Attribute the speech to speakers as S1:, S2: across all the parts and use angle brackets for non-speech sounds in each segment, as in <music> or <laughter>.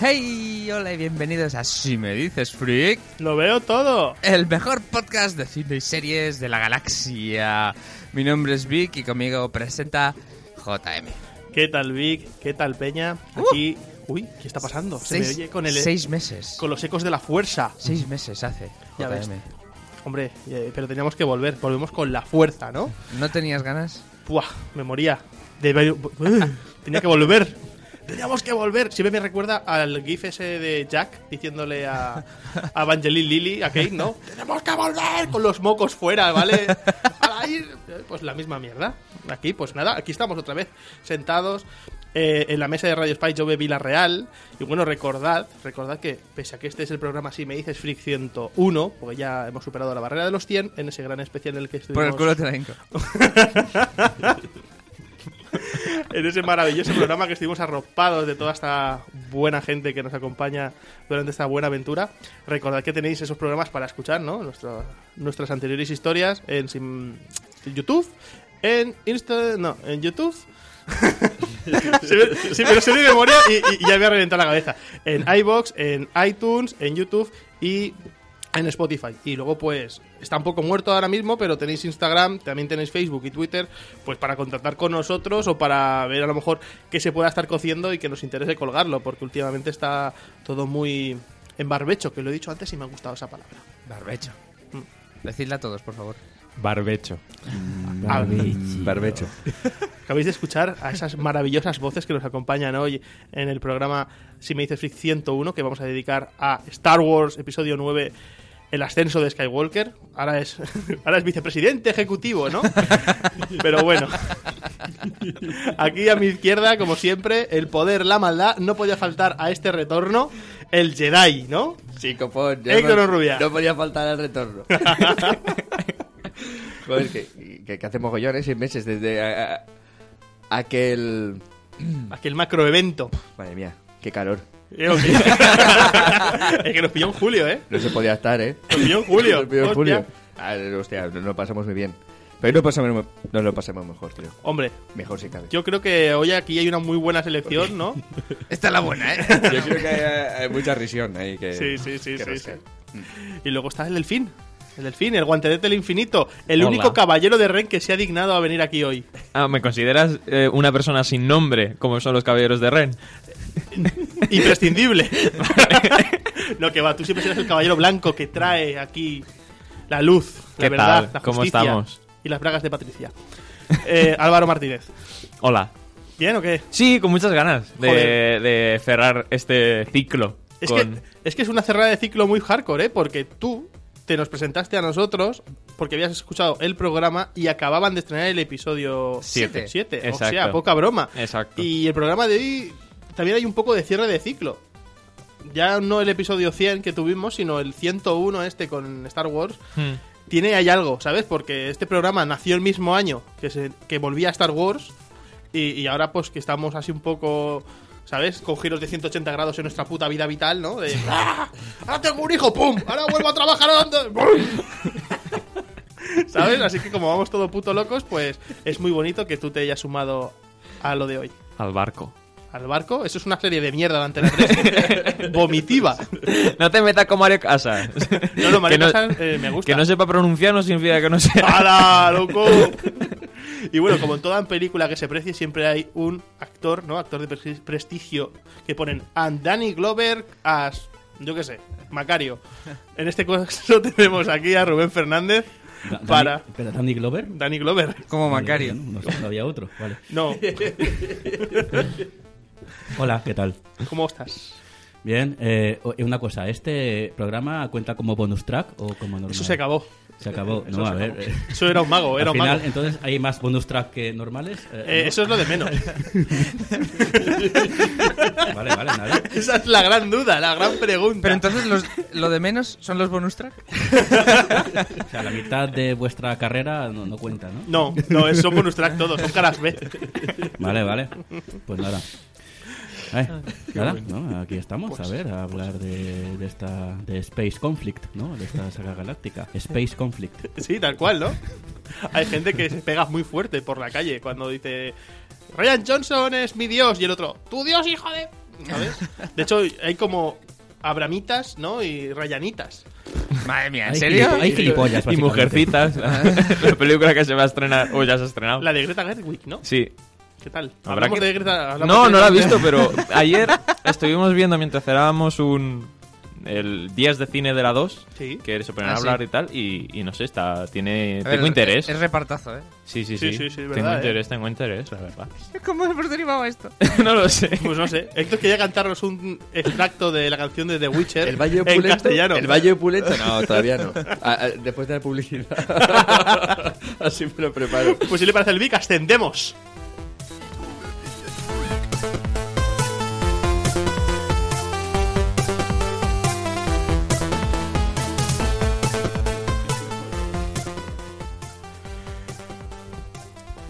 S1: Hey, hola y bienvenidos a Si me dices freak,
S2: Lo veo todo.
S1: el mejor podcast de cine y series de la galaxia. Mi nombre es Vic y conmigo presenta JM.
S2: ¿Qué tal Vic? ¿Qué tal Peña? Aquí... Uy, ¿qué está pasando? Se me oye con el...
S1: Uh.
S2: e-
S1: Seis meses.
S2: Con los ecos de la fuerza.
S1: Seis meses hace.
S2: Ya ves.
S1: JM.
S2: Hombre, eh, pero teníamos que volver. Volvemos con la fuerza, ¿no?
S1: ¿No tenías ganas?
S2: Buah, me moría. Debe- Ugh, Tenía que volver. Teníamos que volver. Siempre me recuerda al gif ese de Jack diciéndole a, a Evangeline Lily, a Kate, ¿no? <laughs> ¡Tenemos que volver! Con los mocos fuera, <laughs> ¿vale? Para ir. Pues la misma mierda. Aquí, pues nada, aquí estamos otra vez, sentados eh, en la mesa de Radio Spy, yo bebí la real. Y bueno, recordad, recordad que pese a que este es el programa, si me dices Freak 101, porque ya hemos superado la barrera de los 100 en ese gran especial en el que
S1: Por el
S2: estuvimos
S1: culo te la hinco.
S2: en ese maravilloso programa que estuvimos arropados de toda esta buena gente que nos acompaña durante esta buena aventura. Recordad que tenéis esos programas para escuchar, ¿no? Nuestro- nuestras anteriores historias en sim- YouTube, en Insta... No, en YouTube... sí, me- sí, pero sé de memoria y, y- y ya me ha reventado la cabeza. En iBox, en iTunes, en YouTube y en Spotify. Y luego, pues, está un poco muerto ahora mismo, pero tenéis Instagram, también tenéis Facebook y Twitter, pues para contactar con nosotros o para ver a lo mejor qué se pueda estar cociendo y que nos interese colgarlo, porque últimamente está todo muy en barbecho, que lo he dicho antes y me ha gustado esa palabra.
S1: Barbecho.
S2: Mm.
S1: Decidla a todos, por favor.
S3: Barbecho.
S2: Barbecho.
S3: Barbecho.
S2: Acabéis de escuchar a esas maravillosas voces que nos acompañan hoy en el programa Si me dices Freak 101, que vamos a dedicar a Star Wars Episodio 9, el ascenso de Skywalker. Ahora es, <laughs> ahora es vicepresidente ejecutivo,
S4: <laughs>
S2: ¿no? Pero bueno. Aquí a mi izquierda, como siempre, el poder, la maldad, no podía faltar a este retorno el Jedi, ¿no?
S4: Sí, copón. pues, yo
S2: Héctor
S4: no-
S2: Rubia.
S4: No podía faltar
S2: <laughs>
S4: al retorno. Joder, que, que, que hace mogollones seis meses desde a- a- aquel... Hmm.
S2: Aquel macroevento.
S4: Madre mía, qué calor.
S2: Eh,
S4: <laughs>
S2: ok. <laughs> es que nos pilló en julio, ¿eh?
S4: No se podía estar, ¿eh?
S2: Nos pilló en julio.
S4: Nos pilló en
S2: hostia.
S4: julio. Ah, hostia, nos lo pasamos muy bien. Pero no pasamos, nos lo pasamos mejor, tío.
S2: Hombre,
S4: Mejor si cabe.
S2: Yo creo que hoy aquí hay una muy buena selección,
S5: <laughs>
S2: ¿no?
S1: Esta es la buena, ¿eh?
S2: <laughs>
S3: Yo creo que hay, hay mucha risión ahí. Que,
S2: Sí, sí, sí,
S3: que
S2: sí,
S3: rascar.
S2: Y luego está el delfín. El delfín, el guantelete del infinito. El
S5: Hola.
S2: único caballero de Ren que se ha dignado a venir aquí hoy.
S5: Ah, ¿me consideras eh, una persona sin nombre, como son los caballeros de Ren? <laughs>
S2: Imprescindible. <laughs> no, que va, tú siempre serás el caballero blanco que trae aquí la luz, la
S5: ¿Qué
S2: verdad,
S5: tal?
S2: la
S5: ¿Cómo
S2: justicia
S5: estamos?
S2: Y las bragas de Patricia. Eh, Álvaro Martínez.
S5: Hola.
S2: ¿Bien o qué?
S5: Sí, con muchas ganas de,
S2: Joder.
S5: de cerrar este ciclo.
S2: Es,
S5: con-
S2: que, es que es una cerrada de ciclo muy hardcore, ¿eh? Porque tú te nos presentaste a nosotros porque habías escuchado el programa y acababan de estrenar el episodio
S5: Siete.
S2: 7. O
S5: Exacto.
S2: sea, poca broma.
S5: Exacto.
S2: Y el programa de hoy también hay un poco de cierre de ciclo. Ya no el episodio 100 que tuvimos, sino el 101 este con Star Wars.
S5: Hmm.
S2: Tiene ahí algo, ¿sabes? Porque este programa nació el mismo año que, se, que volvía a Star Wars y, y ahora pues que estamos así un poco, ¿sabes? Con giros de 180 grados en nuestra puta vida vital, ¿no? De, ¡Ah! Ahora tengo un hijo, ¡pum! Ahora vuelvo a trabajar. ¿a dónde? ¡Bum! <laughs> ¿Sabes? Así que como vamos todo puto locos, pues es muy bonito que tú te hayas sumado a lo de hoy.
S5: Al barco.
S2: Al barco, eso es una serie de mierda de Antena
S5: <laughs>
S2: 3. Vomitiva.
S5: No te metas con Mario
S2: <laughs>
S5: Casas.
S2: No, no, Mario
S5: Que
S2: Casas, eh, me gusta.
S5: Que no sepa pronunciar no significa que no sea...
S2: ¡Hala, loco! <laughs> Y bueno, como en toda película que se precie, siempre hay un actor, ¿no? Actor de presi- prestigio que ponen a Danny Glover as, yo qué sé, Macario. En este caso <laughs> tenemos aquí a Rubén Fernández
S6: Da-
S2: <laughs>
S6: Danny-
S2: para
S6: ¿Pero Danny Glover? Eh,
S2: Danny Glover.
S1: Como Macario.
S6: No, no, no había otro. Vale.
S2: No,
S6: Hola, ¿qué tal?
S2: ¿cómo estás?
S6: Bien, eh, o- eh, una cosa, ¿este programa cuenta como bonus track o como normal?
S2: Eso se acabó.
S6: Se acabó,
S2: Eso
S6: no,
S2: se
S6: a ver.
S2: acabó.
S6: eh,
S2: Eso era un mago, era
S6: al
S2: un
S6: final,
S2: mago.
S6: entonces, ¿hay más bonus track que normales? Eh,
S2: Eh,
S6: ¿no?
S2: Eso es lo de
S6: <laughs>
S2: menos.
S6: Vale, vale, nada.
S2: Esa es la gran duda, la gran pregunta.
S1: Pero entonces los- lo de menos son los bonus track.
S6: O sea, la mitad de vuestra carrera no, no cuenta, ¿no?
S2: No, no, es- son bonus track todos, son caras B.
S6: Vale, vale. Pues nada. Eh,
S1: Ah,
S6: nada, ¿no? aquí estamos
S2: Pues
S6: a ver a hablar de, de esta de Space Conflict, ¿no? De esta saga galáctica, Space Conflict.
S2: Sí, tal cual, ¿no? Hay gente que se pega muy fuerte por la calle cuando dice Ryan Johnson es mi dios y el otro, tu dios, hijo de... ¿Sabes? De hecho, hay como abramitas, ¿no? Y rayanitas.
S1: Madre mía, ¿en
S6: Hay
S1: serio?
S6: gilipo- Hay gilipollas,
S5: Y
S6: básicamente.
S5: Mujercitas, la, la película que se va a estrenar, o ya se ha estrenado.
S2: La de Greta Gerwig, ¿no?
S5: Sí.
S2: ¿Qué tal?
S5: Ah. Habrá
S2: Hablamos
S5: que-
S2: de Greta... hablamos
S5: No,
S2: de-
S5: no la he visto, pero ayer estuvimos viendo mientras cerrábamos un... El 10 de cine de la 2,
S2: Sí.
S5: que se ponen a
S1: Ah, sí.
S5: hablar y tal, y, y no sé, está, tiene,
S1: A
S5: tengo
S1: ver,
S5: interés.
S1: Es, es repartazo, ¿eh?
S5: Sí, sí,
S2: Sí,
S5: sí.
S2: sí, sí,
S5: tengo
S2: verdad, ¿eh?
S5: interés, tengo interés, la verdad. <laughs>
S1: ¿Cómo hemos derivado a esto?
S5: no lo sé.
S2: Pues no sé. Héctor quería cantarnos un extracto de la canción de The Witcher
S4: El Valle
S2: en
S4: Opulento.
S2: castellano.
S4: El Valle Opulento, no, todavía no. Ah, ah, después de la publicidad. <laughs> Así me lo preparo.
S2: Pues si le parece al Vic, ascendemos.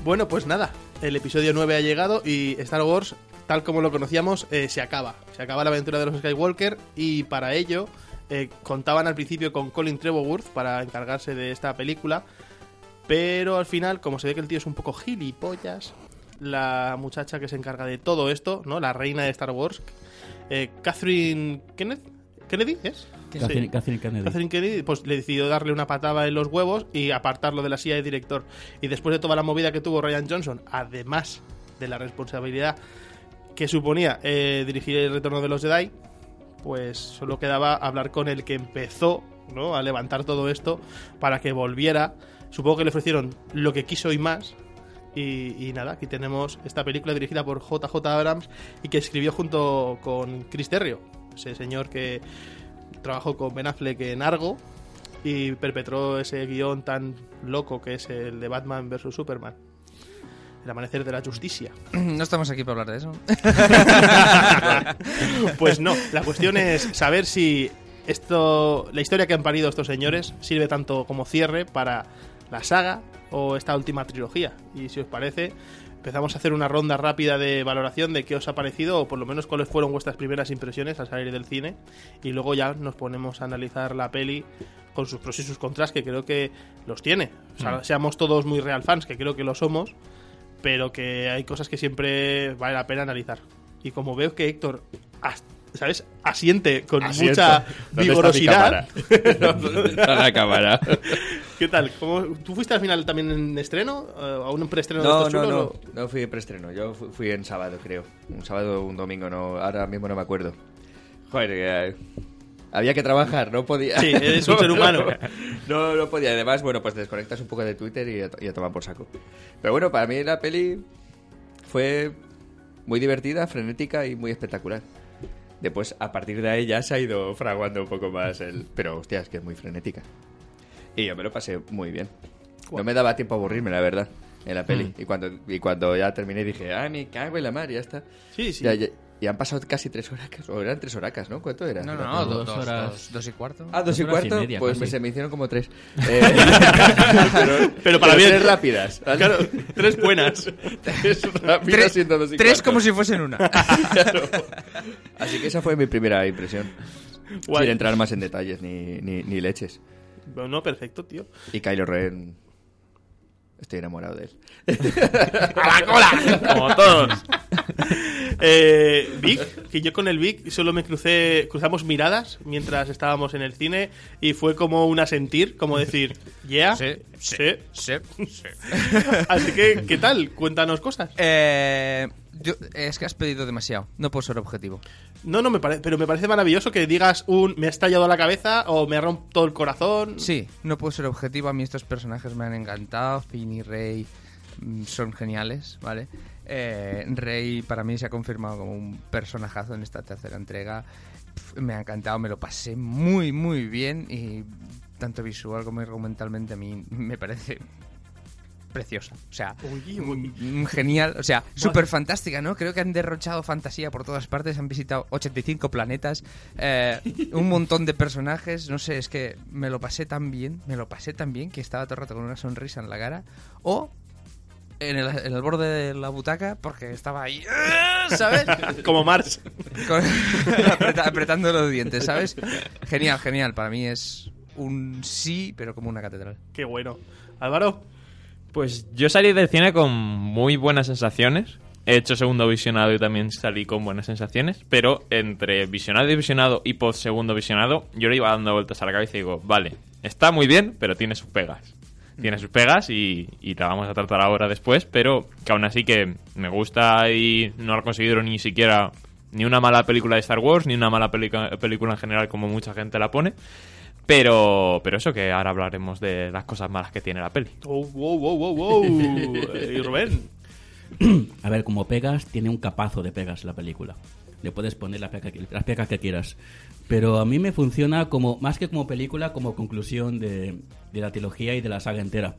S2: Bueno, pues nada, el episodio 9 ha llegado y Star Wars, tal como lo conocíamos, eh, se acaba. Se acaba la aventura de los Skywalker y para ello eh, contaban al principio con Colin Trevorworth para encargarse de esta película. Pero al final, como se ve que el tío es un poco gilipollas, la muchacha que se encarga de todo esto, ¿no? La reina de Star Wars, eh, Catherine Kenneth, Kennedy, ¿es?
S6: Catherine,
S2: Sí.
S6: Catherine Kennedy.
S2: Catherine Kennedy pues le decidió darle una patada en los huevos y apartarlo de la silla de director. Y después de toda la movida que tuvo Ryan Johnson, además de la responsabilidad que suponía eh, dirigir el retorno de los Jedi, pues solo quedaba hablar con el que empezó ¿no? a levantar todo esto para que volviera. Supongo que le ofrecieron lo que quiso y más. Y, y nada, aquí tenemos esta película dirigida por JJ Abrams y que escribió junto con Chris Terrio, ese señor que trabajó con Ben Affleck en Argo y perpetró ese guión tan loco que es el de Batman vs. Superman. El amanecer de la justicia.
S1: No estamos aquí para hablar de eso.
S2: <laughs> Pues no, la cuestión es saber si esto, la historia que han parido estos señores sirve tanto como cierre para la saga o esta última trilogía. Y si os parece, empezamos a hacer una ronda rápida de valoración de qué os ha parecido o por lo menos cuáles fueron vuestras primeras impresiones al salir del cine. Y luego ya nos ponemos a analizar la peli con sus pros y sus contras, que creo que los tiene. O sea, seamos todos muy real fans, que creo que lo somos pero que hay cosas que siempre vale la pena analizar. Y como veo que Héctor, as- ¿sabes? Asiente con
S4: Asiento.
S2: mucha
S4: ¿Dónde
S2: vigorosidad. <laughs>
S3: la
S5: <laughs>
S3: cámara.
S2: ¿Qué tal? ¿Cómo- ¿Tú fuiste al final también en estreno? eh, ¿A un preestreno de
S4: No,
S2: estos
S4: no,
S2: chulos,
S4: no.
S2: o-
S4: No fui de preestreno. Yo fu- fui en sábado, creo. Un sábado o un domingo, no. Ahora mismo no me acuerdo. Joder, que, eh, había que trabajar, no podía.
S2: Sí, eres un ser humano.
S4: No, no podía. Además, bueno, pues desconectas un poco de Twitter y a, y a tomar por saco. Pero bueno, para mí la peli fue muy divertida, frenética y muy espectacular. Después, a partir de ahí ya se ha ido fraguando un poco más el... Pero, hostia, es que es muy frenética. Y yo me lo pasé muy bien. No me daba tiempo a aburrirme, la verdad, en la peli.
S2: Mm.
S4: Y, cuando, y cuando ya terminé dije, ah, me cago en la mar, y ya está.
S2: Sí, sí.
S4: Ya- ya- y han pasado casi tres horas, o eran tres horacas, ¿no? ¿Cuánto era?
S1: No, no, no,
S6: Dos
S1: dos,
S6: horas.
S1: horas. Dos, dos y cuarto.
S4: Ah, dos
S6: Dos
S4: y
S6: horas y
S4: cuarto,
S6: media,
S4: pues
S6: casi.
S4: me- se me hicieron como tres. Eh, pero,
S2: Pero para bien.
S4: Tres rápidas. ¿vale?
S2: Claro, tres buenas.
S4: <laughs> tres rápidas
S1: tres
S4: siendo dos y
S1: tres
S4: cuarto.
S1: como si fuesen
S4: <laughs>
S1: una.
S4: Así que esa fue mi primera impresión.
S2: Guay.
S4: Sin entrar más en detalles ni, ni, ni leches.
S2: No, no, perfecto, tío.
S4: Y Kylo Ren... Estoy enamorado de él.
S5: ¡A la cola! Como todos.
S2: Eh, Vic, que yo con el Vic solo me crucé, cruzamos miradas mientras estábamos en el cine y fue como un asentir, como decir, yeah,
S1: Sí,
S2: sí.
S1: Sí, sí.
S2: Así que, ¿qué tal? Cuéntanos cosas.
S1: Eh, yo- es que has pedido demasiado. No puedo ser objetivo.
S2: No, no, me parece, pero me parece maravilloso que digas un me ha estallado la cabeza o me ha roto el corazón.
S1: Sí, no puedo ser objetivo. A mí estos personajes me han encantado. Finn y Rey mm, son geniales, ¿vale? Eh, Rey para mí se ha confirmado como un personajazo en esta tercera entrega. Pf, Me ha encantado, me lo pasé muy, muy bien y tanto visual como argumentalmente a mí me parece preciosa. O sea,
S2: Uy, uy.
S1: Mm, Genial, o sea, súper fantástica, ¿no? Creo que han derrochado fantasía por todas partes, han visitado 85 planetas, eh, un montón de personajes, no sé, es que me lo pasé tan bien, me lo pasé tan bien que estaba todo el rato con una sonrisa en la cara, o en el, en el borde de la butaca porque estaba ahí, ¡eh! ¿sabes?
S2: Como Mars. <laughs>
S1: Con- <laughs> apreta- apretando los dientes, ¿sabes? Genial, genial. Para mí es un sí, pero como una catedral.
S2: Qué bueno. Álvaro,
S5: Pues yo salí del cine con muy buenas sensaciones. He hecho segundo visionado y también salí con buenas sensaciones. Pero entre visionado y visionado y post segundo visionado, yo le iba dando vueltas a la cabeza y digo, vale, está muy bien, pero tiene sus pegas. Tiene sus pegas y, y la vamos a tratar ahora después, pero que aún así que me gusta y no ha conseguido ni siquiera ni una mala película de Star Wars, ni una mala pelica- película en general como mucha gente la pone. Pero, pero eso que ahora hablaremos de las cosas malas que tiene la peli.
S2: Oh, wow, wow, wow, wow. Eh, <laughs> Y Rubén.
S6: A ver, como pegas, tiene un capazo de pegas la película. Le puedes poner las pegas, que- las pegas que quieras. Pero a mí me funciona como, más que como película, como conclusión de, de la trilogía y de la saga entera.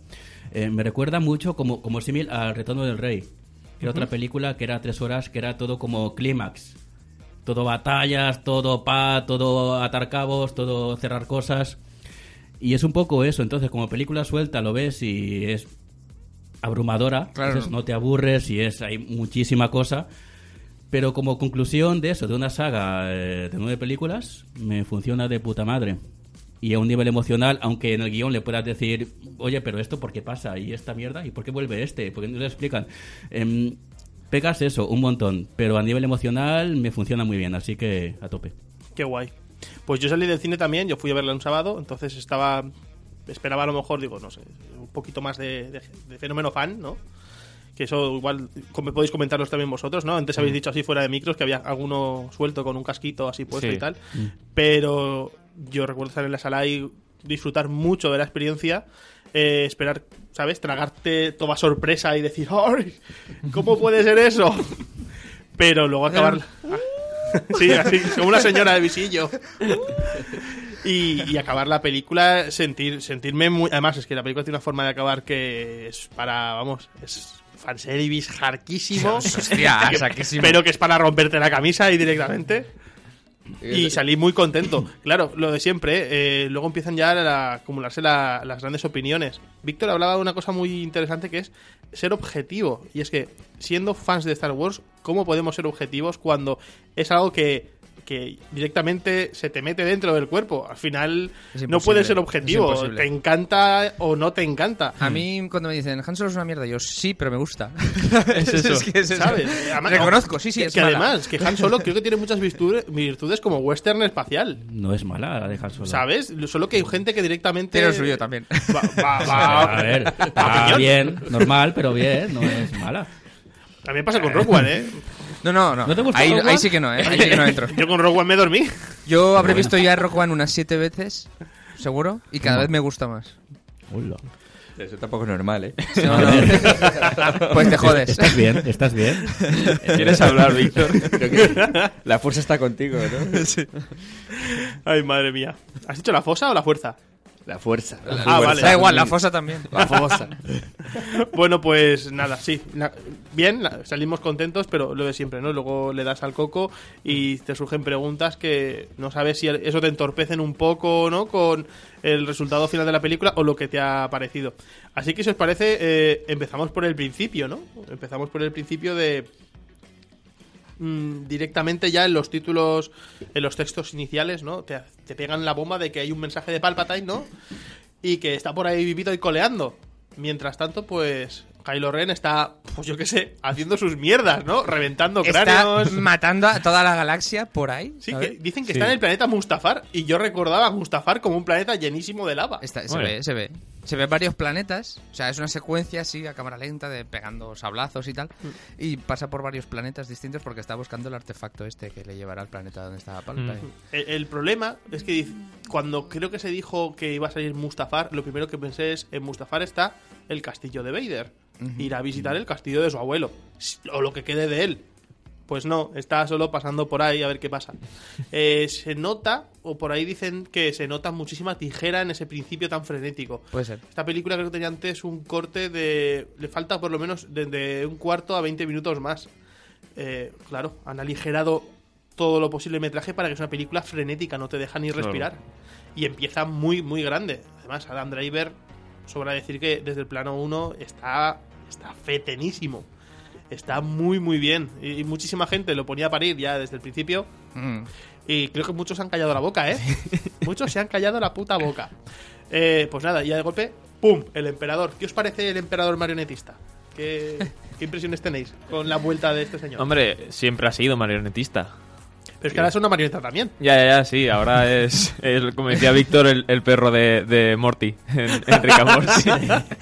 S6: Eh, me recuerda mucho como, como símil al Retorno del Rey. Que era otra película que era tres horas, que era todo como clímax. Todo batallas, todo pa, todo atar cabos, todo cerrar cosas. Y es un poco eso. Entonces, como película suelta, lo ves y es abrumadora.
S1: Claro.
S6: Entonces, no te aburres y es hay muchísima cosa. Pero como conclusión de eso, de una saga eh, de nueve películas, me funciona de puta madre. Y a un nivel emocional, aunque en el guión le puedas decir, oye, pero esto por qué pasa, y esta mierda, y por qué vuelve este, porque no lo explican. Em, pegas eso, un montón, pero a nivel emocional me funciona muy bien, así que a tope.
S2: Qué guay. Pues yo salí del cine también, yo fui a verla un sábado, entonces estaba. Esperaba a lo mejor, digo, no sé, un poquito más de, de- de fenómeno fan, ¿no? Que eso igual como podéis comentaros también vosotros, ¿no? Antes habéis dicho así fuera de micros que había alguno suelto con un casquito así puesto
S5: Sí.
S2: y tal. Pero yo recuerdo estar en la sala y disfrutar mucho de la experiencia. eh, esperar, ¿sabes? Tragarte toda sorpresa y decir, ¡ay! ¿Cómo puede ser eso? Pero luego acabar. Sí, así, como una señora de visillo. Y, y acabar la película, sentir, sentirme muy. Además, es que la película tiene una forma de acabar que es para. Vamos, es fanservice jarquísimo.
S1: Hostia, saquísimo.
S2: Pero <laughs> que es para romperte la camisa ahí directamente.
S1: Eh,
S2: Y salí muy contento. Claro, lo de siempre, ¿eh? Eh, luego empiezan ya a acumularse la- las grandes opiniones. Víctor hablaba de una cosa muy interesante que es ser objetivo. Y es que, siendo fans de Star Wars, ¿cómo podemos ser objetivos cuando es algo que, que directamente se te mete dentro del cuerpo? Al final,
S1: Es
S2: no
S1: imposible,
S2: puedes ser
S1: es
S2: objetivo.
S1: imposible.
S2: Te encanta o no te encanta.
S1: A mí cuando me dicen, Han Solo es una mierda, yo sí, pero me gusta.
S5: Es eso.
S2: <laughs>
S1: que es eso.
S2: ¿Sabes? Además-
S1: Reconozco, sí, sí,
S2: que-
S1: es
S2: que
S1: mala.
S2: además, que
S1: <laughs>
S2: Han Solo creo que tiene muchas virtudes, virtudes como western espacial.
S6: No es mala la de Han Solo.
S2: ¿Sabes? Solo que hay gente que directamente.
S1: Tiene lo suyo también. <laughs>
S2: Va, va- Ah, va- <laughs>
S6: A ver, está bien, normal, pero bien, no es mala.
S2: A mí me pasa con Rock One, ¿eh?
S1: No, no, no.
S6: ¿No te gusta
S1: ahí,
S6: Rogue One?
S1: ahí sí que no, ¿eh? Ahí sí que no
S2: <laughs>
S1: entro.
S2: Yo con Rock One me dormí.
S1: Yo habré visto ya Rock One unas siete veces, seguro, y cada vez me gusta más.
S6: Hola.
S4: Eso tampoco es normal, <laughs> ¿eh?
S1: No, no. <laughs> Pues te jodes.
S6: ¿Estás bien? ¿Estás bien?
S5: ¿Quieres
S4: <laughs>
S5: hablar, Víctor?
S4: Creo que la fuerza está contigo, ¿no?
S2: Ay, madre mía. ¿Has dicho la fosa o la fuerza?
S4: La fuerza. La
S2: Ah,
S4: fuerza.
S2: vale.
S1: Da igual, la fosa también.
S4: La fosa.
S2: <laughs> Bueno, pues nada, sí. Na- bien, la- salimos contentos, pero lo de siempre, ¿no? Luego le das al coco y te surgen preguntas que no sabes si eso te entorpecen un poco, ¿no? Con el resultado final de la película o lo que te ha parecido. Así que si os parece, eh, empezamos por el principio, ¿no? Empezamos por el principio de mm, directamente ya en los títulos, en los textos iniciales, ¿no? Te, te pegan la bomba de que hay un mensaje de Palpatine, ¿no? Y que está por ahí vivito y coleando. Mientras tanto, pues Kylo Ren está, pues yo qué sé, haciendo sus mierdas, ¿no? Reventando
S1: Está <laughs>
S2: cráneos.
S1: matando a toda la galaxia por ahí.
S2: Sí,
S1: ¿sabes?
S2: que dicen que está en el planeta Mustafar y yo recordaba a Mustafar como un planeta llenísimo de lava.
S1: Está- se
S5: Vale.
S1: ve, se ve. Se ve varios planetas. O sea, es una secuencia así a cámara lenta de pegando sablazos y tal. Y pasa por varios planetas distintos porque está buscando el artefacto este que le llevará al planeta donde estaba Palpatine.
S5: Mm.
S2: El, el problema es que dice- cuando creo que se dijo que iba a salir Mustafar, lo primero que pensé es, en Mustafar está el castillo de Vader. Ir a visitar el castillo de su abuelo. O lo que quede de él. Pues no, está solo pasando por ahí a ver qué pasa. Eh, se nota, o por ahí dicen que se nota muchísima tijera en ese principio tan frenético.
S1: Puede ser.
S2: Esta película creo que tenía antes un corte de... Le falta por lo menos de, de un cuarto a 20 minutos más. Eh, claro, han aligerado todo lo posible el metraje para que es una película frenética, no te deja ni
S5: Claro.
S2: respirar. Y empieza muy, muy grande. Además, Adam Driver, sobra decir que desde el plano 1 está está fetenísimo. Está muy, muy bien. Y, y muchísima gente lo ponía a parir ya desde el principio.
S1: Mm.
S2: Y creo que muchos se han callado la
S5: <laughs>
S2: boca, ¿eh? muchos se han callado la puta boca. Eh, pues nada, ya de golpe, ¡pum! El emperador. ¿Qué os parece el emperador marionetista? ¿Qué,
S5: <laughs>
S2: qué impresiones tenéis con la vuelta de este señor?
S5: Hombre, siempre ha sido marionetista.
S2: Pero es que ahora es una marioneta también.
S5: Ya, ya, ya, sí, ahora es, es, como decía Víctor, el, el perro de, de Morty, <laughs> en, en Rick and Morty.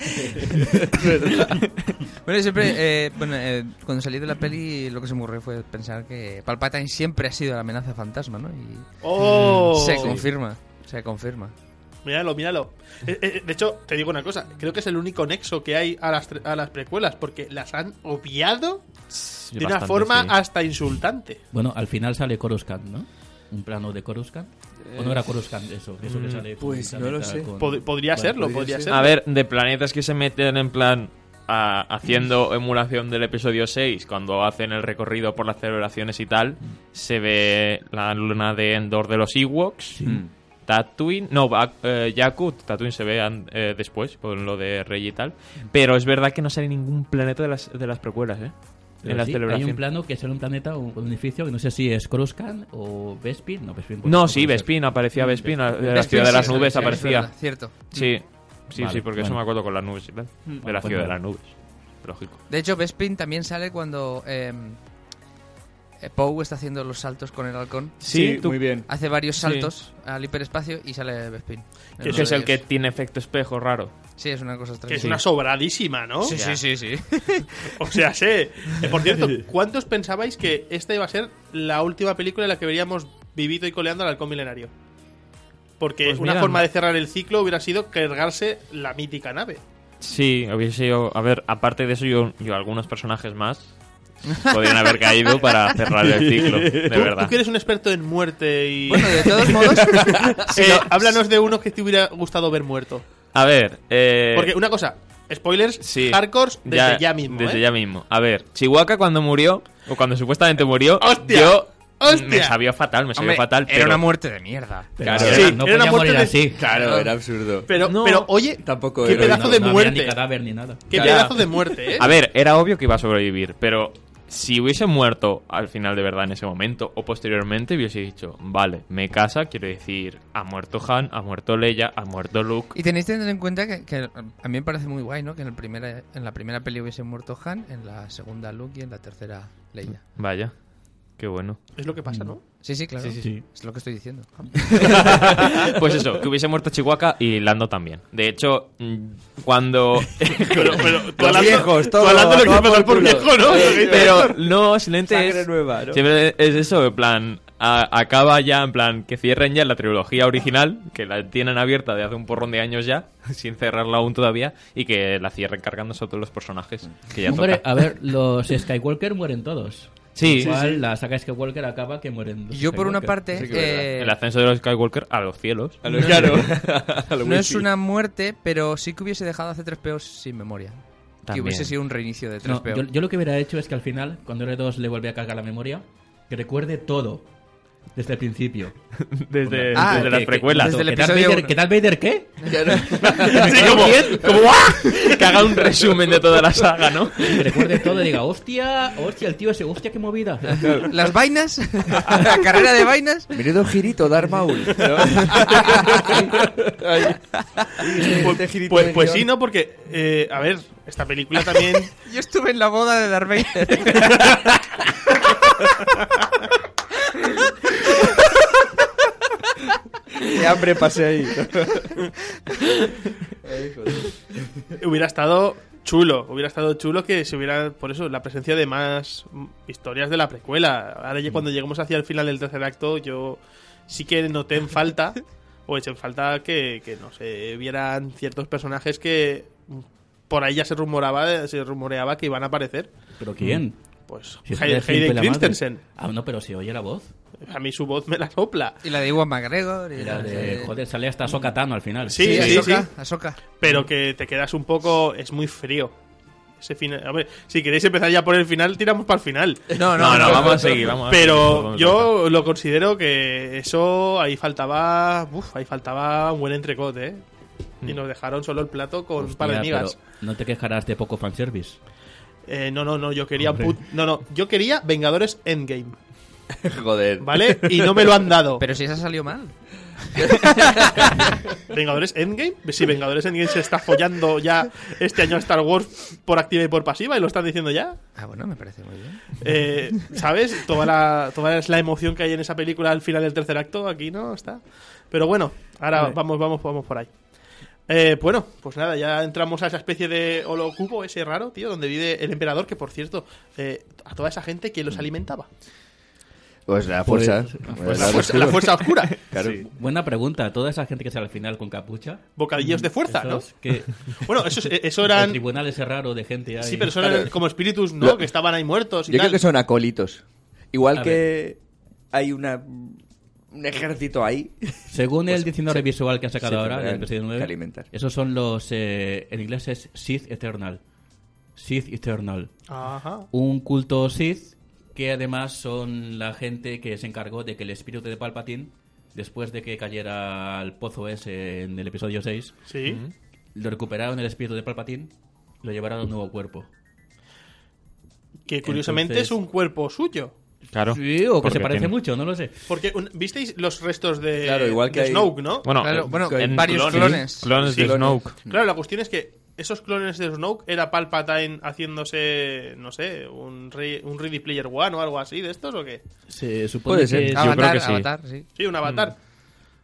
S1: Bueno, siempre, eh, bueno, eh, cuando salí de la peli, lo que se me ocurrió fue pensar que Palpatine siempre ha sido la amenaza fantasma, ¿no? Y
S2: <laughs> ¡Oh!
S5: Mm,
S1: se confirma, se confirma.
S2: Míralo, míralo. Eh, eh, de hecho, te digo una cosa. Creo que es el único nexo que hay a las, tre- a las precuelas porque las han obviado de una
S5: Bastante,
S2: forma
S5: sí.
S2: hasta insultante.
S6: Bueno, al final sale Coruscant, ¿no? Un plano de Coruscant. ¿O no era Coruscant eso? eso que sale
S4: pues
S6: con
S4: no lo
S6: planeta
S4: sé.
S6: con-
S2: Pod- podría
S6: Vale,
S2: serlo,
S4: podría
S2: podría
S4: ser.
S2: ser.
S5: A ver, de planetas que se meten en plan a- haciendo emulación del episodio 6, cuando hacen el recorrido por las celebraciones y tal, se ve la luna de Endor de los Ewoks, Tatooine, no, Ba- eh, Jakku, Tatooine se ve an- eh, después con lo de Rey y tal, pero es verdad que no sale ningún planeta de las, de las precuelas, ¿eh?
S6: Pero
S5: en la
S6: sí,
S5: celebración.
S6: Hay un plano que sale un planeta o un edificio que no sé si es Coruscant o Bespin. Pues No, Bespin puede-
S5: No,
S6: puede
S5: sí,
S6: ser.
S5: Bespin, aparecía Bespin, la, de la
S1: Bespin,
S5: ciudad de
S1: sí,
S5: las
S1: sí,
S5: nubes
S1: sí, es
S5: aparecía.
S1: verdad, Cierto.
S5: Sí, sí,
S6: Vale,
S5: sí, porque eso
S6: bueno.
S5: me acuerdo con las nubes y tal. De la
S6: pues
S5: ciudad de
S6: nada.
S5: las nubes, lógico.
S1: De hecho, Bespin también sale cuando eh, eh, Poe está haciendo los saltos con el halcón.
S5: Sí, tú-
S4: muy bien.
S1: Hace varios saltos al hiperespacio y sale Bespin.
S5: Que es el que tiene efecto espejo raro.
S1: Sí, es una cosa
S2: Que
S1: extraña.
S2: es una sobradísima, ¿no?
S1: Sí, sí, sí, sí.
S2: O sea, sé. Eh, Por cierto, ¿cuántos pensabais que esta iba a ser la última película en la que veríamos vivito y coleando al halcón milenario? Porque
S5: Pues
S2: una
S5: mira,
S2: forma
S5: no.
S2: de cerrar el ciclo hubiera sido cargarse la mítica nave.
S5: Sí, hubiese sido. A ver, aparte de eso, yo, yo algunos personajes más podrían haber caído para cerrar el ciclo, de
S2: ¿Tú,
S5: verdad.
S2: tú que eres un experto en muerte y... <laughs>
S1: Bueno, de <laughs> todos modos,
S2: Eh, háblanos de uno que te hubiera gustado ver muerto.
S5: A ver, eh.
S2: Porque una cosa, spoilers,
S5: sí,
S2: hardcores desde ya, mismo.
S5: Desde
S2: ¿eh?
S5: ya mismo. A ver, Chihuahua cuando murió, o cuando supuestamente murió,
S2: ¡Hostia!
S5: yo.
S2: ¡Hostia!
S5: Me sabía fatal, me sabía
S1: hombre,
S5: fatal,
S1: era
S5: pero.
S1: una muerte de mierda.
S6: Pero
S4: Claro,
S6: no
S4: sí,
S6: no
S2: era una
S6: podía
S2: muerte
S6: morir
S2: de-
S6: así.
S4: Claro, era absurdo.
S2: Ah, Pero,
S5: No.
S2: pero oye,
S4: Tampoco
S2: qué
S4: era.
S2: pedazo
S6: No,
S2: de
S6: no había
S2: muerte.
S6: ni cadáver ni nada.
S2: Qué
S5: Ya.
S2: pedazo de muerte, ¿eh?
S5: A ver, era obvio que iba a sobrevivir, pero si hubiese muerto al final de verdad en ese momento o posteriormente, hubiese dicho, vale, me casa, quiero decir, ha muerto Han, ha muerto Leia, ha muerto Luke.
S1: Y tenéis que tener en cuenta que, que a mí me parece muy guay, ¿no? Que en, el primera, en la primera peli hubiese muerto Han, en la segunda Luke y en la tercera Leia.
S5: Vaya, qué <laughs> bueno.
S2: Es lo que pasa, ¿no?
S1: Sí, sí, claro.
S5: Sí, sí, sí.
S1: Es lo que estoy diciendo.
S5: Pues eso, que hubiese muerto Chihuahua y Lando también. De hecho, mm, <laughs> cuando...
S2: Pero, pero tú
S4: Los
S2: hablando-
S4: viejos,
S2: tú
S4: todo,
S2: hablando lo
S4: a
S2: que
S4: tomar
S2: pasó
S4: por
S2: por
S4: culo.
S2: viejo, ¿no? Lo que dice-
S5: Pero no, silente
S4: Sangre
S5: es...
S4: nueva, ¿no?
S5: Siempre es eso, en plan, a- acaba ya, en plan, que cierren ya la trilogía original, que la tienen abierta de hace un porrón de años ya, <laughs> sin cerrarla aún todavía, y que la cierren cargándose a todos los personajes, que ya
S6: Hombre,
S5: toca.
S6: a ver, los Skywalker mueren todos.
S5: Sí,
S6: Igual la saga Skywalker acaba que mueren. los
S1: Yo, por una
S6: Skywalker.
S1: parte,
S4: Sí que es verdad.
S1: eh,
S5: el ascenso de los Skywalker a los cielos.
S4: A lo claro. A lo
S1: no es
S4: wifi.
S1: una muerte, pero sí que hubiese dejado hace tres peos sin memoria. Que
S5: También.
S1: hubiese sido un reinicio de tres
S6: No,
S1: peos.
S6: yo, yo lo que hubiera hecho es que al final, cuando R2 le volví a cargar la memoria, que recuerde todo desde el principio.
S5: <laughs> Desde,
S1: Ah,
S5: desde
S1: que-
S5: las
S6: que-
S5: precuelas.
S1: desde el
S6: ¿Que Darth
S1: episodio
S6: Vader-
S1: uno.
S6: ¿Que Darth Vader qué?
S4: <laughs> Claro.
S5: Sí, como, como, ¡guau! que haga un resumen de toda la saga, ¿no?
S6: Que recuerde todo y diga, hostia, hostia, el tío ese, hostia, qué movida.
S1: Las vainas, <laughs> la carrera de vainas.
S4: Menudo girito, Dar Maul.
S2: Pues, pues- pues sí, ¿no? Porque, eh, a ver, esta película <laughs> también.
S1: Yo estuve en la boda de Darth Vader.
S4: Qué hambre pasé ahí.
S2: hubiera estado chulo. Hubiera estado chulo que se hubiera. Por eso, la presencia de más mm, historias de la precuela. Ahora, ya cuando lleguemos hacia el final del tercer acto, yo sí que noté en <laughs> falta. O eché en falta que, que, no sé, vieran ciertos personajes que. mm, Por ahí ya se rumoraba, se rumoreaba que iban a aparecer.
S6: <laughs> ¿Pero quién?
S2: Pues
S6: Si es
S2: Hay-
S6: Brad Pitt,
S2: Hayden
S6: la madre.
S2: Christensen.
S6: Ah, no, pero se oye la voz.
S2: A mí su voz me la sopla.
S1: Y la de Iwan McGregor. Y
S6: La
S1: la
S6: de,
S1: de-
S6: joder, sale hasta Sokatano al final.
S2: Sí,
S1: Sí,
S2: sí, sí.
S1: Ahsoka, Ahsoka.
S2: pero que te quedas un poco. Es muy frío. Ese final. A ver, si queréis empezar ya por el final, tiramos para el final.
S1: No,
S5: No, no, vamos a seguir, vamos a seguir,
S2: Pero
S5: vamos a
S2: yo lo considero que eso ahí faltaba. Uf, ahí faltaba un buen entrecote, ¿eh? y nos dejaron solo el plato con un par
S6: Mm. Hostia,
S2: de migas.
S6: pero no te quejarás de poco fanservice.
S2: Eh, no, no, no, yo quería
S6: Hombre.
S2: put- no, no, yo quería Vengadores Endgame,
S4: <laughs> Joder.
S2: ¿vale? Y no me lo han
S6: <laughs>
S2: dado.
S1: Pero si esa salió mal.
S2: Vengadores Endgame, si Vengadores Endgame se está follando ya este año a Star Wars por activa y por pasiva y lo están diciendo ya.
S1: Ah, bueno, me parece muy bien.
S2: Eh, ¿Sabes? Toda la, toda la emoción que hay en esa película al final del tercer acto, aquí no está. Pero bueno, ahora vamos, vamos, vamos por ahí. Eh, bueno, pues nada, ya entramos a esa especie de holocubo ese raro, tío, donde vive el emperador, que por cierto, eh, a toda esa gente, ¿quién los alimentaba?
S4: Pues la fuerza.
S2: Pues la, fuerza, la fuerza oscura.
S4: <laughs> Claro.
S6: Buena pregunta. Toda esa gente que sale al final con capucha.
S2: Bocadillos de fuerza, ¿no?
S6: esos <laughs> Que
S2: Bueno, eso, es- eso
S6: el
S2: eran...
S6: tribunal ese raro de gente ahí.
S2: Sí, pero son
S4: Claro.
S2: como espíritus, ¿no?
S4: Lo-
S2: que estaban ahí muertos y
S4: Yo
S2: tal.
S4: creo que son acólitos. Igual
S6: A
S4: que hay una un ejército ahí.
S6: Según el diccionario
S4: se-
S6: visual que ha
S4: se
S6: sacado ahora,
S4: Pues,
S6: del
S4: tendrán
S6: episodio 9,
S4: que alimentar.
S6: esos son los. eh, en inglés es Sith Eternal. Sith Eternal.
S2: Ajá.
S6: Un culto Sith que además son la gente que se encargó de que el espíritu de Palpatine, después de que cayera al pozo ese en el episodio 6,
S2: Sí.
S6: lo recuperaron el espíritu de Palpatine, lo llevaron a un nuevo cuerpo.
S2: Que curiosamente
S6: Entonces-
S2: es un cuerpo suyo.
S5: Claro.
S6: Sí, o que
S5: Porque
S6: se parece
S5: tiene-
S6: mucho, no lo sé.
S2: Porque un- visteis los restos de,
S4: Claro, igual que
S2: de
S4: hay-
S2: Snoke, ¿no?
S5: Bueno,
S1: Claro,
S5: eh,
S1: bueno,
S5: en
S1: varios clones.
S5: Clones de
S4: Sí, clones.
S5: Snoke.
S2: Claro, la cuestión es que esos clones de Snoke era Palpatine haciéndose, no sé, un, re- un Ready Player One o algo así de estos o qué.
S6: Se
S4: Puede
S6: supone
S4: ser.
S6: que es
S1: avatar,
S5: creo que sí.
S1: avatar, sí.
S2: Sí, un avatar.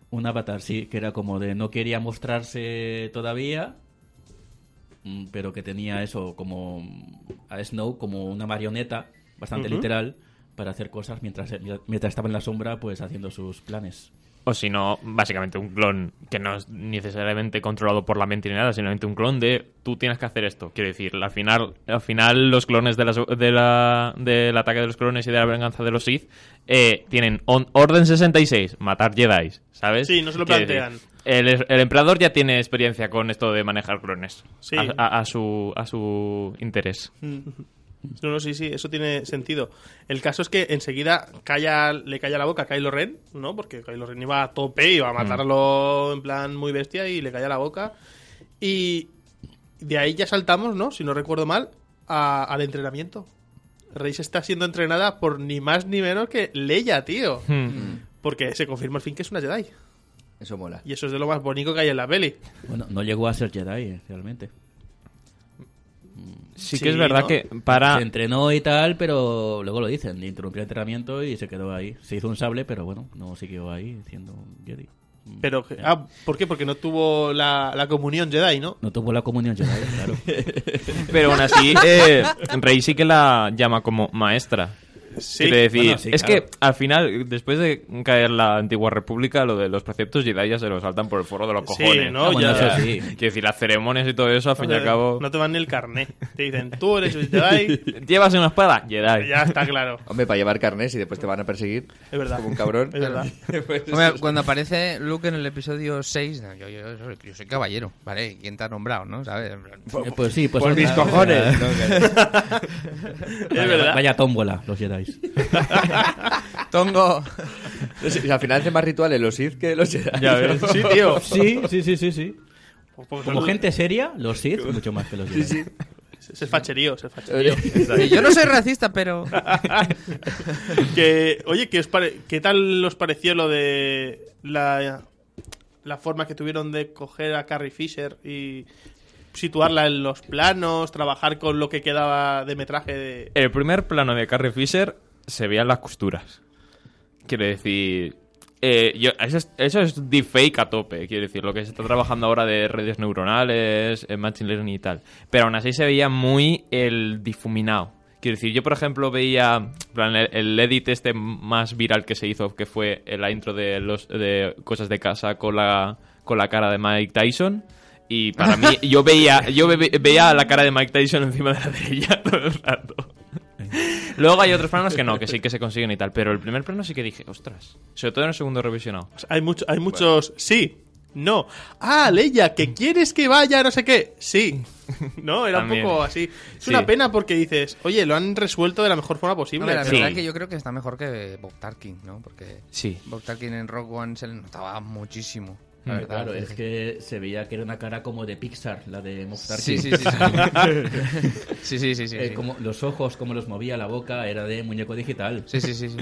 S6: un avatar, sí, que era como de no quería mostrarse todavía, mm, pero que tenía eso como mm, a Snow como una marioneta bastante
S2: Ujú.
S6: literal para hacer cosas mientras, mientras estaba en la sombra pues haciendo sus planes.
S5: O si no, básicamente un clon que no es necesariamente controlado por la mente ni nada, simplemente un clon de tú tienes que hacer esto. Quiero decir, al final, al final los clones de las- de la- del ataque de los clones y de la venganza de los Sith eh, tienen on- Orden 66, matar Jedi, ¿sabes?
S2: Sí, no se lo
S5: Quiero
S2: plantean.
S5: el, el emperador ya tiene experiencia con esto de manejar clones
S2: Sí.
S5: a, a- a su, a su interés.
S2: No, no, sí, sí, eso tiene sentido. El caso es que enseguida calla, le calla la boca a Kylo Ren, ¿no? Porque Kylo Ren iba a tope, iba a matarlo en plan muy bestia y le calla la boca. Y de ahí ya saltamos, ¿no? Si no recuerdo mal, a- al entrenamiento. Rey está siendo entrenada por ni más ni menos que Leia, tío. Mm.
S5: Hmm.
S2: Porque se confirma al fin que es una Jedi.
S4: Eso mola.
S2: Y eso es de lo más bonito que hay en la peli.
S6: Bueno, no llegó a ser Jedi eh, realmente.
S5: Sí,
S2: Sí,
S5: que es verdad
S2: ¿no?
S5: que para...
S4: Ah.
S6: Se entrenó y tal, pero luego lo dicen, le interrumpió el entrenamiento y se quedó ahí. Se hizo un sable, pero bueno, no siguió ahí siendo un Jedi. Mm,
S2: Pero,
S6: ya.
S2: ah, ¿por qué? Porque no tuvo la, la comunión Jedi, ¿no?
S6: no tuvo la comunión Jedi,
S4: <laughs>
S6: claro.
S5: Pero aún
S2: <laughs>
S5: así, eh, Rey sí que la llama como maestra.
S2: Sí.
S5: Quiero decir,
S6: Bueno, sí,
S5: es
S6: claro.
S5: que al final, después de caer la antigua república, lo de los preceptos Jedi ya se lo saltan por el foro de los
S2: Sí,
S5: cojones.
S2: ¿no?
S6: Ah, bueno,
S2: ya-
S6: eso sí.
S5: Quiero decir, las ceremonias y todo eso, al fin y
S2: No
S5: al
S2: te-
S5: cabo.
S2: No te van ni el carnet. Te dicen, tú eres un Jedi.
S5: ¿Llevas una espada? Jedi.
S2: Ya está claro.
S4: Hombre, para llevar carnés y después te van a perseguir.
S2: Es verdad.
S4: Como un cabrón.
S2: Es verdad.
S4: <laughs> Pues-
S1: Hombre, cuando aparece Luke en el episodio 6, no, yo, yo- yo soy- yo soy caballero, ¿vale? ¿Quién te ha nombrado, no? ¿Sabes? En plan,
S6: Eh, pues sí, pues
S4: Por mis
S2: <laughs>
S6: otra-
S4: cojones. No, claro.
S6: Vaya,
S2: verdad.
S6: vaya tómbola, los Jedi.
S1: Tongo.
S4: No sé, al final hace más rituales los Sith que los Jedi.
S5: Ya ves.
S2: Sí, tío.
S6: Sí, sí, sí, sí, sí.
S2: Pues porque
S6: Como
S2: son-
S6: gente seria, los Sith mucho más que los Jedi.
S2: Es el facherío, es el facherío.
S4: Oye,
S1: Y yo no soy racista, pero...
S2: <laughs> que, oye, ¿qué, os pare- ¿qué tal os pareció lo de la, la forma que tuvieron de coger a Carrie Fisher y situarla en los planos, trabajar con lo que quedaba de metraje de...
S5: El primer plano de Carrie Fisher se veían las costuras. Quiero decir. eh, yo- eso, es, eso es deepfake a tope, quiero decir, lo que se está trabajando ahora de redes neuronales, eh, machine learning y tal. Pero aún así se veía muy el difuminado. Quiero decir, yo por ejemplo veía en plan, el, el edit este más viral que se hizo, que fue la intro de, los, de Cosas de Casa con la, con la cara de Mike Tyson. Y para mí, yo veía, yo ve- veía la cara de Mike Tyson encima de la de ella <laughs> todo el rato. Luego hay otros planos que no, que sí que se consiguen y tal, pero el primer plano sí que dije, ostras. Sobre todo en el segundo revisionado.
S2: Pues Hay, mucho, hay muchos... Sí. No. Ah, Leia, que quieres que vaya, no sé qué.
S5: <laughs>
S2: Sí. No, era
S5: También.
S2: un poco así. Es
S5: Sí.
S2: una pena porque dices, oye, lo han resuelto de la mejor forma posible.
S1: Hombre, la
S2: pero-
S5: Sí.
S1: verdad es que yo creo que está mejor que Bob Tarkin, ¿no? Porque
S5: Sí.
S1: Bob Tarkin en Rock One se le notaba muchísimo.
S5: Mm,
S1: La verdad,
S6: Claro,
S1: es
S6: es que se veía que era una cara como de Pixar, la de Movistar.
S1: Sí, sí, sí. Sí, <laughs> sí, sí. sí, sí,
S6: Eh,
S1: sí.
S6: como los ojos, como los movía la boca, era de muñeco digital.
S1: Sí, sí, sí, sí.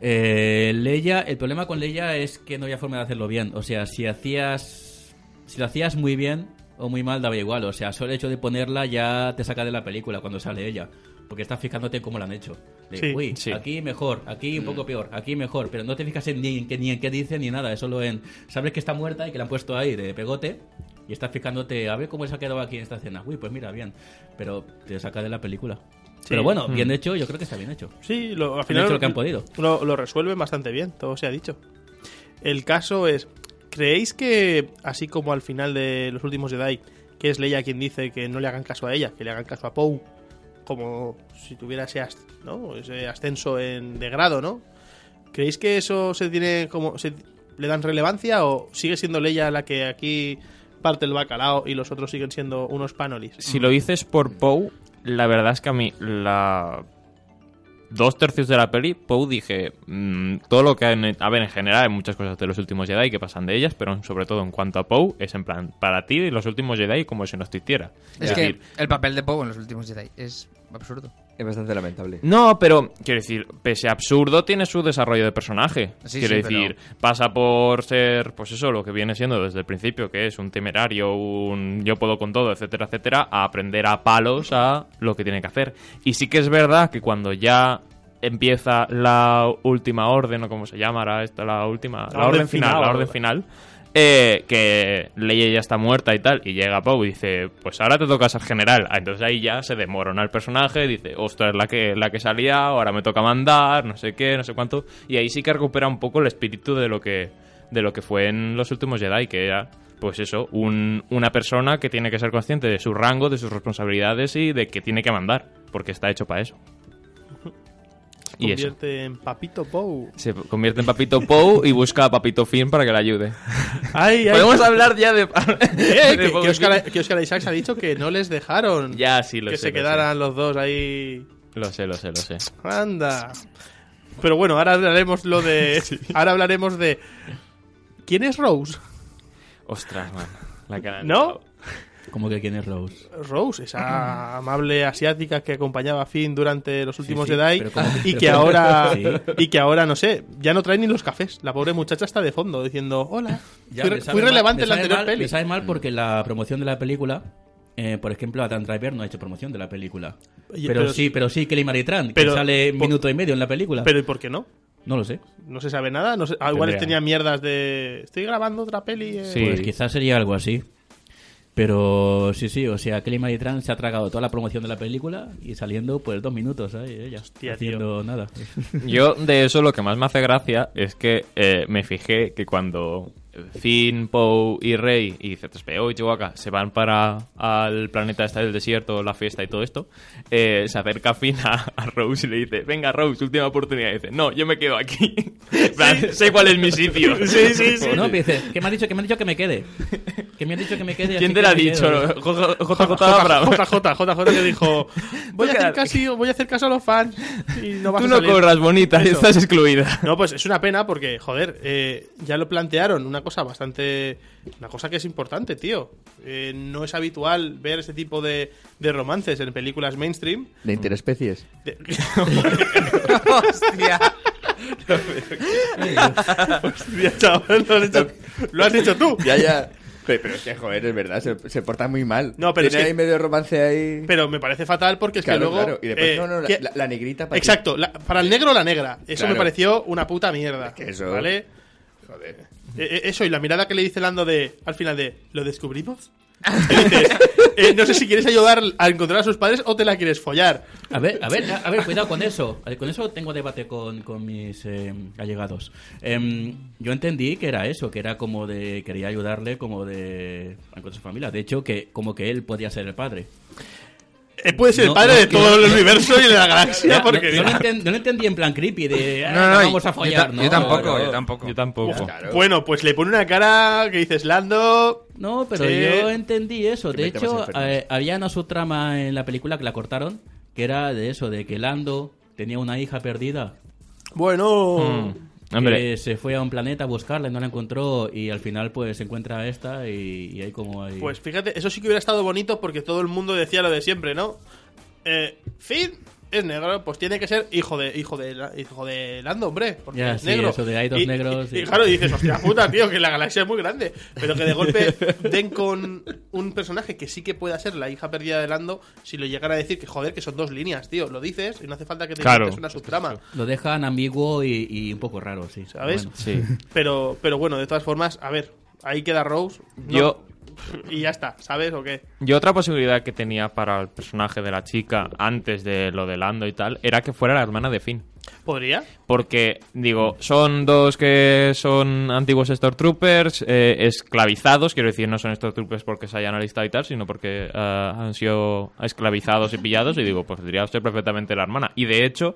S6: Eh, Leia, el problema con Leia es que no había forma de hacerlo bien. O sea, si hacías, si lo hacías muy bien o muy mal daba igual. O sea, solo el hecho de ponerla ya te saca de la película cuando sale ella, porque estás fijándote en cómo la han hecho. De,
S2: Sí,
S6: uy,
S5: sí.
S6: aquí mejor, aquí un poco peor, aquí mejor, pero no te fijas en ni en qué ni en qué dice ni nada. Es solo en sabes que está muerta y que la han puesto ahí de pegote. Y estás fijándote, a ver cómo se ha quedado aquí en esta escena. Uy, pues mira, bien. Pero te saca de la película. Pero bueno, bien hecho, yo creo que está bien hecho.
S2: Sí, lo, al
S6: Han
S2: final
S6: hecho lo que han podido.
S2: Lo, lo resuelven bastante bien, todo se ha dicho. El caso es, ¿creéis que, así como al final de los últimos Jedi, que es Leia quien dice que no le hagan caso a ella, que le hagan caso a Poe, como si tuviera ese, as- ¿no? ese ascenso en, de grado, ¿no? ¿Creéis que eso se tiene como... Se, ¿Le dan relevancia o sigue siendo Leia la que aquí parte el bacalao y los otros siguen siendo unos panolis?
S5: Si lo dices por Poe, la verdad es que a mí la... Dos tercios de la peli, Poe dije mm, todo lo que... han- a ver, en general hay muchas cosas de los últimos Jedi que pasan de ellas, pero sobre todo en cuanto a Poe, es en plan, para ti los últimos Jedi como si no existiera.
S1: Es que el papel de Poe en los últimos Jedi es absurdo.
S4: <laughs> Es bastante lamentable.
S5: No, pero quiero decir, pese a absurdo, tiene su desarrollo de personaje.
S1: Sí,
S5: quiero
S1: sí,
S5: decir, pasa por ser, pues eso, lo que viene siendo desde el principio, que es un temerario, un yo puedo con todo, etcétera, etcétera, a aprender a palos a lo que tiene que hacer. Y sí que es verdad que cuando ya empieza la última orden, o como se llamará esta, la última, la, orden, final, la orden final. eh, que Leia ya está muerta y tal, y llega Poe y dice, pues ahora te toca ser general. Ah, Entonces ahí ya se desmorona el personaje, dice, ostras, la que, la que salía, ahora me toca mandar, no sé qué, no sé cuánto. Y ahí sí que recupera un poco el espíritu de lo que, de lo que fue en los últimos Jedi, que era, pues eso, un- una persona que tiene que ser consciente de su rango, de sus responsabilidades y de que tiene que mandar, porque está hecho para eso.
S2: Se
S5: Y eso.
S2: convierte en Papito Poe.
S5: Se convierte en Papito Poe y busca a Papito Finn para que le ayude.
S2: ¡Ay, ay!
S5: Podemos hablar ya de. <laughs>
S6: <laughs>
S2: Eh,
S5: de
S2: que,
S5: Poe
S2: que Oscar,
S5: Finn.
S2: que Oscar Isaacs ha dicho que no les dejaron
S5: Ya, sí, lo
S2: que
S5: sé.
S2: se
S5: lo
S2: quedaran los dos ahí.
S5: sé. Lo sé, lo sé, lo sé.
S2: Anda. Pero bueno, ahora hablaremos lo
S6: <laughs>
S2: de. Ahora hablaremos de. ¿Quién es Rose?
S5: Ostras, man. La
S6: Ah,
S5: cara.
S2: ¿No?
S6: Como que quién es Rose.
S2: Rose, esa amable asiática que acompañaba a Finn durante los últimos
S6: <laughs> sí,
S2: Jedi
S6: pero como-
S2: y
S6: pero
S2: que
S6: como-
S2: ahora
S6: Sí.
S2: y que ahora no sé, ya no trae ni los cafés. La pobre muchacha está de fondo diciendo, "Hola,
S6: Ya,
S2: fui,
S6: me sabe
S2: fui
S6: mal-
S2: relevante
S6: me
S2: en la
S6: sabe
S2: anterior
S6: mal-
S2: peli."
S6: Me sabe mal porque la promoción de la película, eh, por ejemplo, Adam Driver no ha hecho promoción de la película.
S2: Oye,
S6: pero,
S2: pero-
S6: sí, pero sí, Kelly Marie Tran,
S2: pero-
S6: que sale
S2: por-
S6: minuto y medio en la película.
S2: Pero ¿y por qué no?
S6: no lo sé.
S2: No se sabe nada, no sé- ah, igual
S5: Tendría-
S2: tenía mierdas de estoy grabando otra peli. eh.
S5: Sí.
S6: Pues quizás sería algo así. Pero sí, sí, o sea, Kelly Marie Tran se ha tragado toda la promoción de la película y saliendo pues dos minutos ahí, ella,
S2: Hostia,
S6: haciendo
S2: <laughs>
S6: nada.
S5: Yo, de eso, lo que más me hace gracia es que eh, me fijé que cuando Finn, Poe y Rey y C3PO y Chihuahua se van para al planeta este del desierto, la fiesta y todo esto, eh, se acerca Finn a, a Rose y le dice: Venga, Rose, última oportunidad. Y dice: No, yo me quedo aquí. <laughs> En plan, sé cuál es mi sitio.
S2: Sí, sí,
S4: <laughs>
S2: sí.
S6: No, pero dice, ¿qué me han dicho? ¿Qué me han dicho que me quede? ¿Qué me han dicho que me quede?
S5: ¿Quién te
S6: Así que
S5: lo ha
S6: me
S5: dicho?
S6: quedo.
S2: ¿eh?
S5: J- JJ Abrams.
S2: JJ, JJ que
S4: <laughs>
S2: dijo voy a, hacer
S5: quedar-
S2: caso, voy a hacer caso a los fans y no vas
S5: Tú
S2: a
S5: no
S2: salir".
S5: corras, bonita,
S2: Eso.
S5: estás excluida.
S2: No, pues es una pena porque, joder, eh, ya lo plantearon, una cosa bastante... Una cosa que es importante, tío. Eh, no es habitual ver este tipo de, de romances en películas mainstream. <laughs>
S4: De interespecies.
S2: De-
S1: <laughs> ¡Hostia!
S2: Hostia, chaval, lo has hecho, lo has hecho tú.
S4: Ya, ya. Pero, pero es que, joder, es verdad, se, se porta muy mal.
S2: No, pero
S4: Tiene
S2: es que-
S4: ahí medio romance ahí.
S2: Pero me parece fatal porque es
S4: Claro,
S2: que luego...
S4: claro. Y después,
S2: eh,
S4: no, no, la,
S2: que-
S4: la- la negrita para ti.
S2: Exacto, la- para el negro la negra. Eso
S4: Claro.
S2: me pareció una puta mierda.
S4: que eso-
S2: ¿Vale?
S4: Joder.
S2: Eh, eh, eso, y la mirada que le dice Lando de al final de ¿lo descubrimos? Y dices, eh, no sé si quieres ayudar a encontrar a sus padres o te la quieres follar.
S6: A ver, a ver, a ver, cuidado con eso. Eh, Con eso tengo debate con, con mis eh, allegados. Em, yo entendí que era eso, que era como de. Quería ayudarle, como de. con su familia. De hecho, que como que él podía ser el padre.
S2: Eh, puede ser el
S6: No,
S2: padre
S6: no,
S2: de
S6: que-
S2: todo el universo y de la galaxia,
S6: Ya, no,
S2: porque
S6: yo no, enten- yo no entendí en plan creepy de. "Ah,
S1: <laughs> No, no,
S6: nos
S1: yo-
S6: vamos a
S1: yo
S6: follar,
S1: ta-
S6: ¿no?
S1: yo tampoco,
S6: Pero-
S1: yo tampoco.
S5: Yo tampoco.
S4: Claro.
S2: Bueno, pues le pone una cara que dices, Lando.
S6: No, pero
S2: Sí.
S6: yo entendí eso.
S4: Que
S6: De
S4: mete más
S6: hecho,
S4: enfermos.
S6: eh, había una subtrama en la película que la cortaron, que era de eso, de que Lando tenía una hija perdida Hmm.
S2: Bueno.
S5: Mm. Hombre.
S6: que se fue a un planeta a buscarla y no la encontró y al final pues se encuentra a esta y, y hay como ahí...
S2: Pues fíjate, eso sí que hubiera estado bonito porque todo el mundo decía lo de siempre, ¿no? Eh, Finn es negro, pues tiene que ser hijo de hijo de la- hijo de Lando, hombre, porque
S6: Ya,
S2: es
S6: sí,
S2: negro.
S6: eso de hay dos
S2: Y-
S6: negros
S2: y- y
S6: y-
S2: claro, dices, hostia puta, tío, que la galaxia es muy grande, pero que de
S6: <laughs>
S2: golpe den con un personaje que sí que pueda ser la hija perdida de Lando si lo llegan a decir que joder, que son dos líneas, tío, lo dices y no hace falta que te
S5: Claro.
S2: inventes una subtrama.
S6: Lo dejan ambiguo y, y un poco raro, sí.
S2: ¿Sabes?
S6: Bueno.
S5: Sí.
S2: Pero pero bueno, de todas formas, a ver, ahí queda Rose. no,
S5: Yo,
S2: y ya está, ¿sabes o qué?
S5: yo otra posibilidad que tenía para el personaje de la chica antes de lo de Lando y tal era que fuera la hermana de Finn.
S6: <laughs>
S2: ¿Podría?
S5: Porque, digo, son dos que son antiguos Stormtroopers, eh, esclavizados, quiero decir, no son Stormtroopers porque se hayan alistado y tal, sino porque eh, han sido esclavizados y pillados, y digo, pues podría ser perfectamente la hermana. Y de hecho,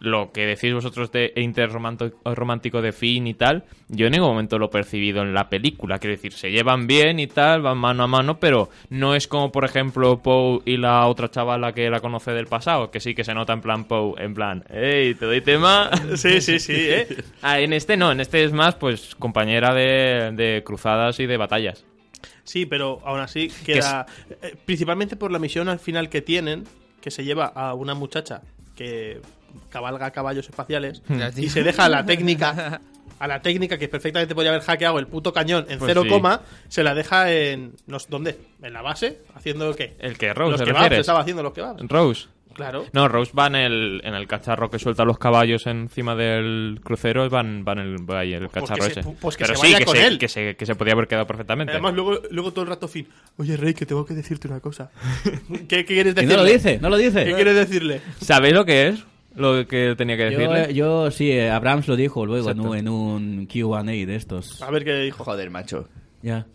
S5: lo que decís vosotros de interromántico romántico de Finn y tal, yo en ningún momento lo he percibido en la película, quiero decir, se llevan bien y tal, van mano a mano, pero no es como, por ejemplo, Poe y la otra chavala que la conoce del pasado, que sí que se nota en plan Poe, en plan, hey, te doy tema, <laughs>
S2: Sí, sí, sí, ¿eh?
S5: Ah, en este no, en este es más, pues, compañera de, de cruzadas y de batallas.
S2: Sí, pero aún así queda. eh, principalmente por la misión al final que tienen, que se lleva a una muchacha que cabalga caballos espaciales
S1: Ya, tío.
S2: y se deja a la técnica. A la técnica que perfectamente podría haber hackeado el puto cañón en
S5: Pues
S2: cero
S5: sí.
S2: coma, se la deja en. No, sé, ¿Dónde? ¿En la base? ¿Haciendo qué?
S5: El que Eh, Rose,
S2: los
S5: ¿te
S2: que va,
S5: refieres?
S2: estaba haciendo los que va.
S5: Rose.
S2: Claro.
S5: No, Rose va en el, en el cacharro que suelta los caballos encima del crucero, van, van el, va ahí el
S2: Pues que
S5: cacharro
S2: se-
S5: ese.
S2: pues que
S5: Pero
S2: se
S5: sí,
S2: vaya
S5: que,
S2: con
S5: se,
S2: él.
S5: que se que se podía haber quedado perfectamente.
S2: Además, luego, luego todo el rato fin. Oye, Rey, que tengo que decirte una cosa. ¿Qué, qué quieres <laughs>
S6: Y
S2: decirle?
S6: no lo dice, no lo dice.
S2: ¿Qué quieres decirle?
S5: ¿Sabéis lo que es? Lo que tenía que
S6: Yo,
S5: decirle.
S6: yo sí, eh, Abrams lo dijo luego en un, en un QA de estos.
S2: A ver qué dijo.
S4: Joder, macho.
S2: <laughs>
S6: Ya.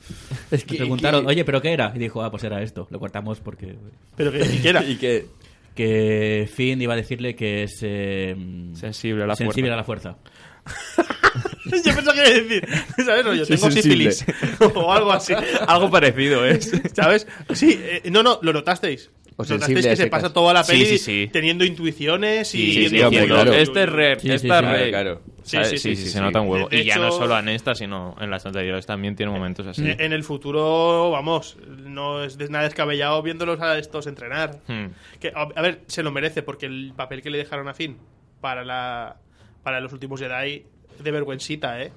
S4: Es
S6: Le preguntaron, oye, ¿pero qué era? Y dijo, ah, pues era esto. Lo cortamos porque.
S2: Pero que siquiera.
S4: <laughs> Y que.
S6: Que Finn iba a decirle que es. eh,
S5: Sensible a la
S6: sensible
S5: fuerza.
S6: a la fuerza.
S2: <laughs> Yo pensaba que iba a decir, ¿sabes? Yo
S4: Soy
S2: tengo
S4: sensible.
S2: sífilis. <laughs> O algo así.
S5: <laughs> Algo parecido, ¿eh?
S2: ¿Sabes? Sí, eh, no, no, lo notasteis.
S4: O sensible
S2: notasteis que
S4: a
S2: se
S4: secas.
S2: pasa toda la
S5: Sí,
S2: peli
S5: sí, sí.
S2: teniendo intuiciones y
S5: Sí, sí,
S2: diciendo,
S4: hombre,
S2: "Uy, uy,
S4: claro.
S2: uy, uy".
S5: Este es rare,
S6: Sí, sí,
S5: esta
S6: sí,
S5: es rare.
S4: claro.
S2: Sí,
S5: ¿Sabes?
S2: sí,
S5: sí,
S4: sí,
S5: se
S4: sí.
S5: nota un huevo.
S2: De
S5: y ya no
S2: hecho- Eh,
S5: solo en esta, sino en las anteriores también tiene momentos así.
S2: En en el futuro, vamos, no es de nada descabellado viéndolos a estos entrenar.
S5: Hmm.
S2: Que, a, a ver, se lo merece porque el papel que le dejaron a Finn para, la, para los últimos Jedi de vergüencita, ¿eh?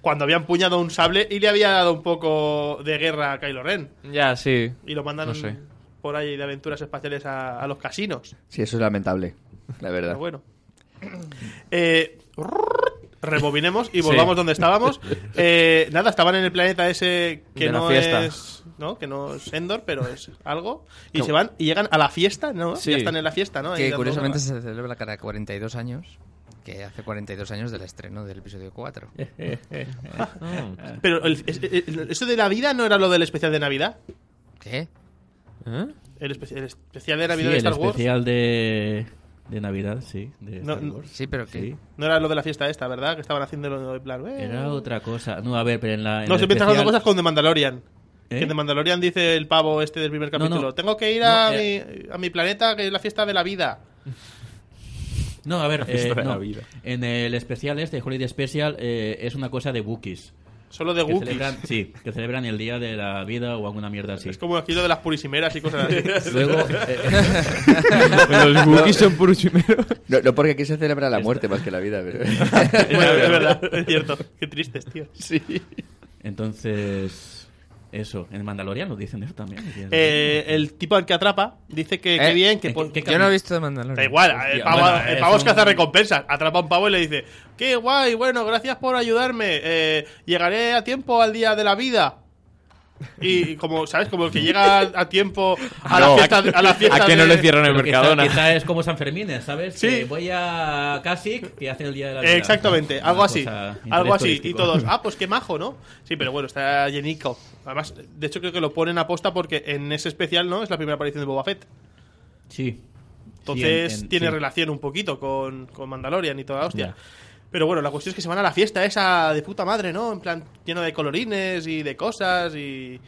S2: Cuando había empuñado un sable y le había dado un poco de guerra a Kylo Ren.
S5: Ya, sí.
S2: Y lo mandan
S5: No sé.
S2: por ahí de aventuras espaciales a, a los casinos.
S4: Sí, eso es lamentable. La verdad.
S2: Pero bueno. Eh, rebobinemos y volvamos donde estábamos. Eh, nada, estaban en el planeta ese que
S5: De la
S2: no
S5: fiesta.
S2: es. ¿no? Que no es Endor, pero es algo. Y se van y llegan a la fiesta, ¿no?
S5: Sí.
S2: Ya están en la fiesta, ¿no? Ahí
S1: Que
S2: dando
S1: curiosamente
S2: vueltas.
S1: se celebra cada 42 años, que hace 42 años del estreno del episodio 4.
S5: Ah.
S2: Pero el- es- el- eso de Navidad no era lo del especial de Navidad.
S1: ¿Qué?
S5: ¿Eh?
S2: El, espe- el especial de
S6: Sí,
S2: Navidad de
S6: el
S2: Star Wars.
S6: especial de, de Navidad, sí. De
S2: No,
S6: Star
S2: no.
S6: Wars.
S1: Sí, pero que...
S6: Sí.
S2: No era lo de la fiesta esta, ¿verdad? Que estaban haciendo en plan. eh,
S6: Era otra cosa. No, a ver, pero en la. en
S2: No,
S6: el
S2: siempre estás hablando cosas
S6: especial-
S2: con The Mandalorian.
S6: ¿Eh?
S2: Que The Mandalorian dice el pavo este del primer
S6: No,
S2: capítulo.
S6: no.
S2: Tengo que ir a,
S6: No,
S2: mi, a mi planeta, que es la fiesta de la vida.
S6: No,
S2: <laughs>
S6: a ver, eh,
S5: de la
S6: no.
S5: vida.
S6: en el especial este, Holiday Special, eh, es una cosa de Wookiees.
S2: Solo de
S6: Que
S2: Wookiees.
S6: celebran, sí, que celebran el día de la vida o alguna mierda así.
S2: Es como aquí lo de las purisimeras y cosas así.
S6: <laughs> Luego, eh,
S5: Los bookies son puros chimeros.
S4: No, no porque aquí se celebra la muerte más que la vida,
S2: <laughs>
S4: pero.
S2: Bueno, es verdad, es cierto. Qué tristes, tío.
S4: sí.
S6: entonces, eso, en Mandalorian nos dicen eso también.
S2: Eh, el tipo al que atrapa dice que qué
S1: Eh,
S2: bien, que
S6: eh,
S2: po-
S6: ¿qué
S1: Yo no he visto de Mandalorian.
S2: Da igual, el
S6: Hostia,
S2: pavo,
S6: bueno,
S2: el
S6: es
S2: pavo es
S6: un-
S2: que hace recompensas. Atrapa a un pavo y le dice: Qué guay, bueno, gracias por ayudarme. eh, llegaré a tiempo al día de la vida. Y como, ¿sabes? Como el que llega a tiempo a la
S5: No.
S2: fiesta. de- A, la fiesta
S5: ¿A qué no
S2: de-
S5: le cierran el Mercadona?
S6: Mercadona. Quizá, es como San Fermín, ¿sabes?
S2: Sí.
S6: Que voy a Casic que hacen el día de la vida.
S2: Eh, Exactamente,
S6: Una
S2: algo así.
S6: cosa,
S2: Algo así. Y
S6: interés <laughs>
S2: todos,
S6: turístico.
S2: ah, pues qué majo, ¿no? Sí, pero bueno, está llenico. Además, de hecho creo que lo ponen a posta porque en ese especial, ¿no? Es la primera aparición de Boba Fett.
S6: Sí.
S2: Entonces
S6: Sí, en- en-
S2: tiene
S6: sí.
S2: relación un poquito con, con Mandalorian y toda la hostia.
S6: Ya.
S2: Pero bueno, la cuestión es que se van a la fiesta esa de puta madre, ¿no? En plan, lleno de colorines y de cosas y,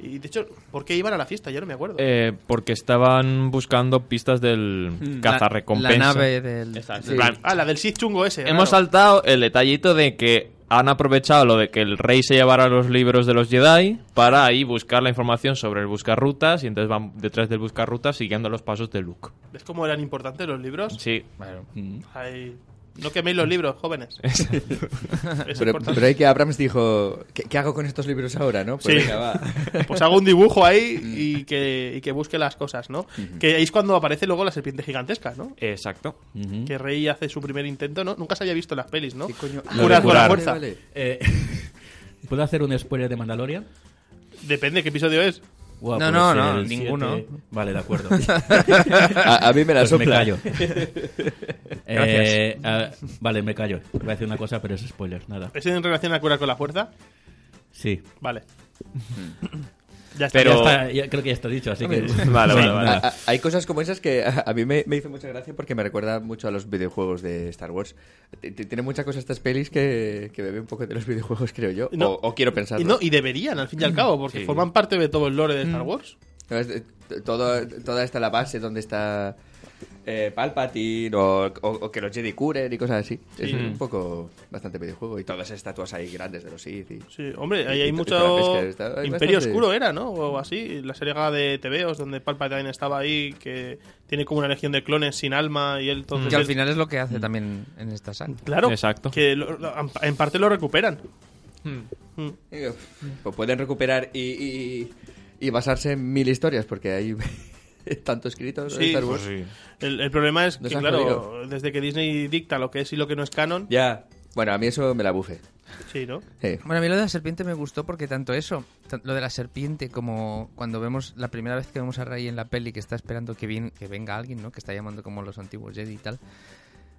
S2: Y de hecho, ¿por qué iban a la fiesta? Ya no me acuerdo.
S5: Eh, porque estaban buscando pistas del cazarrecompensa.
S1: Mm, La nave del.
S5: Exacto.
S4: Sí.
S5: En plan,
S2: ah, la del Sith chungo ese.
S5: Hemos
S2: claro.
S5: saltado el detallito de que han aprovechado lo de que el rey se llevara los libros de los Jedi para ahí buscar la información sobre el buscarrutas y entonces van detrás del buscarrutas siguiendo los pasos de Luke.
S2: ¿Ves cómo eran importantes los libros?
S5: Sí.
S6: Mm,
S2: Ay, no queméis los libros,
S6: <laughs>
S2: jóvenes. es
S4: <laughs> Pero,
S2: importante.
S4: pero hay que Abrams dijo, ¿qué, qué hago con estos libros ahora, no? Pues
S2: Sí.
S4: venga,
S2: <laughs>
S4: va.
S2: Pues hago un dibujo ahí y que, y que busque las cosas, ¿no? Que ahí es cuando aparece luego la serpiente gigantesca, ¿no?
S5: Exacto.
S6: Ujú.
S2: Que Rey hace su primer intento, ¿no? Nunca se había visto en las pelis, ¿no?
S4: ¿Qué coño?
S2: Curas
S4: Ah,
S5: Lo de
S2: con la
S5: curar.
S2: fuerza.
S4: Vale, vale.
S6: Eh, <laughs> ¿Puedo hacer un spoiler de Mandalorian?
S2: Depende qué episodio es.
S6: Guau,
S1: No,
S6: puede
S1: no,
S6: ser
S1: no,
S6: el
S1: ninguno.
S6: siete. Vale,
S5: <laughs>
S6: de acuerdo.
S4: A, a mí me la
S6: Pues me
S4: sopla.
S6: callo. Eh, ah, vale, me callo. Voy a decir una cosa, pero es spoiler, nada.
S2: ¿Es en relación a curar con la fuerza?
S6: Sí.
S2: Vale. ya está.
S5: Pero-
S6: Ya está, ya creo que ya está dicho, así que...
S5: Vale, vale,
S6: Sí,
S5: vale.
S6: nada.
S4: A- a- hay cosas como esas que a, a mí me, me hizo mucha gracia porque me recuerda mucho a los videojuegos de Star Wars. T- t- Tiene muchas cosas estas pelis que, que beben un poco de los <laughs> videojuegos, creo yo.
S2: No.
S4: o, o quiero pensarlo.
S2: Y, no, y deberían, al fin y al cabo, porque
S5: Sí.
S2: forman parte de todo el lore de Star Wars.
S4: No, es- eh, t- todo, toda esta la base donde está eh, Palpatine o, o- o que los Jedi curen y cosas así. Es
S2: Sí.
S4: un poco bastante videojuego. Y todas esas estatuas ahí grandes de los Sith. y-
S2: Sí, hombre, ahí
S4: Y-
S2: hay
S4: y
S2: mucho.
S4: toda la pesca, está- hay
S2: Imperio
S4: bastante-
S2: Oscuro era, ¿no? O así. La serie de TVOs donde Palpatine estaba ahí, que tiene como una legión de clones sin alma y él entonces.
S1: Mm. Que al
S2: es-
S1: final es lo que hace también en esta saga.
S2: Claro.
S5: Exacto.
S2: Que lo- lo- en parte lo recuperan. Mm.
S4: Digo, Pues pueden recuperar y, y- y basarse en mil historias porque hay <laughs> tanto escrito sobre
S2: Sí,
S4: Star Wars.
S5: Pues sí.
S2: El, el problema es
S4: Nos
S2: que,
S4: han
S2: claro,
S4: jodido.
S2: desde que Disney dicta lo que es y lo que no es canon,
S4: Ya. Bueno, a mí eso me la bufe.
S2: sí, ¿no?
S4: Sí.
S1: Bueno, a mí lo de la serpiente me gustó porque tanto eso, tan- lo de la serpiente como cuando vemos la primera vez que vemos a Rey en la peli que está esperando que, vien- que venga alguien, ¿no? Que está llamando como los antiguos Jedi y tal.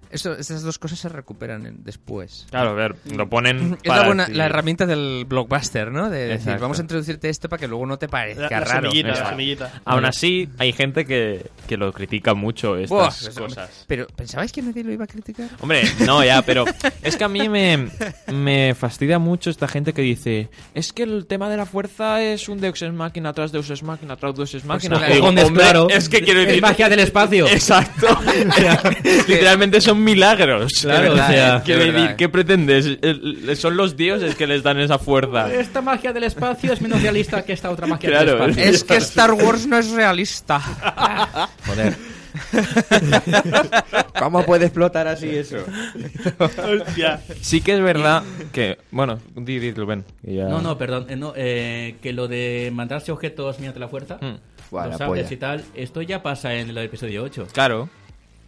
S1: Eso, esas dos cosas se recuperan en- después.
S5: Claro, a ver, lo ponen
S1: Mm. Es la,
S5: para
S1: buena-
S5: decir-
S1: la herramienta del blockbuster, ¿no? De decir,
S5: Exacto.
S1: vamos a introducirte esto para que luego no te
S2: La,
S1: parezca
S2: la
S1: raro.
S2: semillita, la
S5: exacto.
S2: semillita. <laughs>
S5: Aún así, hay gente que, que lo critica mucho
S1: Buah,
S5: estas
S1: pues,
S5: cosas.
S1: Pero, ¿pensabais que nadie lo iba a criticar?
S5: Hombre, no, ya, pero es que a mí me, me fastidia mucho esta gente que dice es que el tema de la fuerza es un Deus Ex Machina tras Deus Ex Machina tras Deus Ex Machina.
S1: Pues
S5: Y digo,
S6: Cojones,
S5: "Hombre,
S6: claro.
S5: Es que quiero
S6: Es
S5: decir...
S6: magia del espacio. <laughs>
S5: Exacto. Literalmente son milagros. ¿eh?
S6: Claro,
S1: verdad,
S6: o sea...
S1: es que-
S5: Quiero
S1: verdad.
S5: decir, ¿qué pretendes? El- el- Son los dioses que les dan esa fuerza.
S6: Esta magia del espacio es menos realista que esta otra magia
S5: Claro,
S6: del espacio.
S1: Es que Star Wars no es realista. <laughs>
S6: Joder.
S4: ¿Cómo puede explotar así eso?
S2: Hostia.
S5: Sí que es verdad que... Bueno, di, di, Rubén, que ya-
S6: No, no, perdón. eh, no, eh, que lo de mandarse objetos mediante la fuerza,
S5: Mm.
S4: Buah, la
S6: los sables
S4: polla.
S6: y tal, esto ya pasa en el episodio 8.
S5: Claro.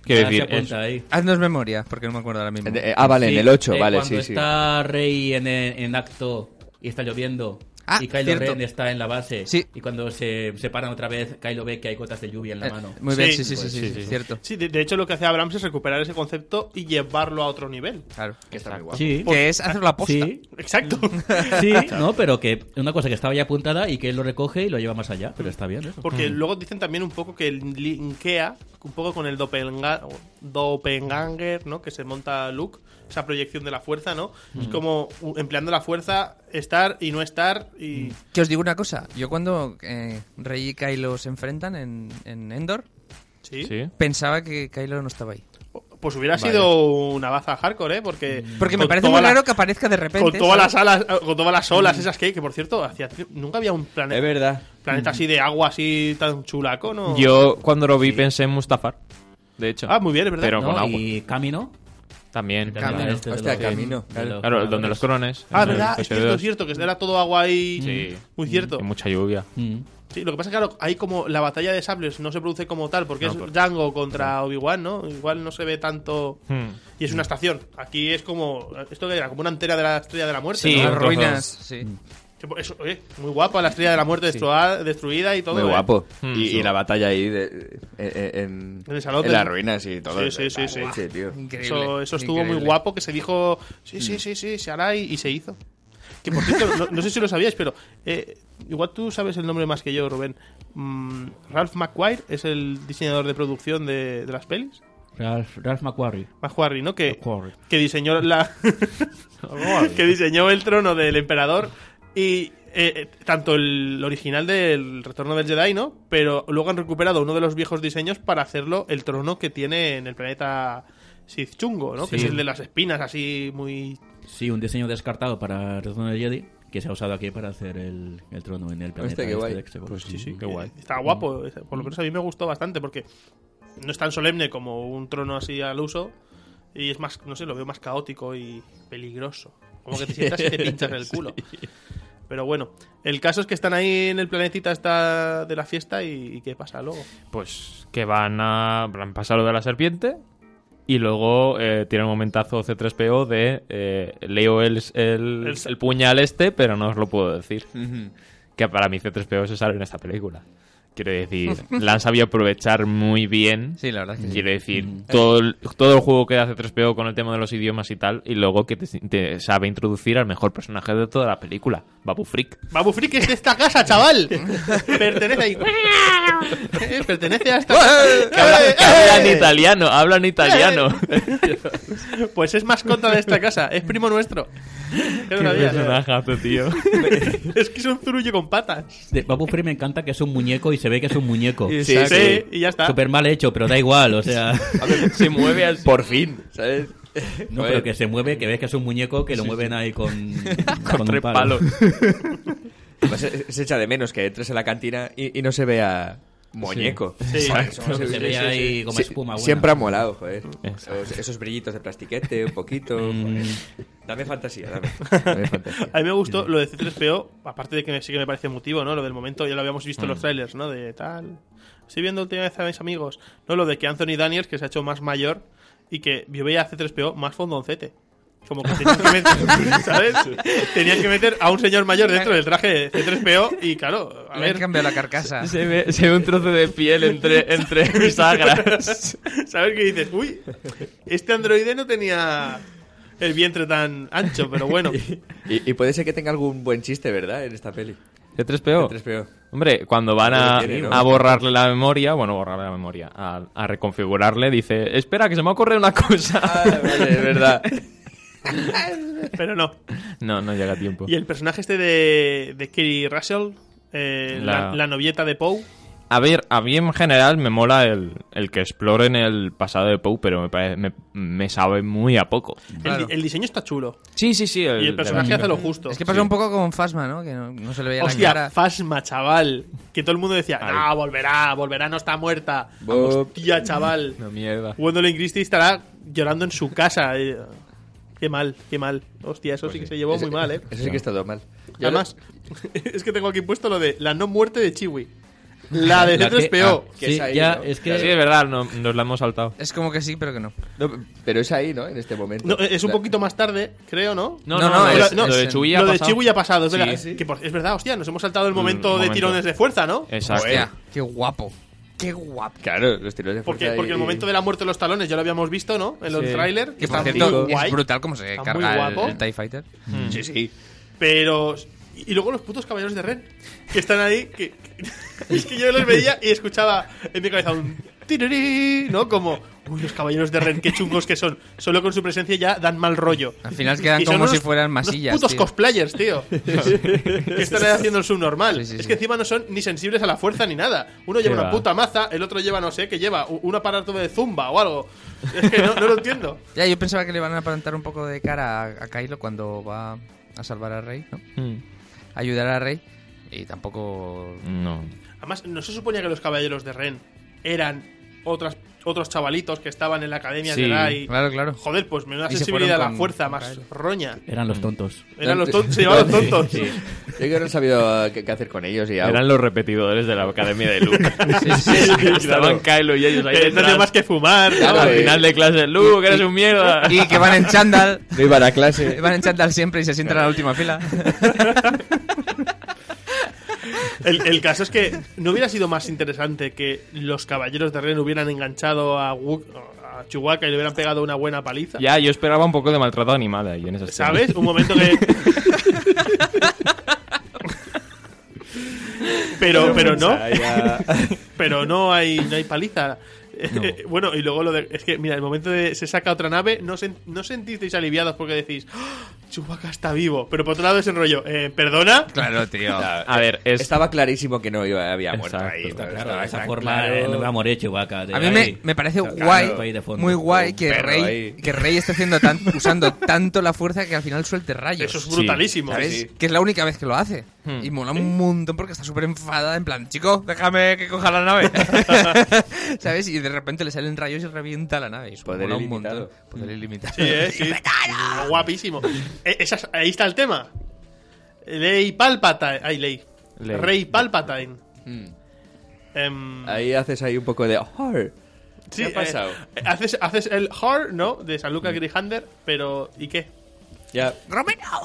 S5: Quiero
S6: Ahora Ah, se
S5: decir, es-
S6: apunta ahí.
S1: Haznos memoria, porque no me acuerdo ahora mismo.
S4: Eh, ah, vale,
S6: Sí,
S4: en el 8,
S6: eh,
S4: vale,
S6: cuando
S4: sí, sí.
S6: está Rey en, en acto y está lloviendo
S1: Ah,
S6: y Kylo
S1: cierto.
S6: Ren está en la base
S1: Sí.
S6: y cuando se separan otra vez, Kylo ve que hay gotas de lluvia en la
S1: Eh,
S6: mano.
S1: Muy bien,
S2: Sí,
S1: sí, sí, sí,
S5: pues
S1: sí,
S5: sí,
S1: sí,
S5: sí.
S1: cierto.
S2: Sí, de, de hecho lo que hace Abrams es recuperar ese concepto y llevarlo a otro nivel.
S1: Claro.
S4: Que está muy guapo.
S6: Sí,
S1: Que es hacer la posta.
S6: sí,
S2: Exacto.
S6: sí, no, pero que una cosa que estaba ya apuntada y que él lo recoge y lo lleva más allá, pero está bien eso.
S2: Porque luego dicen también un poco que linkea un poco con el doppelga- doppelganger, ¿no? Que se monta Luke, esa proyección de la fuerza, ¿no? Es como u- empleando la fuerza, estar y no estar y...
S1: Que os digo una cosa, yo cuando eh, Rey y Kylo se enfrentan en, en Endor,
S2: Sí.
S5: Sí.
S1: pensaba que Kylo no estaba ahí.
S2: Pues hubiera sido una baza hardcore, ¿eh? Porque...
S5: Mm.
S1: Porque me
S2: con
S1: parece
S2: toda
S1: muy
S2: la-
S1: raro que aparezca de repente. Mm.
S2: Con todas
S1: ¿sabes?
S2: las alas, eh, con todas las olas esas que hay, que por cierto, hacía- nunca había un
S4: Es
S5: Eh,
S2: planeta,
S4: verdad.
S2: planeta así de agua así tan chulaco, ¿no?
S5: Yo cuando lo vi pensé en Mustafar. De hecho.
S2: Ah, muy bien, es verdad.
S5: Pero
S6: ¿no?
S5: con agua.
S6: Y camino.
S5: También.
S1: Camino.
S6: Este de
S4: Hostia,
S6: los-
S4: camino.
S6: de los
S5: Claro, donde los crones.
S2: Ah,
S5: en el
S2: verdad, es cierto,
S5: episodio
S2: es cierto, que era todo agua ahí.
S5: eh, Sí.
S2: Muy cierto.
S5: Y mucha lluvia.
S6: Mm.
S2: Sí, lo que pasa es que claro, hay como la batalla de sables no se produce como tal, porque
S5: No,
S2: es
S5: por-
S2: Django contra Obi-Wan, ¿no? Igual no se ve tanto.
S5: Hmm.
S2: Y es una estación. Aquí es como. ¿Esto que era? Como una antena de la estrella de la muerte.
S5: Sí,
S1: Las
S5: un
S2: ¿no?
S5: trozo.
S1: ruinas, sí.
S2: Que por- eso, oye, muy guapa la estrella de la muerte destrua- destruida y todo.
S4: Muy
S2: ¿eh?
S4: guapo.
S5: Mm,
S4: y,
S5: sí.
S4: y la batalla ahí de- eh, eh, en,
S2: En el salón
S4: en
S2: de-
S4: las ruinas y todo.
S2: Sí, sí, sí,
S4: Ah,
S2: sí.
S4: sí, tío.
S1: Increíble.
S2: Eso, eso estuvo muy
S1: increíble.
S2: guapo, que se dijo, sí, sí, sí, sí, se hará y, y se hizo. Que por cierto, no, no sé si lo sabíais, pero eh, igual tú sabes el nombre más que yo, Rubén. Mm, Ralph McQuire es el diseñador de producción de, de las pelis.
S6: Ralph, Ralph McQuarrie.
S2: McQuarrie, ¿no? Que,
S6: McQuarrie.
S2: que diseñó la que diseñó el trono del emperador y eh, eh, tanto el original del Retorno del Jedi, ¿no? Pero luego han recuperado uno de los viejos diseños para hacerlo el trono que tiene en el planeta Sith Chungo, ¿no? Que es
S6: Sí.
S2: el de las espinas, así muy.
S6: Sí, un diseño descartado para Retorno del Jedi que se ha usado aquí para hacer el, el trono en el planeta. este
S4: qué guay.
S6: de Exegol.
S5: Pues sí, sí, qué guay.
S2: Está guapo. Por lo menos a mí me gustó bastante porque no es tan solemne como un trono así al uso. Y es más, no sé, lo veo más caótico y peligroso. Como que te sientas y te pinchas en el culo. Pero bueno, el caso es que están ahí en el planetita esta de la fiesta y, y ¿qué pasa luego?
S5: Pues que van a. Han pasado lo de la serpiente. Y luego eh, tiene un momentazo C3PO de. eh, leo el, el,
S2: El-
S5: el puñal este, pero no os lo puedo decir. Que para mí C3PO se sale en esta película. Quiero decir, <laughs> la han sabido aprovechar muy bien.
S1: Sí, la verdad es que sí.
S5: Quiero decir, todo, el, todo el juego que hace 3PO con el tema de los idiomas y tal, y luego que te, te sabe introducir al mejor personaje de toda la película, Babu Frick.
S2: Babu Frick es de esta casa, chaval. Pertenece ahí. Eh, Pertenece a esta casa.
S5: Que habla-
S2: Eh,
S5: que habla
S2: eh.
S5: en italiano, habla en italiano.
S2: Pues es mascota de esta casa, es primo nuestro. Qué
S5: <laughs> Qué
S2: maravilla.
S5: personajazo, tío.
S2: <laughs> Es que es un zurullo con patas.
S6: De Babu Free me encanta que es un muñeco y se ve que es un muñeco.
S4: Sí,
S2: Sí,
S4: sí.
S2: <laughs> y ya está.
S6: Súper mal hecho, pero da igual, o sea.
S5: Se mueve así.
S4: Por fin, ¿sabes?
S6: No,
S4: Joder.
S6: pero que se mueve, que ves que es un muñeco que lo mueven ahí con, con un
S5: Tres
S6: palo.
S5: palos.
S4: Pues se, se echa de menos que entres en la cantina y, y no se vea muñeco.
S2: Sí.
S4: ¿Sabes? Como
S6: Que se
S4: sí, sí,
S6: ve ahí
S4: sí.
S6: como
S4: Sí,
S6: espuma. buena.
S4: Siempre ha molado, joder.
S5: Exacto.
S4: Esos, esos brillitos de plastiquete, un poquito.
S6: Mm.
S4: joder. Dame fantasía, dame. Dame fantasía.
S2: A mí me gustó lo de C3PO, aparte de que me- sí que me parece emotivo, ¿no? Lo del momento, ya lo habíamos visto en los trailers, ¿no? De tal. Estoy viendo última vez a mis amigos. No, lo de que Anthony Daniels, que se ha hecho más mayor, y que yo veía a C3PO más fondoncete. Como que tenían que meter, ¿sabes? Tenían que meter a un señor mayor dentro del traje de C3PO y claro, a
S1: Le han
S2: ver,
S1: cambiado la carcasa.
S5: Se ve, se ve un trozo de piel entre, entre <laughs> bisagras.
S2: ¿sabes qué dices? Uy, este androide no tenía el vientre tan ancho, pero
S4: <laughs>
S2: bueno.
S4: <laughs> Y, y puede ser que tenga algún buen chiste, ¿verdad? En esta peli.
S6: Oh.
S5: C3PO.
S4: 3PO.
S5: Hombre, cuando van a,
S4: Lo que tiene, ¿no?
S5: a borrarle la memoria, bueno, borrarle la memoria, a, a reconfigurarle, dice, espera, que se me ocurre una cosa. <laughs>
S4: Ah, vale, es verdad.
S2: Pero no.
S5: No, no llega a tiempo.
S2: Y el personaje este de, de Kerry Russell, eh, la...
S5: La-
S2: la novieta de Poe.
S5: A ver, a mí en general me mola el, el que exploren el pasado de Poe, pero me, pare- me, me sabe muy a poco.
S2: El,
S1: Claro.
S2: di- el diseño está chulo.
S5: Sí, sí, sí.
S2: y el personaje hace lo justo.
S1: Es que pasó un poco como en Fasma, ¿no? Que no, no se le veía la
S2: Hostia,
S1: cara.
S2: Fasma, chaval. Que todo el mundo decía, no, volverá, volverá, no está muerta.
S4: Bob.
S2: Hostia, chaval.
S5: No, mierda.
S2: Gwendolyn Christie estará llorando en su casa. eh. Qué mal, qué mal. Hostia, eso sí que se llevó muy mal, eh.
S4: Eso sí que está todo mal. Yo
S2: Además, <laughs> es que tengo aquí puesto lo de la no muerte de Chiwi. La de
S6: La que-
S2: C3PO.
S6: ah,
S4: Que
S6: sí,
S4: es ahí,
S6: ya,
S4: ¿no?
S6: es que.
S5: Sí, de verdad, no- nos la hemos saltado.
S1: Es como que sí, pero que no.
S4: lo- no, pero es ahí, ¿no? En este momento.
S2: No, eh, es un
S4: La-
S2: poquito más tarde, creo, ¿no?
S5: No,
S1: No,
S5: no,
S1: no,
S5: no,
S1: es-
S5: es- lo
S1: es
S5: de
S1: en-
S5: Chuy ha
S2: Lo de
S5: pasado.
S2: Chiwi ya ha pasado, es
S5: Sí,
S2: verdad.
S5: sí.
S2: Que por- es verdad, hostia, nos hemos saltado
S1: Mm,
S2: el momento,
S5: momento.
S2: de tirones de fuerza, ¿no?
S5: Exacto.
S1: Hostia, qué guapo. Qué guapo.
S4: Claro, los tiros de
S2: Porque,
S4: fuerza
S2: porque el
S4: y-
S2: momento de la muerte de los talones ya lo habíamos visto, ¿no? En los
S5: Sí.
S2: trailers.
S1: Que
S2: está
S1: por
S2: muy
S1: cierto,
S2: guay,
S1: es brutal como se
S2: Está muy
S1: carga el,
S2: guapo.
S1: el TIE Fighter.
S4: Sí, sí.
S2: Pero. Y luego los putos caballeros de Ren. Que están ahí. Que, que- <laughs> es que yo los veía y escuchaba en mi cabeza un. tirirí, ¿No? Como. Uy, los caballeros de Ren, qué chungos que son. Solo con su presencia ya dan mal rollo.
S1: Al final quedan
S2: Y son
S1: como
S2: unos-
S1: si fueran
S2: unos
S1: masillas.
S2: putos
S1: tío.
S2: cosplayers,
S1: <laughs>
S2: tío. que están ahí haciendo el subnormal.
S1: Sí, sí,
S2: es
S1: sí.
S2: que encima no son ni sensibles a la fuerza ni nada. Uno lleva
S5: Qué
S2: una
S5: va.
S2: puta maza, el otro lleva, no sé, que lleva u- un aparato de zumba o algo. Es que no, no lo entiendo.
S1: Ya, yo pensaba que le van a aparentar un poco de cara a, a Kylo cuando va a salvar a Rey, ¿no?
S5: Mm.
S1: A ayudar a Rey. Y tampoco.
S5: No.
S2: Además, no se suponía que los caballeros de Ren eran otras, otros chavalitos que estaban en la academia
S5: Sí,
S2: de Jedi.
S1: Claro, claro.
S2: Joder, pues menuda
S1: Y se
S2: sensibilidad a
S1: fueron
S2: la
S1: con-
S2: fuerza,
S1: con
S2: más
S1: Kylo.
S2: roña.
S6: Eran los tontos.
S2: Eran los tontos, se llevaban los tontos.
S4: Yo creo que no he sabido qué, qué hacer con ellos y ya.
S5: Eran los repetidores de la Academia de <laughs> Luke. Estaban Kylo y ellos ahí
S2: Eh, no
S5: detrás.
S2: hacía más que fumar.
S4: Claro,
S5: Al
S4: eh.
S5: final de clase, Luke, eres un mierda.
S1: Y que van en chándal. <laughs>
S4: No iban a
S1: que
S4: clase.
S1: Van en chándal siempre y se sientan en la última fila.
S2: El, el caso es que no hubiera sido más interesante que los caballeros de Ren hubieran enganchado a, Wook, a Chewbacca y le hubieran pegado una buena paliza.
S5: Ya, yo esperaba un poco de maltrato animal ahí en esa escena.
S2: ¿Sabes? Un momento que. pero, pero no.
S4: <laughs>
S2: pero no hay, no hay paliza. <laughs> Eh, bueno, y luego lo de. Es que, mira, el momento de se saca otra nave, no, sen- no sentisteis aliviados porque decís. "¡Ah! Chewbacca está vivo. Pero por otro lado es el rollo, eh, ¿perdona?
S1: Claro, tío.
S5: A ver, es-
S4: Estaba clarísimo que no iba- había muerto
S5: Exacto.
S4: ahí.
S5: Está
S4: pero
S6: Claro,
S4: estaba-
S6: de esa
S4: está
S6: forma
S4: claro.
S6: eh, no me va a morir Chewbacca. de
S1: A mí
S6: ahí.
S1: me, me parece
S6: Claro, ahí
S1: guay,
S6: de fondo.
S1: muy guay
S4: Un
S1: que
S4: perro
S1: Rey,
S4: ahí.
S1: que Rey esté haciendo tan- usando tanto la fuerza que al final suelte rayos.
S2: Eso es brutalísimo.
S1: ¿Sabes?
S4: Sí.
S1: Que es la única vez que lo hace. Y mola un montón porque está súper enfadada, en plan, chico, déjame que coja la nave. ¿Sabes? Y de repente le salen rayos y revienta la nave. Eso
S4: Poder
S1: mola un
S4: ilimitado.
S1: montón. Poder ilimitado.
S2: Sí, <laughs> eh, sí. Guapísimo. Eh, esas- ahí está el tema. Ley Palpatine. Ay, Ley.
S5: Ley.
S2: Rey Palpatine.
S4: Mm.
S2: Em,
S4: Ahí haces ahí un poco de... "Har".
S2: sí,
S4: ha
S2: eh, Hmm.
S4: pasado?
S2: haces, haces el horror, ¿no? De San Lucas Grihander, pero ¿y qué?
S4: Ya.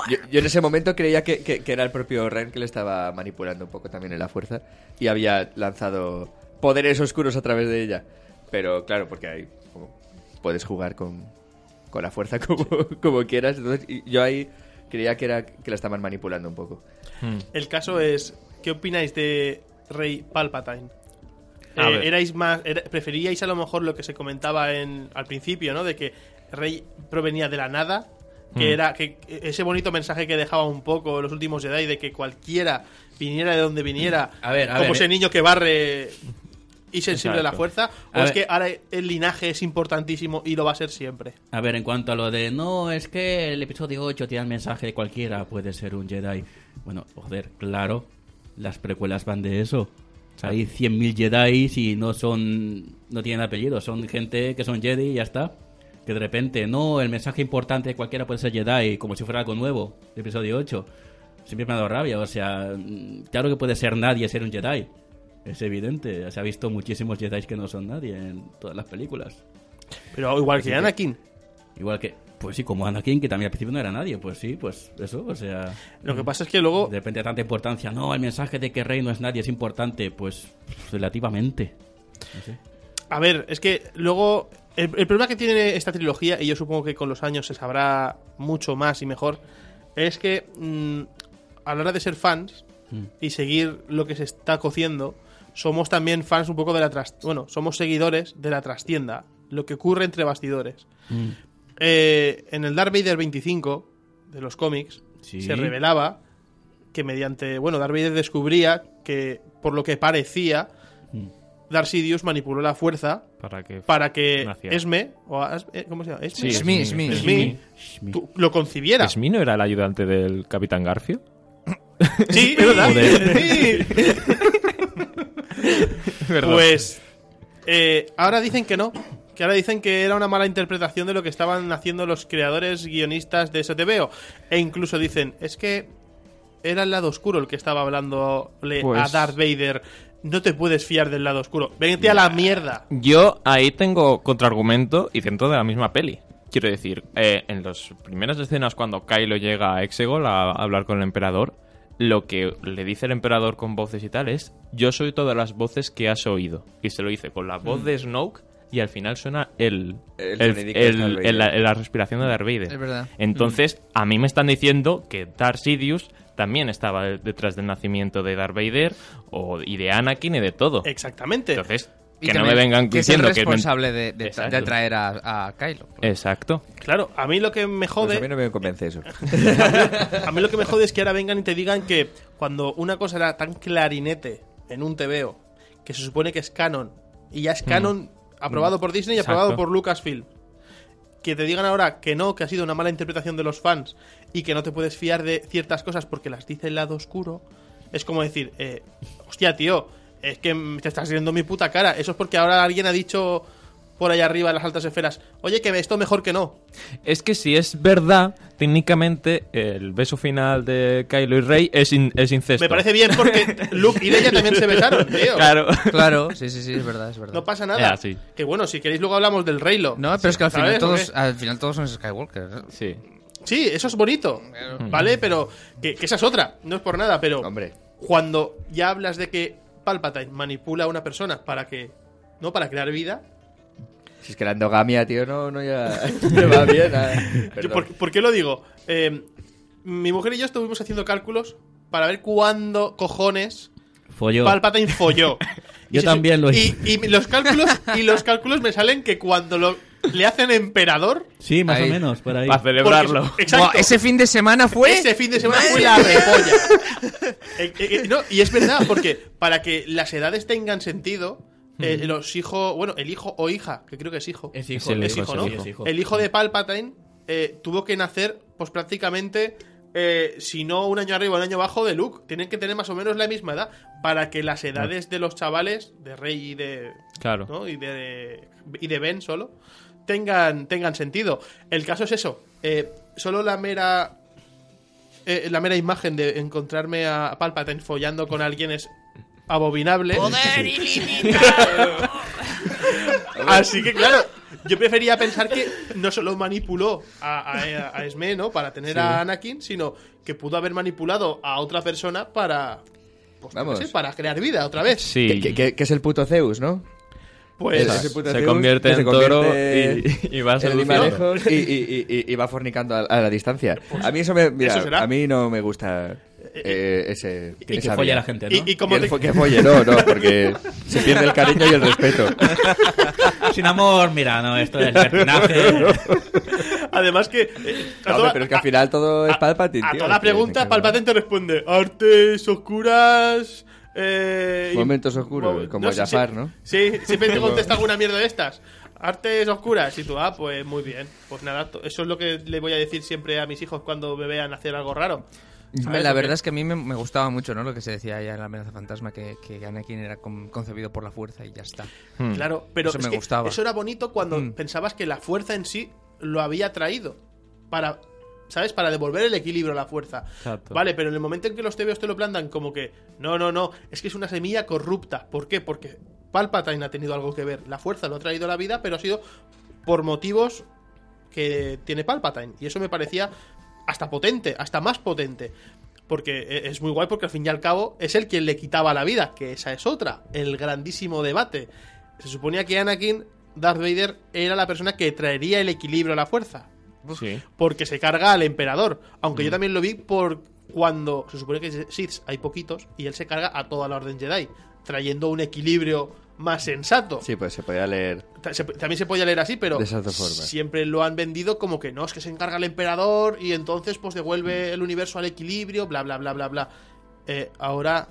S4: Yo, yo en ese momento creía que, que- que era el propio Ren que le estaba manipulando un poco también en la fuerza y había lanzado poderes oscuros a través de ella. Pero claro, porque ahí como, puedes jugar con, con la fuerza <laughs> como, como quieras. Entonces y yo ahí creía que era que la estaban manipulando un poco.
S2: El caso es, ¿qué opináis de Rey Palpatine?
S5: A
S2: Eh,
S5: ver.
S2: erais más, era- preferíais a lo mejor lo que se comentaba en, al principio, ¿no? De que Rey provenía de la nada, que
S5: Mm.
S2: era que ese bonito mensaje que dejaba un poco los últimos Jedi de que cualquiera viniera de donde viniera,
S6: A ver, a
S2: como
S6: ver,
S2: ese
S6: eh.
S2: niño que barre y sensible a la
S5: Exacto.
S2: fuerza, o
S6: A
S2: es
S6: ver.
S2: que ahora el linaje es importantísimo y lo va a ser siempre.
S6: A ver, en cuanto a lo de no, es que el episodio 8 tiene el mensaje de cualquiera puede ser un Jedi. Bueno, joder, claro, las precuelas van de eso. Hay 100.000 Jedi y no son no tienen apellido, son gente que son Jedi y ya está. Que de repente, no, el mensaje importante de cualquiera puede ser Jedi, como si fuera algo nuevo, el episodio 8. Siempre me ha dado rabia, o sea, mm, claro que puede ser nadie ser un Jedi. Es evidente, se ha visto muchísimos Jedi que no son nadie en todas las películas.
S2: Pero igual que Anakin.
S6: Igual que, pues sí, como Anakin, que también al principio no era nadie, pues sí, pues eso, o sea,
S2: Lo que pasa es que luego
S6: de repente tanta importancia. No, el mensaje de que Rey no es nadie es importante, pues relativamente.
S2: A ver, es que luego. El, el problema que tiene esta trilogía, y yo supongo que con los años se sabrá mucho más y mejor, es que mm, a la hora de ser fans y seguir lo que se está cociendo, somos también fans un poco de la tras Bueno, somos seguidores de la trastienda, lo que ocurre entre bastidores. Eh, en el Darth Vader 25 de los cómics
S6: Sí.
S2: se revelaba que mediante, bueno, Darth Vader descubría que por lo que parecía Darth Sidious manipuló la fuerza
S5: para que...
S2: para que
S5: Nació.
S2: Esme o As- eh, ¿cómo se llama? Esme,
S1: Sí,
S2: Esme,
S1: Esmi, Esmi.
S2: Esmi, tú- lo concibiera.
S5: ¿Esmi no era el ayudante del Capitán Garfio?
S4: <laughs>
S2: Sí, es verdad. Sí.
S5: <laughs> Perdón.
S2: Pues eh, ahora dicen que no. Que ahora dicen que era una mala interpretación de lo que estaban haciendo los creadores guionistas de STBO. E incluso dicen, es que era el lado oscuro el que estaba hablando a
S5: Pues-
S2: Darth Vader. No te puedes fiar del lado oscuro. Vente a la mierda.
S5: Yo ahí tengo contraargumento y dentro de la misma peli. Quiero decir, eh, en las primeras escenas cuando Kylo llega a Exegol a hablar con el emperador, lo que le dice el emperador con voces y tal es, yo soy todas las voces que has oído. Y se lo dice con la voz de Snoke y al final suena el,
S4: Mm. El
S5: el-
S4: sonidico de
S5: el-
S4: Darth Vader.
S5: el- la, la respiración de Darth Vader.
S1: Es verdad. Mm.
S5: Entonces, a mí me están diciendo que Darth Sidious también estaba de- detrás del nacimiento de Darth Vader o, y de Anakin y de todo.
S2: Exactamente.
S5: Entonces,
S1: Y
S5: que no me
S1: también
S5: vengan
S1: que es el
S5: diciendo que... es men-
S1: responsable de, de-
S5: Exacto.
S1: de atraer a, a Kylo.
S5: Exacto.
S2: Claro, a mí lo que me
S4: Pues
S2: jode.
S4: a mí no me convence eso.
S2: A mí lo que me jode es que ahora vengan y te digan que cuando una cosa era tan clarinete en un TVO, que se supone que es canon, y ya es canon aprobado por Disney y
S5: Mm. Exacto.
S2: aprobado por Lucasfilm, que te digan ahora que no, que ha sido una mala interpretación de los fans y que no te puedes fiar de ciertas cosas porque las dice el lado oscuro, es como decir, eh, hostia, tío, es que me- te estás riendo mi puta cara. Eso es porque ahora alguien ha dicho por allá arriba en las altas esferas, oye, que esto mejor que no.
S5: Es que si es verdad, técnicamente el beso final de Kylo y Rey es, in- es incesto.
S2: Me parece bien
S5: <laughs>
S2: porque Luke y Leia también se besaron, tío.
S5: Claro.
S1: Claro, sí, sí, sí, es verdad, es verdad.
S2: No pasa
S6: Eh,
S2: nada.
S5: Ya, sí.
S2: Que bueno, si queréis luego hablamos del Reylo.
S1: No, pero es que al final,
S2: ¿Sabes?
S1: todos,
S2: Porque-
S1: al final todos son Skywalker.
S5: Sí.
S2: Sí, eso es bonito.
S6: Mm.
S2: ¿Vale? Pero que, que esa es otra. No es por nada, pero
S4: Hombre.
S2: cuando ya hablas de que Palpatine manipula a una persona para que... ¿No? Para crear vida.
S4: Si es que la endogamia, tío, no,
S2: <laughs>
S4: no ya no va bien. ah.
S2: Yo,
S4: Perdón.
S2: ¿por, por qué lo digo? Eh, mi mujer y yo estuvimos haciendo cálculos para ver cuándo cojones
S6: Folló.
S2: Palpatine folló.
S6: <laughs> Yo
S2: se-
S6: también lo hice. <laughs>
S2: Y, y los cálculos y los cálculos me salen que cuando lo le hacen emperador.
S6: Sí, más
S1: Ahí.
S6: o menos, por ahí.
S5: Para celebrarlo.
S2: Porque- exacto.
S1: Buah, ese fin de semana fue.
S2: Ese Este fin de semana fue la repolla. Eh, eh, eh, no, y es verdad, porque para que las edades tengan sentido, eh, los hijos, bueno, el hijo o hija, que creo que es hijo,
S6: Es
S5: Es
S6: hijo,
S5: el
S2: es
S5: hijo,
S2: hijo,
S5: es
S2: ¿no?
S5: el hijo.
S2: El hijo de Palpatine eh, tuvo que nacer, pues prácticamente, eh, si no un año arriba, un año abajo de Luke. Tienen que tener más o menos la misma edad para que las edades de los chavales, de Rey y de,
S5: Claro.
S2: ¿no? y, de, y de Ben solo, tengan, tengan sentido. El caso es eso. eh, solo la mera. eh, la mera imagen de encontrarme a Palpatine follando con alguien es abominable. <laughs> Así que, claro, yo prefería pensar que no solo manipuló a, a- a Esme, ¿no? Para tener a Anakin, sino que pudo haber manipulado a otra persona para. pues, yo qué
S4: Vamos.
S2: sé, para crear vida otra vez.
S5: Sí.
S4: Que, que- que es el puto Zeus, ¿no?
S2: Pues.
S4: Ese puto
S5: Se
S4: Zeus
S5: convierte
S4: que se
S5: en toro
S4: convierte
S5: y- y va
S4: en
S5: seduciendo.
S4: limalejos y, y- y- y- y va fornicando a, a la distancia. a mí eso me. Mira,
S2: pues, eso será.
S4: a mí no me gusta eh, ese.
S6: Y que
S4: esa
S6: folle
S4: vida.
S6: a la gente, ¿no?
S2: Y, y como
S4: que,
S2: te-
S4: fo- que folle, no, no, porque se pierde el cariño y
S2: <laughs>
S4: el respeto.
S6: Ah, Sin amor, mira, no, esto es libertinaje.
S2: Además que... eh, a
S4: No, hombre,
S2: toda-
S4: pero es que al final todo es
S2: a-
S4: Palpatine.
S2: A
S4: tío,
S2: toda la
S4: es que-
S2: pregunta,
S4: que-
S2: Palpatine te responde artes oscuras... eh, y-
S4: Momentos oscuros, como
S2: sí,
S4: Jafar,
S2: sí.
S4: ¿no?
S2: Sí, siempre te contesta alguna mierda de estas. Artes oscuras, y tú, ah, pues muy bien. Pues nada, to- eso es lo que le voy a decir siempre a mis hijos cuando me vean hacer algo raro.
S1: Hombre,
S2: ¿Sabes?
S1: la
S2: Porque-
S1: verdad es que a mí me, me gustaba mucho, ¿no? Lo que se decía ya en la amenaza fantasma, que, que Anakin era con- concebido por la fuerza y ya está.
S5: Hmm.
S2: Claro, pero
S1: Eso
S2: es
S1: me
S2: que
S1: gustaba.
S2: eso era bonito cuando
S4: Hmm.
S1: Mm.
S2: pensabas que la fuerza en sí lo había traído para, ¿sabes? Para devolver el equilibrio a la fuerza.
S5: Exacto.
S2: Vale, pero en el momento en que los tebeos te lo plantan como que no, no, no, es que es una semilla corrupta. ¿Por qué? Porque Palpatine ha tenido algo que ver. La fuerza lo ha traído a la vida, pero ha sido por motivos que tiene Palpatine. Y eso me parecía hasta potente, hasta más potente. Porque eh, es muy guay porque al fin y al cabo es él quien le quitaba la vida, que esa es otra, el grandísimo debate. Se suponía que Anakin, Darth Vader, era la persona que traería el equilibrio a la fuerza.
S5: Sí.
S2: Porque se carga al emperador. Aunque
S4: Mm.
S2: yo también lo vi por cuando se supone que Sith hay poquitos y él se carga a toda la Orden Jedi, trayendo un equilibrio más sensato.
S4: Sí, pues se podía leer.
S2: Ta- se- también se podía leer así, pero
S4: De esas dos formas.
S2: siempre lo han vendido como que no, es que se encarga el emperador y entonces pues devuelve
S4: Mm.
S2: el universo al equilibrio, bla, bla, bla, bla, bla. Eh, ahora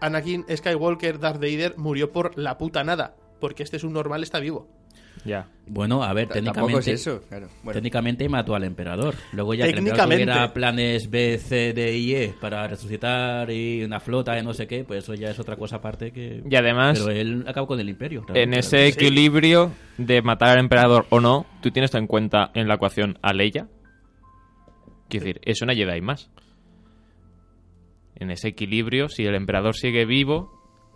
S2: Anakin Skywalker Darth Vader murió por la puta nada, porque este es un normal, está vivo.
S5: Ya.
S6: Bueno, a ver,
S4: T- Tampoco es
S6: técnicamente.
S4: eso, claro. Bueno,
S6: Técnicamente mató al emperador. Luego ya que el emperador
S2: Técnicamente.
S6: tuviera planes B, C, D y E para resucitar y una flota de no sé qué, pues eso ya es otra cosa aparte que...
S5: Y además-
S6: Pero él acabó con el imperio.
S5: En
S6: realmente.
S5: ese equilibrio de matar al emperador o no, tú tienes en cuenta en la ecuación a Leia. Quiero decir, es una Jedi más. En ese equilibrio, si el emperador sigue vivo,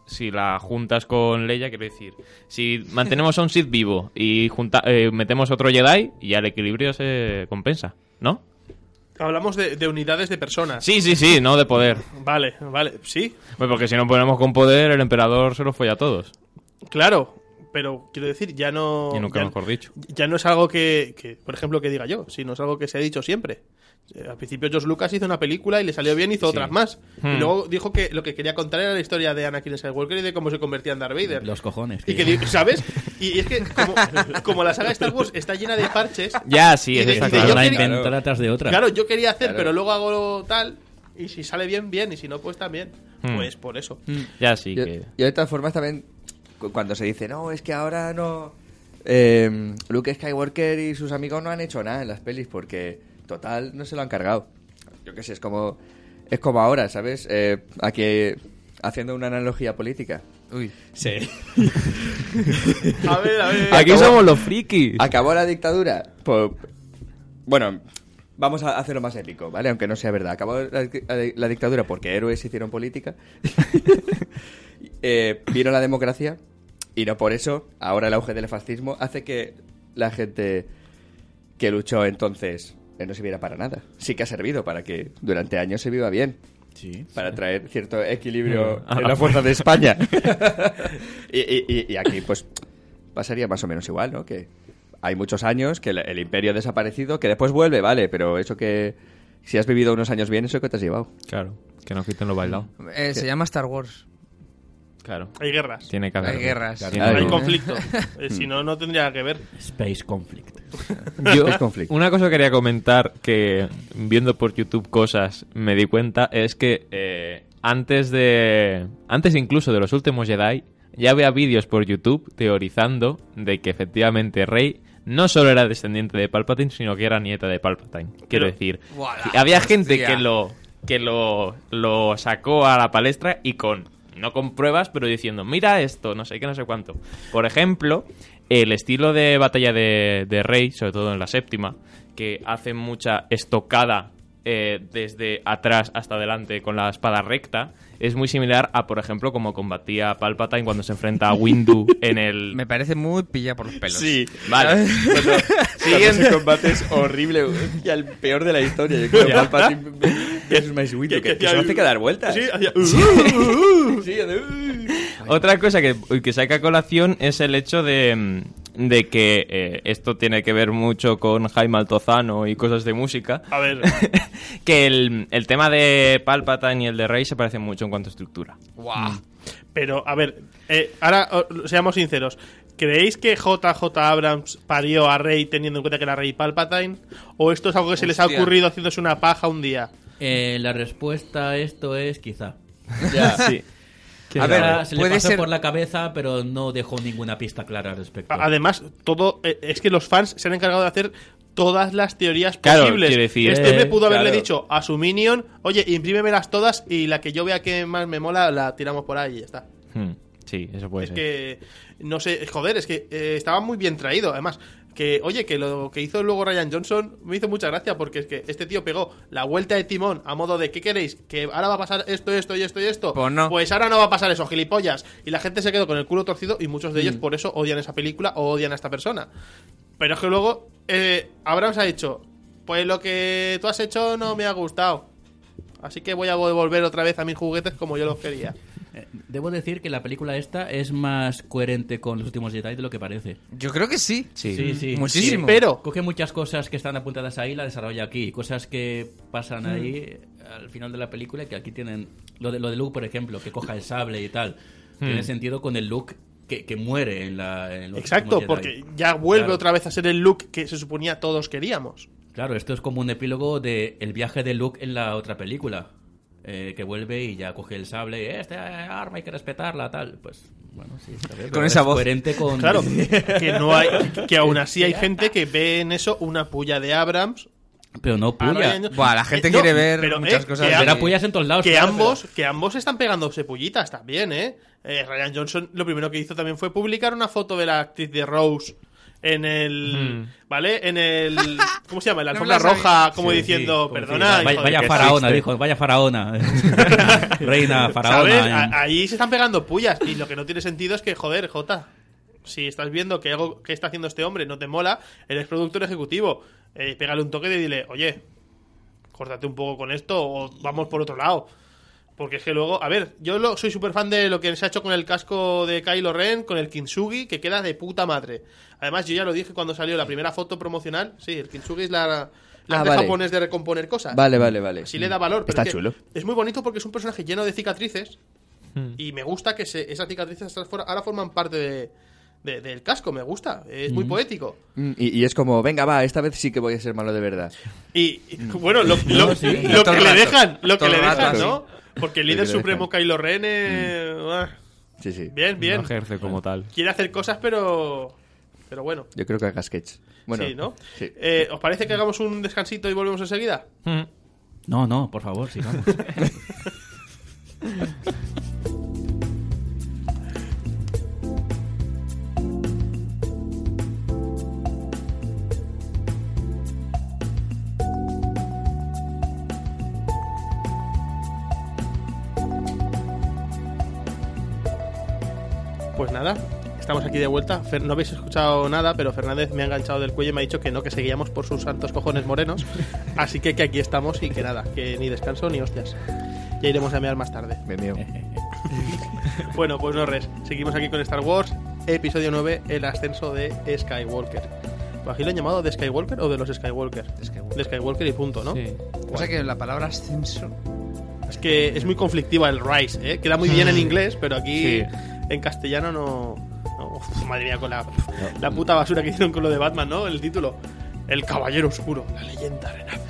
S5: si la juntas con Leia, quiero decir, si mantenemos a un Sith vivo y junta- eh, metemos otro Jedi, ya el equilibrio se compensa, ¿no?
S2: Hablamos de, de unidades de personas.
S5: Sí, sí, sí, no de poder.
S2: Vale, vale, sí,
S5: Pues porque si no ponemos con poder, el emperador se los folla a todos.
S2: claro, pero quiero decir, ya no...
S5: Y nunca
S2: ya-
S5: mejor dicho.
S2: ya no es algo que, que, por ejemplo, que diga yo, sino es algo que se ha dicho siempre. Eh, Al principio George Lucas hizo una película y le salió bien, hizo otras más. Y
S5: Hmm.
S2: luego dijo que lo que quería contar era la historia de Anakin Skywalker y de cómo se convertía en Darth Vader.
S6: Los cojones.
S2: Y que, di- ¿sabes? Y es que como, como la saga de Star Wars está llena de parches,
S5: Ya, sí,
S2: Y
S5: eso
S2: de-
S5: está
S2: y de-
S5: claro.
S6: Una
S2: quería-
S6: inventora tras de otra.
S2: claro, yo quería hacer,
S4: Claro.
S2: pero luego hago tal y si sale bien, bien, y si no, pues también.
S5: Hmm.
S2: Pues por eso.
S5: Ya, sí.
S4: yo-
S5: Que...
S4: yo de todas formas también, cu- cuando se dice, no, es que ahora no. eh, Luke Skywalker y sus amigos no han hecho nada en las pelis porque, total, no se lo han cargado. Yo qué sé, es como, es como ahora, ¿sabes? Eh, aquí, haciendo una analogía política.
S1: Uy.
S6: Sí.
S2: A ver, a ver.
S4: Aquí somos
S5: los frikis.
S4: ¿Acabó la dictadura? Pues, bueno, vamos a hacerlo más épico, ¿vale? Aunque no sea verdad. Acabó la, la- la dictadura porque héroes hicieron política. <laughs> Eh, vino la democracia y no por eso, ahora el auge del fascismo hace que la gente que luchó entonces eh, no sirviera para nada. Sí que ha servido para que durante años se viva bien
S6: Sí.
S4: para traer cierto equilibrio
S5: Ah,
S4: en la fuerza de España. <laughs> y, y- y- y aquí, pues, pasaría más o menos igual, ¿no? Que hay muchos años que el, el imperio ha desaparecido, que después vuelve, vale, pero eso que. Si has vivido unos años bien, eso que te has llevado.
S5: Claro, que no quiten lo bailado.
S1: Eh, se llama Star Wars.
S5: Claro.
S2: Hay guerras.
S5: Tiene que haber.
S1: Hay guerras.
S3: Claro.
S5: Tiene que
S2: Hay
S5: haber.
S3: Claro.
S2: conflicto. Eh, si no, no tendría que ver.
S6: Space Conflict.
S5: Yo-
S3: Es conflicto.
S5: una cosa que quería comentar que viendo por YouTube cosas me di cuenta es que eh, antes de antes incluso de los últimos Jedi ya había vídeos por YouTube teorizando de que efectivamente Rey no solo era descendiente de Palpatine sino que era nieta de Palpatine.
S2: Pero-
S5: Quiero decir,
S1: ¡Wala!
S5: había gente
S1: Hostia.
S5: que lo que lo lo sacó a la palestra y con no con pruebas, pero diciendo, mira esto, no sé qué, no sé cuánto. Por ejemplo, el estilo de batalla de, de Rey, sobre todo en la séptima, que hace mucha estocada eh, desde atrás hasta adelante con la espada recta, es muy similar a, por ejemplo, como combatía Palpatine cuando se enfrenta a Windu en el...
S1: Me parece muy pilla por los pelos.
S5: Sí,
S2: <laughs>
S5: vale.
S4: Cuando, Siguiente combate es horrible y el peor de la historia. Yo creo
S5: Ya.
S4: Palpatine versus Mace Windu, que, que se lo hace que dar vueltas.
S2: Sí, hacía- "Uh",
S4: Sí, hace-
S5: Otra cosa que, que saca a colación es el hecho de, mm, de que eh, esto tiene que ver mucho con Jaime Altozano y cosas de música.
S2: A ver.
S5: Que el, el tema de Palpatine y el de Rey se parecen mucho en cuanto a estructura.
S1: Guau.
S2: Pero, a ver, eh, ahora o- seamos sinceros. ¿Creéis que JJ Abrams parió a Rey teniendo en cuenta que era Rey Palpatine? ¿O esto es algo que se les ha
S1: Hostia.
S2: ocurrido haciéndose una paja un día?
S6: Eh, la respuesta a esto es quizá.
S5: Sí.
S1: A
S6: O sea,
S1: ver,
S6: se le
S1: puede
S6: pasó
S1: ser-
S6: por la cabeza, pero no dejó ninguna pista clara al respecto.
S2: A- Además, todo eh, es que los fans se han encargado de hacer todas las teorías
S5: Claro,
S2: posibles.
S5: quiero decir,
S2: este
S5: eh,
S2: me pudo haberle
S4: claro.
S2: dicho a su minion, oye, imprímemelas todas y la que yo vea que más me mola la tiramos por ahí y ya está.
S5: Hmm, Sí, eso puede
S2: es
S5: ser.
S2: que, no sé, joder, es que eh, estaba muy bien traído. Además, que, oye, que lo que hizo luego Ryan Johnson me hizo mucha gracia porque es que este tío pegó la vuelta de timón a modo de, ¿qué queréis? Que ahora va a pasar esto, esto y esto y esto.
S1: Pues no.
S2: ahora no va a pasar eso, gilipollas. Y la gente se quedó con el culo torcido y muchos de ellos por eso odian esa película o odian a esta persona. Pero es que luego eh, Abrams ha dicho, pues lo que tú has hecho no me ha gustado. Así que voy a volver otra vez a mis juguetes como yo los quería.
S6: Eh, Debo decir que la película esta es más coherente con los últimos Jedi de lo que parece.
S1: Yo creo que sí.
S6: Sí, sí.
S1: Muchísimo.
S2: Pero
S6: Coge muchas cosas que están apuntadas ahí, la desarrolla aquí. Cosas que
S2: Mm.
S6: pasan ahí al final de la película que aquí tienen. Lo de, lo de Luke, por ejemplo, que coja el sable y tal.
S2: Mm.
S6: Tiene sentido con el Luke que, que muere en la. en los
S2: Exacto,
S6: últimos Jedi.
S2: porque ya vuelve
S6: Claro.
S2: otra vez a ser el look que se suponía todos queríamos.
S6: Claro, esto es como un epílogo de el viaje de Luke en la otra película. Eh, que vuelve y ya coge el sable. "Eh, Esta arma hay que respetarla, tal. Pues, bueno, sí. está bien, pero
S1: esa
S6: es
S1: voz.
S6: Coherente con.
S1: <laughs>
S2: Claro, que no hay, que aún así hay gente que ve en eso una pulla de Abrams.
S6: <laughs>
S2: Eh,
S6: Pero no
S2: a
S6: puya.
S2: Ryan Johnson.
S1: Buah, la gente quiere ver muchas cosas
S2: Que,
S1: de-
S6: Pero
S2: am-
S1: Era
S6: puyas en todos lados.
S2: que
S6: claro, pero-
S2: ambos, que ambos están pegándose pullitas también, ¿eh? Eh, Ryan Johnson lo primero que hizo también fue publicar una foto de la actriz de Rose en el.
S1: Hmm.
S2: ¿Vale?
S1: <laughs>
S2: En el. ¿Cómo se llama? En la
S1: No me
S2: alfombra
S1: la sabía.
S2: roja, como
S6: Sí,
S2: diciendo,
S6: sí, como
S2: perdona.
S6: si- vaya,
S2: hijo de
S6: vaya
S2: que
S6: faraona,
S5: existe.
S6: dijo,
S5: <laughs>
S6: vaya faraona. Reina,
S2: ¿Sabes?
S6: faraona.
S2: A- Ahí se están pegando pullas y lo que no tiene sentido es que, joder, Jota, si estás viendo que algo que está haciendo este hombre no te mola, eres productor ejecutivo, eh, pégale un toque y dile, oye, córtate un poco con esto o vamos por otro lado. Porque es que luego, a ver, yo lo- soy súper fan de lo que se ha hecho con el casco de Kylo Ren, con el Kintsugi, que queda de puta madre. Además, yo ya lo dije cuando salió la primera foto promocional. Sí, el Kintsugi es la, la
S4: Ah,
S2: arte
S4: vale.
S2: japonés de recomponer cosas.
S4: Vale, vale, vale.
S1: Mm.
S2: Sí le da valor, pero
S4: Está
S2: es que
S4: chulo.
S2: Es muy bonito porque es un personaje lleno de cicatrices
S4: Mm.
S2: y me gusta que se- esas cicatrices transfor- ahora forman parte de- de- del casco, me gusta, es muy poético.
S4: Mm, Y, y es como, venga, va, esta vez sí que voy a ser malo de verdad.
S2: Y y, bueno, lo, lo-
S6: sí.
S2: lo
S1: Mm. Todo
S2: que
S1: el
S2: le
S1: rato.
S2: dejan, lo que
S1: Todo
S2: le
S1: el rato,
S2: dejan,
S1: sí. Mm.
S2: ¿no? Porque el
S4: Lo que
S2: líder
S4: le
S2: supremo Kylo Ren eh, ah,
S4: Sí, sí.
S2: bien, bien.
S5: No ejerce como tal.
S2: Quiere hacer cosas, pero pero bueno.
S4: Yo creo que haga sketch. Bueno,
S2: sí, ¿no?
S4: sí.
S2: Eh, ¿Os parece que hagamos un descansito y volvemos enseguida?
S5: Hmm.
S6: No, no, por favor, sigamos.
S2: Pues nada, estamos aquí de vuelta. Fer- no habéis escuchado nada, pero Fernández me ha enganchado del cuello y me ha dicho que no, que seguíamos por sus santos cojones morenos. Así que, que aquí estamos y que nada, que ni descanso ni hostias. Ya iremos a mear más tarde. <laughs>
S4: Me mío.
S2: Bueno, pues no res. Seguimos aquí con Star Wars, episodio 9, el ascenso de Skywalker. Pues Aquí lo han llamado de Skywalker o de los Skywalker.
S1: Es que-
S2: De Skywalker y punto, ¿no?
S5: Sí.
S1: O sea que la palabra ascenso
S2: Es que es muy conflictiva el Rise, ¿eh? Queda muy bien en inglés, pero aquí
S5: Mm. Sí.
S2: en castellano no... no- Uf, madre mía, con la, la puta basura que hicieron con lo de Batman, ¿no? El título. El Caballero Oscuro, la leyenda renace.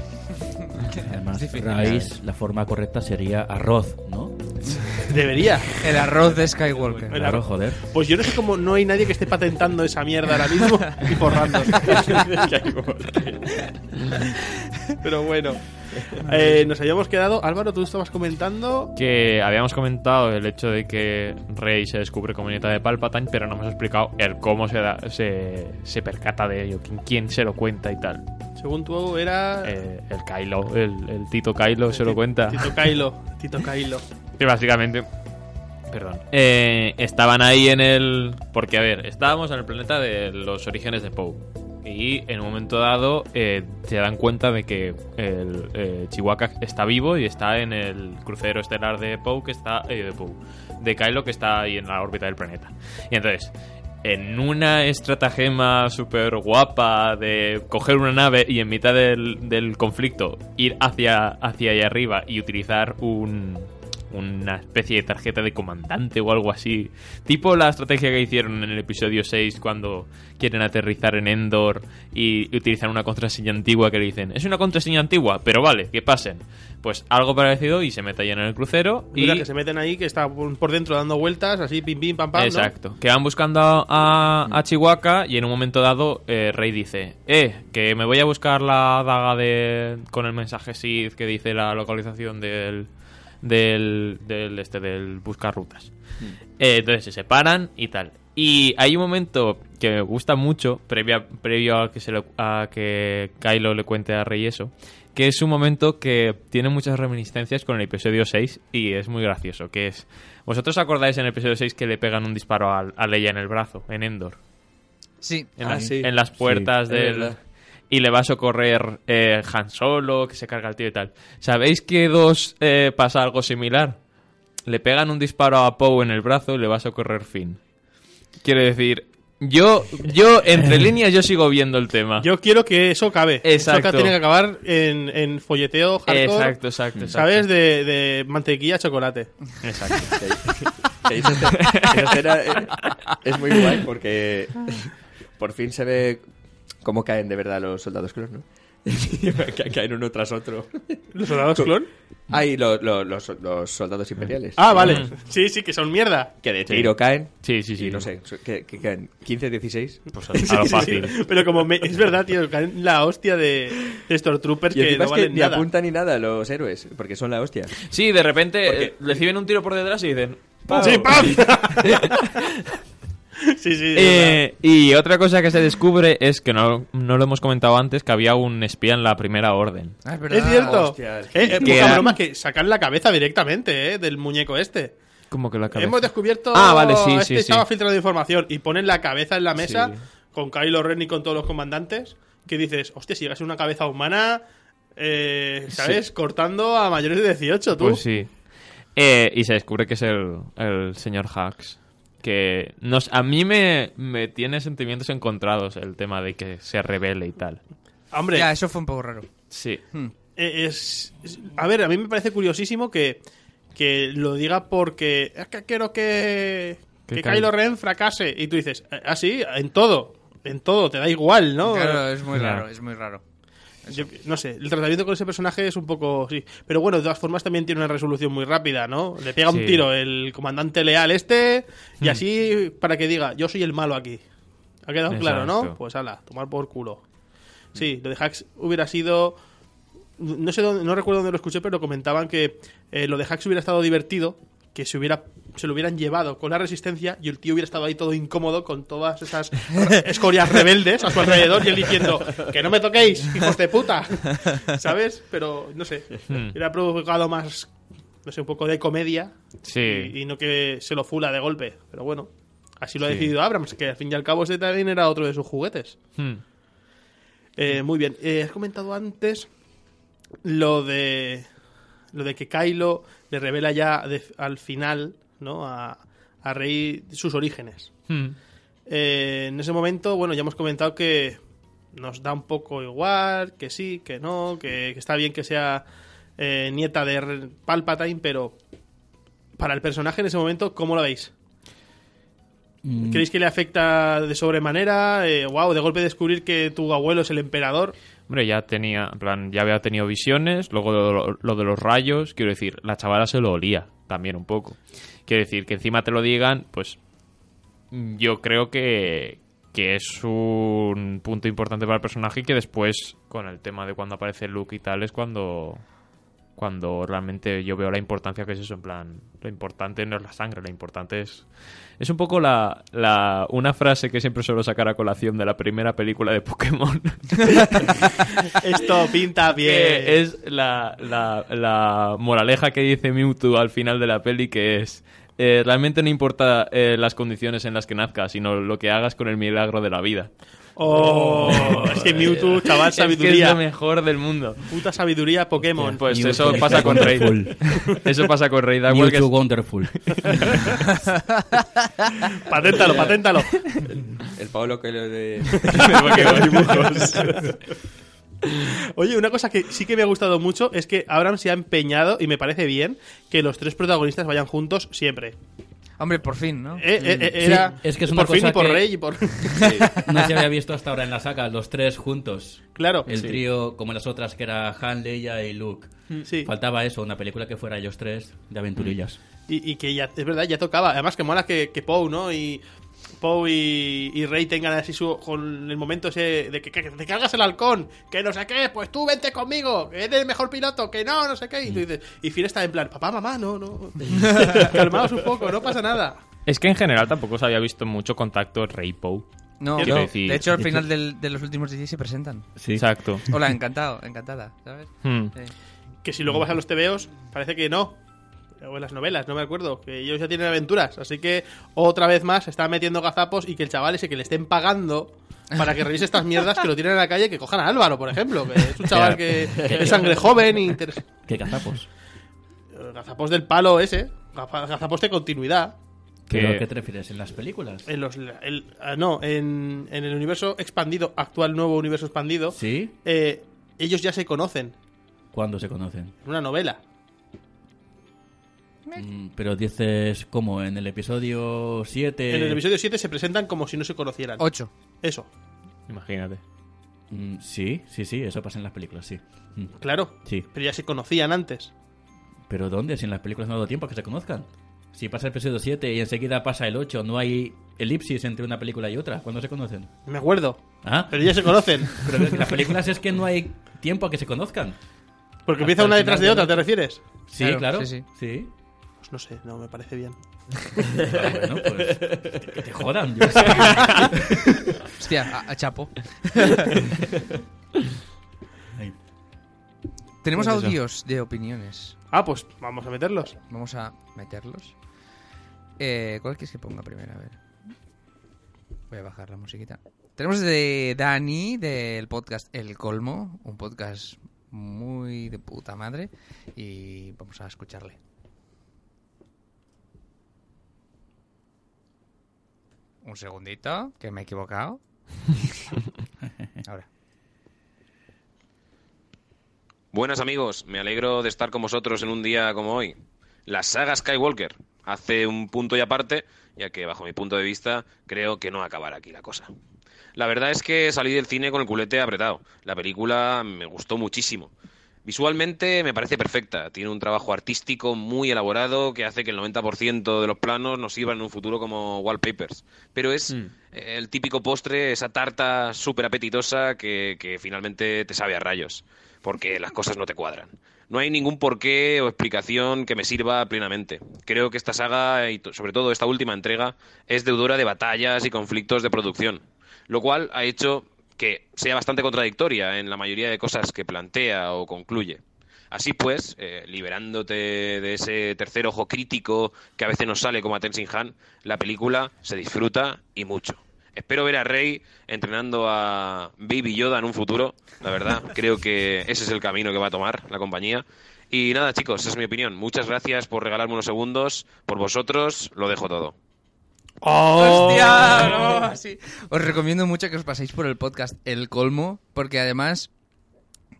S6: Además,
S1: difícil.
S6: raíz, la forma correcta sería arroz, ¿no?
S5: Pues
S2: Debería.
S1: El arroz de Skywalker.
S2: El
S6: Claro,
S2: arroz.
S6: joder.
S2: Pues yo no sé cómo no hay nadie que esté patentando esa mierda ahora
S5: <laughs>
S2: mismo y forrando. <laughs> Pero bueno, Eh, nos habíamos quedado. Álvaro, tú estabas comentando.
S5: Que habíamos comentado el hecho de que Rey se descubre como nieta de Palpatine, pero no hemos explicado el cómo se, da- se, se percata de ello, quién, quién se lo cuenta y tal.
S2: Según tú, era.
S5: Eh, el Kylo, el, el Tito Kylo se lo
S2: Ti-
S5: cuenta.
S2: Tito
S5: <laughs>
S2: Kailo. Tito Kailo.
S5: Que básicamente. Perdón. Eh, estaban ahí en el. Porque, a ver, estábamos en el planeta de los orígenes de Poe. Y en un momento dado eh, se dan cuenta de que el eh, Chihuahua está vivo y está en el crucero estelar de Poe, que está. eh, de Poe. De Kylo, que está ahí en la órbita del planeta. Y entonces. En una estratagema súper guapa de coger una nave y en mitad del, del conflicto ir hacia, hacia allá arriba y utilizar un, una especie de tarjeta de comandante o algo así. Tipo la estrategia que hicieron en el episodio 6 cuando quieren aterrizar en Endor y utilizan una contraseña antigua que le dicen, es una contraseña antigua, pero vale, que pasen. Pues algo parecido y se mete ahí en el crucero y...
S2: Mira, que se meten ahí, que está por por dentro dando vueltas, así, pim, pim, pam, pam. ¿no?
S5: Exacto. Que van buscando a, a- a Chihuahua y en un momento dado eh, Rey dice, eh, que me voy a buscar la daga de con el mensaje Sith que dice la localización del del, del este del buscar rutas. Eh, entonces se separan y tal. Y hay un momento que me gusta mucho, previa, previo a que, se lo- a que Kylo le cuente a Rey eso, que es un momento que tiene muchas reminiscencias con el episodio 6 y es muy gracioso, que es... ¿Vosotros acordáis en el episodio 6 que le pegan un disparo a, a Leia en el brazo, en Endor?
S1: Sí.
S5: En,
S4: Ah,
S5: las,
S4: sí.
S5: en las puertas
S4: Sí, es
S5: del...
S4: verdad.
S5: Y le va a socorrer eh, Han Solo, que se carga el tío y tal. ¿Sabéis que dos eh, pasa algo similar? Le pegan un disparo a Poe en el brazo y le va a socorrer Finn. Quiero decir, yo, yo
S4: <laughs>
S5: entre líneas, yo sigo viendo el tema.
S2: Yo quiero que eso cabe.
S5: Exacto.
S2: Eso tiene que acabar en, en folleteo hardcore.
S5: exacto, exacto, exacto.
S2: ¿Sabes? De, de mantequilla chocolate.
S5: Exacto.
S4: Que esa escena- esa escena, eh, es muy guay porque por fin se ve cómo caen de verdad los soldados
S2: <laughs>
S4: clon, ¿no? Ca- caen uno tras otro.
S2: ¿Los soldados clon?
S4: Ah, y lo- lo- los, los soldados imperiales.
S2: Ah, vale.
S5: Mm.
S2: Sí, sí, que son
S5: <laughs>
S2: mierda.
S4: Que de tiro caen.
S5: Sí, sí, sí.
S4: Y no sé, que, que caen 15, 16.
S5: Pues a, a lo
S2: Sí, sí,
S5: fácil.
S2: sí. Pero como me- es verdad, tío, caen la hostia de, de Stormtroopers
S4: Y
S2: que
S4: encima
S2: no
S4: es que
S2: valen
S4: ni
S2: nada.
S4: apuntan ni nada los héroes, porque son la hostia.
S5: Sí, de repente
S4: Porque-
S5: eh, reciben un tiro por detrás y dicen... "Pau".
S2: ¡Sí, pam!
S5: <laughs>
S2: sí, sí. de verdad.
S5: Eh, y otra cosa que se descubre es que no, no lo hemos comentado antes, que había un espía en la primera orden.
S1: Ah, es verdad.
S2: es cierto.
S4: hostia, es
S2: Eh, eh,
S5: que-
S2: poca broma que sacan la cabeza directamente eh, del muñeco este.
S5: Como que la cabeza.
S2: Hemos descubierto
S5: Ah, vale, sí,
S2: este
S5: sí,
S2: estaba
S5: sí.
S2: filtrando información y ponen la cabeza en la mesa
S5: Sí.
S2: con Kylo Ren y con todos los comandantes que dices, hostia, si llegas a una cabeza humana, eh, ¿sabes? Cortando a mayores de 18, tú.
S5: Pues sí. Eh, y se descubre que es el, el señor Hux. Que nos, a mí me, me tiene sentimientos encontrados el tema de que se revele y tal.
S2: Hombre,
S1: Ya, eso fue un poco raro.
S5: Sí.
S2: Eh, es, es- a ver, a mí me parece curiosísimo que, que lo diga porque es que quiero que,
S5: Que
S2: que
S5: Ky-
S2: Kylo Ren fracase. Y tú dices, ah, sí, en todo, en todo, te da igual, ¿no?
S1: Claro, es muy
S5: Ya.
S1: raro, es muy raro.
S2: Yo- no sé, el tratamiento con ese personaje es un poco. Sí, pero bueno, de todas formas también tiene una resolución muy rápida, ¿no? Le pega un
S5: Sí.
S2: tiro el comandante leal este y así para que diga, yo soy el malo aquí. ¿Ha quedado claro, no?
S5: Exacto.
S2: Pues ala, tomar por culo. Sí, lo de Hacks hubiera sido. No sé dónde- no recuerdo dónde lo escuché, pero comentaban que eh, lo de Hacks hubiera estado divertido, que se hubiera se lo hubieran llevado con la resistencia y el tío hubiera estado ahí todo incómodo con todas esas escorias rebeldes a su alrededor y él diciendo que no me toquéis, hijos de puta. ¿Sabes? Pero no sé, hubiera provocado más no sé, un poco de comedia
S5: Sí.
S2: y, y no que se lo fula de golpe, pero bueno. Así lo ha
S5: Sí.
S2: decidido Abrams, que al fin y al cabo ese también era otro de sus juguetes.
S5: Hmm.
S2: Eh, muy bien. Eh, has comentado antes lo de. Lo de que Kylo le revela ya de- al final, ¿no? A, a Rey sus orígenes.
S5: Hmm.
S2: Eh, en ese momento, bueno, ya hemos comentado que nos da un poco igual, que sí, que no, que, que está bien que sea eh, nieta de R- Palpatine, pero para el personaje en ese momento, ¿cómo lo veis?
S6: Mm,
S2: ¿Creéis que le afecta de sobremanera? wow, de golpe descubrir que tu abuelo es el emperador.
S5: Hombre, ya tenía, en plan, ya había tenido visiones, luego lo, lo de los rayos, quiero decir, la chavala se lo olía también un poco. Quiero decir, que encima te lo digan, pues mm, yo creo que, que es un punto importante para el personaje y que después, con el tema de cuando aparece Luke y tal, es cuando, cuando realmente yo veo la importancia que es eso, en plan, lo importante no es la sangre, lo importante es... Es un poco la, la una frase que siempre suelo sacar a colación de la primera película de Pokémon.
S2: Esto pinta bien.
S5: que es la, la- la moraleja que dice Mewtwo al final de la peli que es eh, realmente no importa eh, las condiciones en las que nazcas, sino lo que hagas con el milagro de la vida.
S2: Oh, es que Mewtwo, Uh, chaval,
S5: <laughs> Es que es
S2: sabiduría.
S5: lo mejor del mundo.
S2: Puta sabiduría Pokémon.
S5: Pues
S6: Mewtwo
S5: eso
S6: es
S5: pasa con Rey.
S6: wonderful.
S5: <laughs> Eso pasa con Rey Dagwall,
S6: Mewtwo
S5: que es- <laughs>
S6: Wonderful.
S2: paténtalo, paténtalo.
S4: El Pablo que
S2: <laughs>
S4: lo de.
S2: Oye, una cosa que sí que me ha gustado mucho es que Abrams se ha empeñado, y me parece bien, que los tres protagonistas vayan juntos siempre.
S1: Hombre, por fin, ¿no?
S2: Eh, eh, eh,
S6: Sí,
S2: era
S6: es que es una
S2: por fin
S6: cosa
S2: y por
S6: que-
S2: Rey y por... <laughs>
S6: No se había visto hasta ahora en la saga los tres juntos.
S2: claro.
S6: El trío, como en las otras, que era Han, Leia y Luke.
S2: Sí.
S6: Faltaba eso, una película que fuera ellos tres de aventurillas.
S5: Mm.
S2: Y, y que ya, es verdad, ya tocaba. Además que mola que, que Poe, ¿no? Y Poe y, y Rey tengan así su... Con el momento ese de que, que te cargas el halcón, que no sé qué, pues tú vente conmigo, que eres el mejor piloto, que no, no sé qué. Y tú dices... Y Phil está en plan, papá, mamá, no, no. <laughs> Calmaos un poco, no pasa nada.
S5: <laughs> Es que en general tampoco se había visto mucho contacto Rey Pou.
S1: No,
S2: Quiero
S1: no.
S5: decir-
S1: de hecho al final del- de los últimos 16 se presentan.
S5: Exacto.
S1: Hola, encantado, encantada, ¿sabes? Eh,
S5: Hmm.
S1: Sí.
S2: Que si luego vas a los TVOs, parece que no. O en las novelas, no me acuerdo. Que ellos ya tienen aventuras. Así que otra vez más se están metiendo gazapos y que el chaval ese que le estén pagando para que revise estas mierdas que lo tienen en la calle, que cojan a Álvaro, por ejemplo. Que es un chaval que es sangre joven y interes-
S6: Qué cazapos.
S2: gazapos del palo ese. gafa- Gazapos de continuidad.
S6: ¿Pero
S5: Que-
S6: a qué te refieres? ¿En las películas?
S2: En los, el- ah, no, en, en el universo expandido, actual nuevo universo expandido,
S6: ¿Sí?
S2: eh, ellos ya se conocen
S6: ¿Cuándo se conocen?
S2: en una novela.
S6: Mm, Pero dices, ¿cómo? ¿En el episodio 7?
S2: En el episodio 7 se presentan como si no se conocieran.
S1: Ocho.
S2: Eso.
S5: Imagínate.
S6: Mm, Sí, sí, sí, eso pasa en las películas, sí. Mm,
S2: Claro.
S6: Sí.
S2: Pero ya se conocían antes.
S6: ¿Pero dónde? Si en las películas no ha dado tiempo a que se conozcan. Si pasa el episodio 7 y enseguida pasa el 8, no hay elipsis entre una película y otra. ¿Cuándo se conocen?
S2: Me acuerdo.
S6: Ah,
S2: Pero ya se conocen.
S6: pero en las películas es que no hay tiempo a que se conozcan.
S2: Porque empieza una detrás de otra, ¿te refieres?
S6: Sí,
S1: Claro,
S6: claro.
S1: sí,
S6: Sí.
S2: Pues no sé, no me parece bien.
S6: Ah, bueno, pues que te jodan. yo qué sé.
S1: Hostia, a, a chapo.
S6: Ay.
S1: Tenemos
S6: Pues eso.
S1: audios de opiniones.
S2: Ah, pues vamos a meterlos.
S1: Vamos a meterlos. Eh, ¿Cuál quieres que ponga primero? A ver. Voy a bajar la musiquita. Tenemos de Dani, del podcast El Colmo, un podcast muy de puta madre, y vamos a escucharle. Un segundito, que me he equivocado. Ahora.
S7: Buenas amigos, me alegro de estar con vosotros en un día como hoy. La saga Skywalker hace un punto y aparte, ya que bajo mi punto de vista creo que no acabará aquí la cosa. La verdad es que salí del cine con el culete apretado. La película me gustó muchísimo. Visualmente me parece perfecta, tiene un trabajo artístico muy elaborado que hace que el 90% de los planos nos sirvan en un futuro como wallpapers. Pero es eh, el típico postre, esa tarta súper apetitosa que, que finalmente te sabe a rayos, porque las cosas no te cuadran. No hay ningún porqué o explicación que me sirva plenamente. Creo que esta saga, y to- sobre todo esta última entrega, es deudora de batallas y conflictos de producción, lo cual ha hecho que sea bastante contradictoria en la mayoría de cosas que plantea o concluye. Así pues, eh, liberándote de ese tercer ojo crítico que a veces nos sale como a Tenzin Han, la película se disfruta y mucho. Espero ver a Rey entrenando a Baby Yoda en un futuro, la verdad. <laughs> Creo que ese es el camino que va a tomar la compañía. Y nada, chicos, esa es mi opinión. Muchas gracias por regalarme unos segundos. Por vosotros lo dejo todo.
S1: Oh.
S2: ¡Oh!
S1: ¡Hostia! No, así. Os recomiendo mucho que os paséis por el podcast El Colmo, porque además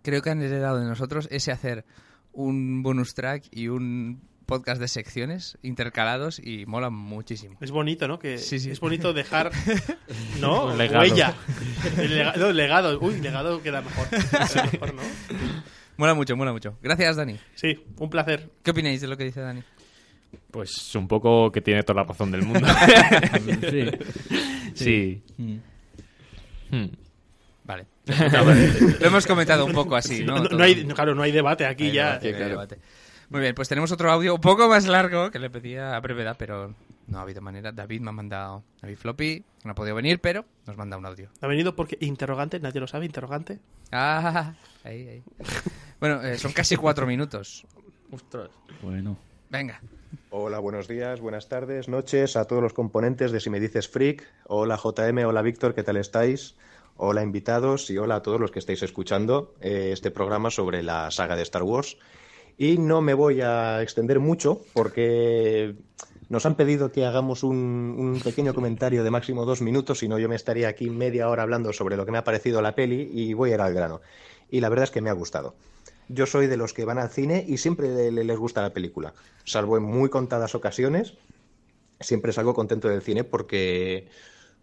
S1: creo que han heredado de nosotros ese hacer un bonus track y un podcast de secciones intercalados y molan muchísimo.
S2: Es bonito, ¿no? Que
S1: Sí, sí.
S2: Es bonito dejar. ¿No?
S5: Un legado.
S2: Huella. El lega- no, legado. Uy, legado queda mejor. Queda mejor, ¿no?
S1: Mola mucho, mola mucho. Gracias, Dani.
S2: Sí, un placer.
S1: ¿Qué opináis de lo que dice Dani?
S5: Pues un poco que tiene toda la razón del <laughs> mundo.
S6: Sí.
S2: <laughs>
S5: sí.
S6: Mm.
S5: Hmm.
S1: Vale. <laughs> lo hemos comentado un poco así, ¿no?
S2: No, no
S1: Todo.
S2: hay, no, claro, no hay debate aquí
S1: Hay
S2: ya.
S1: debate, hay
S4: claro.
S1: debate. Muy bien, pues tenemos otro audio un poco más largo que le pedía a brevedad, pero no ha habido manera. David me ha mandado, David Floppy, no ha podido venir, pero nos manda un audio.
S2: Ha venido porque interrogante, nadie lo sabe, interrogante.
S1: Ah, ahí, ahí. Bueno, eh, son casi cuatro minutos.
S6: Bueno.
S1: Venga.
S8: Hola, buenos días, buenas tardes, noches a todos los componentes de Si Me Dices Freak. Hola JM, hola Víctor, ¿qué tal estáis? Hola invitados y hola a todos los que estáis escuchando eh, este programa sobre la saga de Star Wars. Y no me voy a extender mucho porque nos han pedido que hagamos un, un pequeño comentario de máximo dos minutos, si no yo me estaría aquí media hora hablando sobre lo que me ha parecido la peli y voy a ir al grano. Y la verdad es que me ha gustado. Yo soy de los que van al cine y siempre le- le- les gusta la película, salvo en muy contadas ocasiones. Siempre salgo contento del cine porque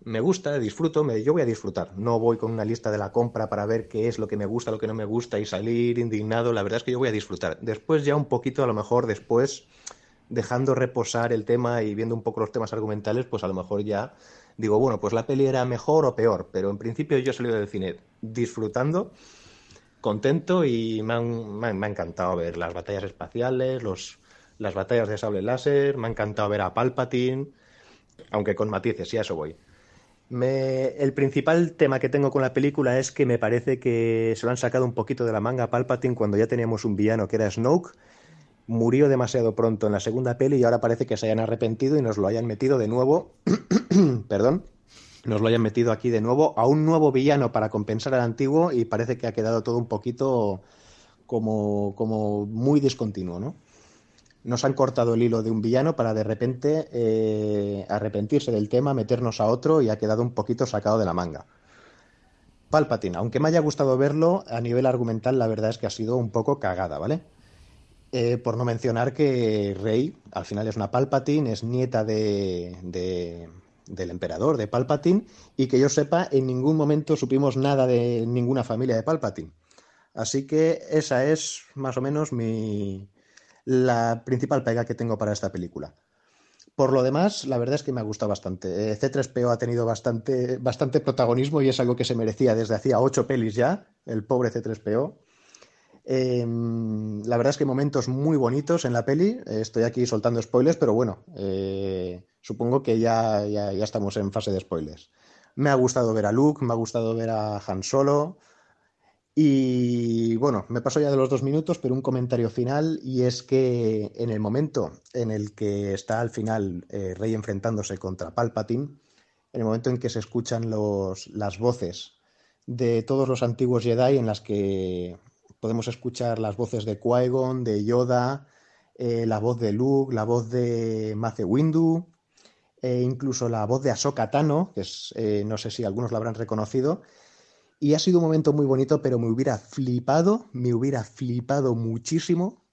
S8: me gusta, disfruto, me- yo voy a disfrutar. No voy con una lista de la compra para ver qué es lo que me gusta, lo que no me gusta y salir indignado. La verdad es que yo voy a disfrutar. Después ya un poquito, a lo mejor después, dejando reposar el tema y viendo un poco los temas argumentales, pues a lo mejor ya digo, bueno, pues la peli era mejor o peor, pero en principio yo he salido del cine disfrutando contento y me, han- me han- me ha encantado ver las batallas espaciales, los, las batallas de sable láser, me ha encantado ver a Palpatine, aunque con matices, y a eso voy. Me- el principal tema que tengo con la película es que me parece que se lo han sacado un poquito de la manga a Palpatine cuando ya teníamos un villano que era Snoke. Murió demasiado pronto en la segunda peli y ahora parece que se hayan arrepentido y nos lo hayan metido de nuevo. <clears throat> Perdón nos lo hayan metido aquí de nuevo a un nuevo villano para compensar al antiguo y parece que ha quedado todo un poquito como, como muy discontinuo, ¿no? Nos han cortado el hilo de un villano para de repente eh, arrepentirse del tema, meternos a otro y ha quedado un poquito sacado de la manga. Palpatine, aunque me haya gustado verlo, a nivel argumental la verdad es que ha sido un poco cagada, ¿vale? Eh, por no mencionar que Rey, al final es una Palpatine, es nieta de, de- del emperador, de Palpatine, y que yo sepa, en ningún momento supimos nada de ninguna familia de Palpatine. Así que esa es más o menos mi, la principal pega que tengo para esta película. Por lo demás, la verdad es que me ha gustado bastante. Eh, C3PO ha tenido bastante, bastante protagonismo y es algo que se merecía desde hacía ocho pelis ya, el pobre C3PO. Eh, la verdad es que hay momentos muy bonitos en la peli. Eh, Estoy aquí soltando spoilers, pero bueno, eh, supongo que ya, ya, ya estamos en fase de spoilers. Me ha gustado ver a Luke, me ha gustado ver a Han Solo. Y bueno, me paso ya de los dos minutos, pero un comentario final, y es que en el momento en el que está al final eh, Rey enfrentándose contra Palpatine, en el momento en que se escuchan los, las voces de todos los antiguos Jedi en las que podemos escuchar las voces de Qui-Gon, de Yoda, eh, la voz de Luke, la voz de Mace Windu, e incluso la voz de Ahsoka Tano, que es, eh, no sé si algunos la habrán reconocido. Y ha sido un momento muy bonito, pero me hubiera flipado, me hubiera flipado muchísimo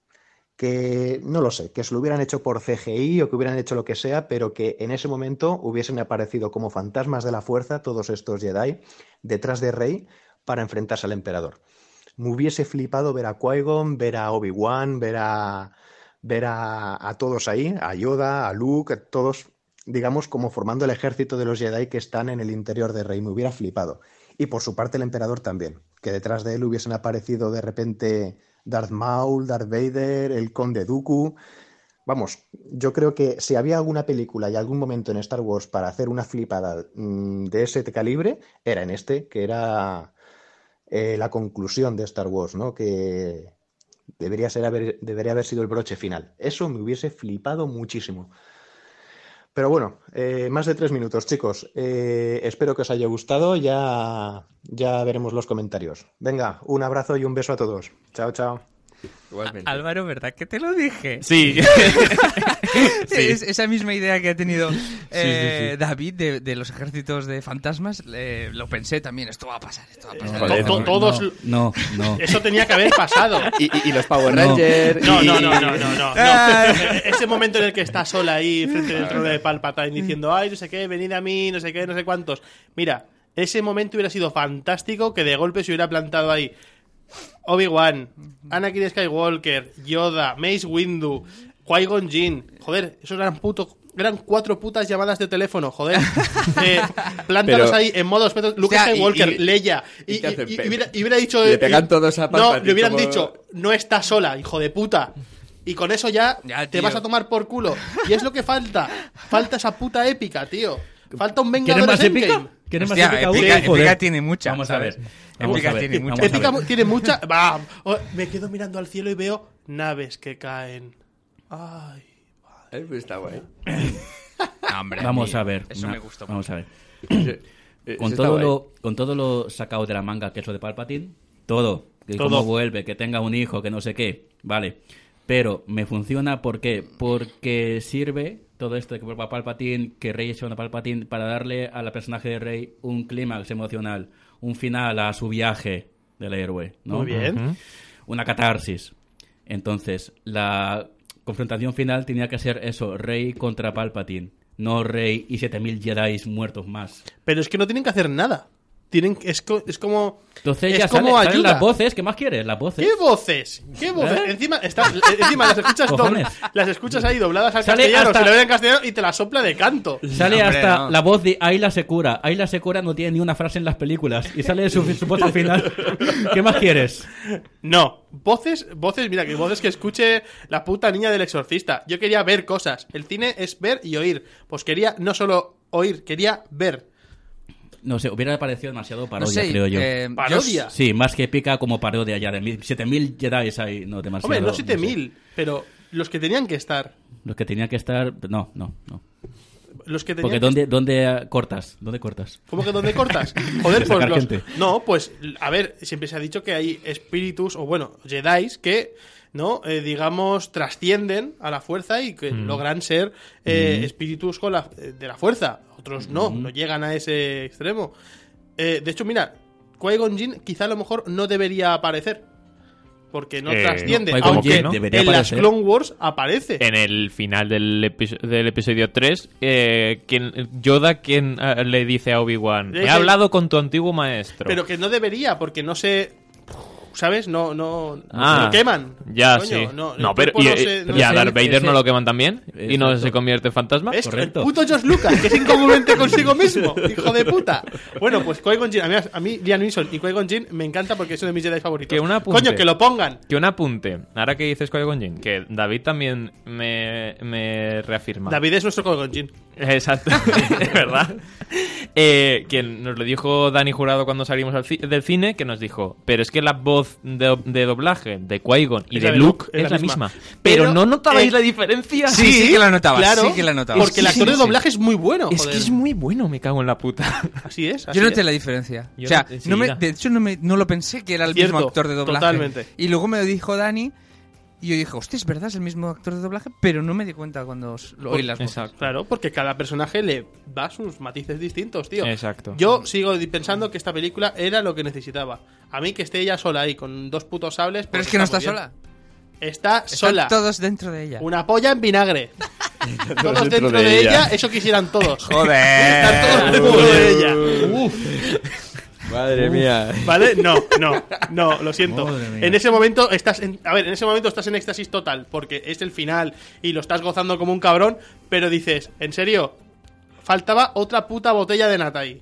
S8: que, no lo sé, que se lo hubieran hecho por CGI o que hubieran hecho lo que sea, pero que en ese momento hubiesen aparecido como fantasmas de la fuerza todos estos Jedi detrás de Rey para enfrentarse al emperador. Me hubiese flipado ver a Qui-Gon, ver a Obi-Wan, ver a ver a, a todos ahí, a Yoda, a Luke, a todos, digamos, como formando el ejército de los Jedi que están en el interior de Rey. Me hubiera flipado. Y por su parte el emperador también, que detrás de él hubiesen aparecido de repente Darth Maul, Darth Vader, el conde Dooku. Vamos, yo creo que si había alguna película y algún momento en Star Wars para hacer una flipada mm, de ese calibre, era en este, que era eh, la conclusión de Star Wars, ¿no? Que debería, ser haber, debería haber sido el broche final. Eso me hubiese flipado muchísimo. Pero bueno, eh, más de tres minutos, chicos. Eh, espero que os haya gustado. Ya, ya veremos los comentarios. Venga, un abrazo y un beso a todos. Chao, chao.
S4: Igualmente.
S1: Álvaro, ¿verdad que te lo dije? <laughs>
S5: Sí.
S1: Es- esa misma idea que ha tenido eh, David de, de los ejércitos de fantasmas, eh, lo pensé también. Esto va a pasar, esto va a pasar.
S2: Joder,
S1: Esto-
S2: to- todos-
S6: No, <laughs> no.
S2: <laughs> Eso tenía que haber pasado.
S4: Y, y- y los Power
S6: No.
S4: Rangers.
S2: No,
S4: y- Ah.
S2: no, no, no, no, no.
S1: Ay.
S2: Ese momento en el que está sola ahí frente al trono de Palpatine
S4: Mm.
S2: diciendo, ay, no sé qué, venid a mí, no sé qué, no sé cuántos. Mira, ese momento hubiera sido fantástico que de golpe se hubiera plantado ahí Obi-Wan,
S4: Mm.
S2: Anakin Skywalker, Yoda, Mace Windu, Qui-Gon Jinn. Joder, esos eran puto... Eran cuatro putas llamadas de teléfono,
S4: <laughs>
S2: joder. Eh, plántalos
S4: Pero-
S2: ahí en modo respeto. Lucas
S4: O sea, y-
S2: Skywalker,
S4: y-
S2: Leia.
S4: y
S2: Y,
S4: te hacen
S2: y- y
S4: pe-
S2: hubiera, y hubiera dicho.
S4: Le
S2: eh,
S4: pegan
S2: y-
S4: todos a
S2: No,
S4: Palpatine
S2: le hubieran
S4: como-
S2: dicho, no está sola, hijo de puta. Y con eso ya,
S1: Ya,
S2: te
S1: tío.
S2: vas a tomar por culo. Y es lo que falta. Falta esa puta épica, tío. Falta un
S6: ¿Quieres
S2: Vengadores
S6: más épica?
S2: Endgame.
S6: ¿Quieres más
S1: Hostia,
S6: épica? aún?
S1: épica-
S6: Joder.
S1: épica tiene mucha,
S6: Vamos a ver.
S1: ¿sabes?
S6: Vamos
S1: Épica
S6: a ver.
S1: tiene
S6: Vamos
S1: mucha.
S6: a
S2: Épica
S6: ver.
S2: mu- tiene mucha. Va, o- me quedo mirando al cielo y veo naves que caen. Ay.
S4: <laughs> Eh, pues está guay.
S1: Hombre,
S6: Vamos
S1: mí
S6: a ver.
S1: Eso
S6: una-
S1: me gustó.
S6: Vamos a ver.
S4: Eh, eso
S6: Con
S4: está
S6: todo,
S4: guay.
S6: lo, con todo lo sacado de la manga que es lo de Palpatine, todo, que
S2: Todo.
S6: cómo vuelve, que tenga un hijo, que no sé qué, vale. Pero me funciona ¿por qué? Porque sirve todo esto de que vuelva Palpatine, que Rey sea una Palpatine, para darle a la personaje de Rey un clímax emocional, un final a su viaje del héroe, ¿no?
S2: Muy bien.
S6: una catarsis. Entonces, la confrontación final tenía que ser eso, Rey contra Palpatine, no Rey y 7000 Jedi muertos más.
S2: Pero es que no tienen que hacer nada. Tienen, es, co- es como.
S6: Entonces
S2: es
S6: ya
S2: como
S6: sale- salen
S2: ayuda.
S6: las voces, ¿qué más quieres? Las voces.
S2: ¿Qué voces? ¿Qué voces?
S6: ¿Eh?
S2: Encima, está- encima las, escuchas dobl-
S6: Cojones.
S2: las escuchas ahí dobladas al
S6: Sale
S2: castellano,
S6: hasta-
S2: se la ven en castellano y te la sopla de canto.
S6: Sale
S1: Hombre,
S6: hasta
S1: no.
S6: la voz de Ayla Secura. Ayla Secura no tiene ni una frase en las películas y sale su,
S2: <laughs>
S6: su voz al final. ¿Qué más quieres?
S2: No, voces, voces, mira, que voces que escuche la puta niña del exorcista. Yo quería ver cosas. El cine es ver y oír. Pues quería no solo oír, quería ver.
S6: No sé, hubiera parecido demasiado
S1: No
S6: parodia,
S1: sé,
S6: creo yo.
S1: eh, yo-
S2: Parodia.
S6: Sí, más que pica como parodia ya de mil- 7000 Jedi ahí, no demasiado.
S2: Hombre, no
S6: sé.
S2: 7000, pero los que tenían que estar.
S6: Los que tenían que estar, no, no, no.
S2: Los que tenían
S6: Porque
S2: que
S6: ¿dónde, dónde eh, cortas? ¿Dónde cortas?
S2: ¿Cómo que dónde
S6: <laughs>
S2: cortas? Joder, pues
S6: Sacar
S2: los...
S6: gente.
S2: No, pues, a ver, siempre se ha dicho que hay espíritus, o bueno, jedis que, ¿no? Eh, digamos, trascienden a la fuerza y que
S6: Mm.
S2: logran ser eh, espíritus con la- eh, de la fuerza. Otros no,
S6: Mm.
S2: no llegan a ese extremo. Eh, de hecho, mira, Qui-Gon Jinn quizá a lo mejor no debería aparecer. Porque no
S5: Eh,
S2: trasciende.
S6: no, Qui-Gon
S2: aunque
S6: Jinn debería
S2: en las
S6: aparecer.
S2: Clone Wars aparece.
S5: En el final del, episo- del episodio 3, eh, quien, Yoda quien, eh, le dice a Obi-Wan,
S2: Eh,
S5: he hablado con tu antiguo maestro.
S2: Pero que no debería, porque no se. ¿Sabes? No, no.
S5: Ah,
S2: lo queman.
S5: Ya,
S2: Coño,
S5: sí.
S2: No,
S5: No,
S2: el
S5: pero.
S2: cuerpo
S5: ¿Y, eh,
S2: no se- no
S5: y a
S2: se-
S6: ese-
S5: Darth Vader
S6: ese-
S5: no lo queman también? ¿Y no
S6: Exacto.
S5: se convierte en fantasma?
S2: Es el
S6: correcto.
S2: puto George Lucas, que es incongruente consigo mismo, hijo de puta. Bueno, pues Qui-Gon Jinn, a mí, a mí Liam Neeson y Qui-Gon Jinn me encanta porque es uno de mis Jedi favoritos.
S5: Que un apunte.
S2: Coño, que lo pongan.
S5: Que un apunte, ahora que dices Qui-Gon Jinn, que David también me, me reafirma.
S2: David es nuestro Qui-Gon Jinn.
S5: Exacto, <laughs> de verdad. Eh, quien nos lo dijo Dani Jurado cuando salimos al ci- del cine, que nos dijo, pero es que la voz de, de doblaje de Qui-Gon y
S2: Es la
S5: de
S2: de
S5: Luke es la misma. Pero,
S2: Pero,
S5: no notabais
S2: eh,
S5: la diferencia.
S1: Sí, sí que la notaba,
S2: Claro,
S1: sí que la notaba.
S2: Porque el
S1: Sí,
S2: actor
S1: sí,
S2: de
S1: sí.
S2: doblaje es muy bueno,
S5: <laughs> Es
S2: joder.
S5: que es muy bueno, me cago en la puta.
S2: Así es. así
S1: Yo noté
S2: es.
S1: la diferencia.
S5: Yo
S1: o sea,
S5: noté
S1: no me-
S5: enseguida.
S1: de hecho no, me- no lo pensé que era el
S2: Cierto,
S1: mismo actor de doblaje.
S2: totalmente.
S1: Y luego me lo dijo Dani y yo dije, hostia, es verdad, es el mismo actor de doblaje, pero no me di cuenta cuando os- lo oí las voces.
S2: Claro, porque cada personaje le va sus matices distintos, tío.
S5: Exacto.
S2: Yo sigo di- pensando que esta película era lo que necesitaba. A mí que esté ella sola ahí con dos putos sables.
S1: Pero
S2: pues
S1: es que no está
S2: muy bien.
S1: sola.
S2: Está
S1: Están
S2: sola.
S1: todos dentro de ella.
S2: Una polla en <laughs> vinagre. todos dentro de, ella. Eh, eso quisieran todos. <laughs> Estar todos
S4: <laughs>
S1: Joder.
S2: dentro de ella.
S4: Madre mía.
S2: ¿Vale? No, no, no, lo siento.
S6: Madre mía.
S2: En ese momento estás en, a ver, en ese momento estás en éxtasis total, porque es el final y lo estás gozando como un cabrón, pero dices, en serio, faltaba otra puta botella de nata ahí.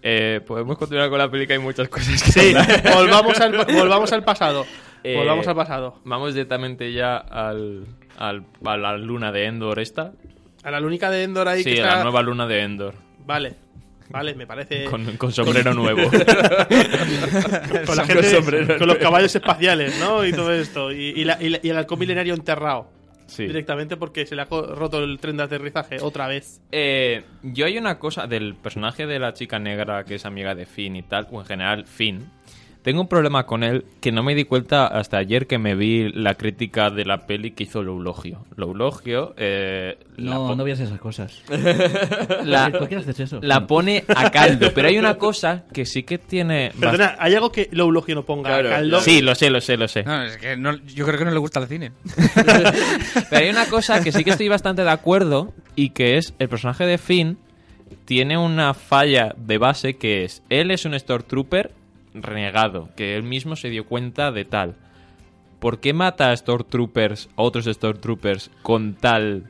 S5: Eh, podemos continuar con la película, hay muchas cosas que
S2: Sí, <laughs>
S5: hablar.
S2: volvamos
S6: <laughs>
S2: al, volvamos al pasado.
S5: Eh,
S2: Volvamos al pasado.
S5: Vamos directamente ya al, al- a la luna de Endor esta.
S2: A la lúnica de Endor ahí
S5: Sí,
S2: que
S5: a
S2: está... Eh.
S5: la nueva luna de Endor.
S2: Vale, vale, me parece...
S5: Con, con sombrero nuevo.
S2: con la gente, con los caballos espaciales, ¿no? Y todo esto. Y, y la- y la- y el halcón milenario enterrado.
S5: Sí.
S2: Directamente porque se le ha co- roto el tren de aterrizaje otra vez.
S5: Eh, yo hay una cosa del personaje de la chica negra que es amiga de Finn y tal, o en general Finn. Tengo un problema con él que no me di cuenta hasta ayer que me vi la crítica de la peli que hizo Loulogio. Loulogio... eh, la
S6: No,
S5: po-
S6: no veas esas cosas.
S5: la-
S6: ¿Por qué haces eso?
S5: la pone a caldo, pero hay una cosa que sí que tiene... bast-
S2: Perdona, ¿hay algo que Loulogio no ponga
S4: Claro,
S2: a caldo?
S5: Sí, lo sé, lo sé, lo sé.
S1: No, es que no- yo creo que no le gusta el cine.
S5: <laughs> Pero hay una cosa que sí que estoy bastante de acuerdo y que es el personaje de Finn tiene una falla de base que es él es un Stormtrooper renegado, que él mismo se dio cuenta de tal. ¿Por qué mata a Stormtroopers, a otros Stormtroopers con tal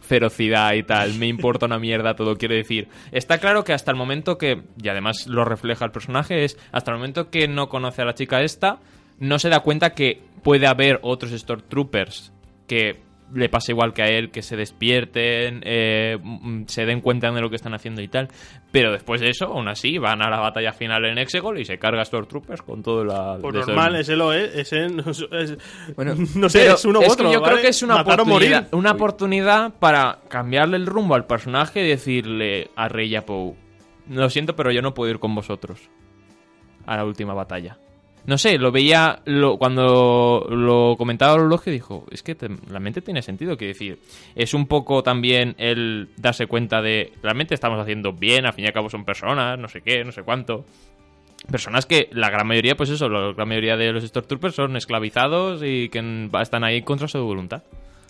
S5: ferocidad y tal? Me importa una mierda todo, quiero decir. Está claro que hasta el momento que, y además lo refleja el personaje, es hasta el momento que no conoce a la chica esta, no se da cuenta que puede haber otros Stormtroopers que le pase igual que a él, que se despierten, eh, mm, se den cuenta de lo que están haciendo y tal. Pero después de eso, aún así, van a la batalla final en Exegol y se carga a Stormtroopers con todo la...
S2: Por
S5: de todo el
S2: normal,
S5: mundo.
S2: ese lo es. Ese no, es-
S4: Bueno,
S2: <laughs> no sé,
S5: Pero
S2: es uno u
S5: que
S2: otro.
S5: yo
S2: ¿vale?
S5: creo que es una
S2: Matar o
S5: oportunidad,
S2: morir.
S5: una oportunidad para cambiarle el rumbo al personaje y decirle a Rey y a Poe, lo siento, pero yo no puedo ir con vosotros a la última batalla. No sé, lo veía lo- cuando lo comentaba Lolo que dijo, es que te- realmente tiene sentido, que decir, es un poco también el darse cuenta de, realmente estamos haciendo bien, al fin y al cabo son personas, no sé qué, no sé cuánto personas que la gran mayoría, pues eso, la gran mayoría de los Stormtroopers son esclavizados y que en- están ahí contra su voluntad.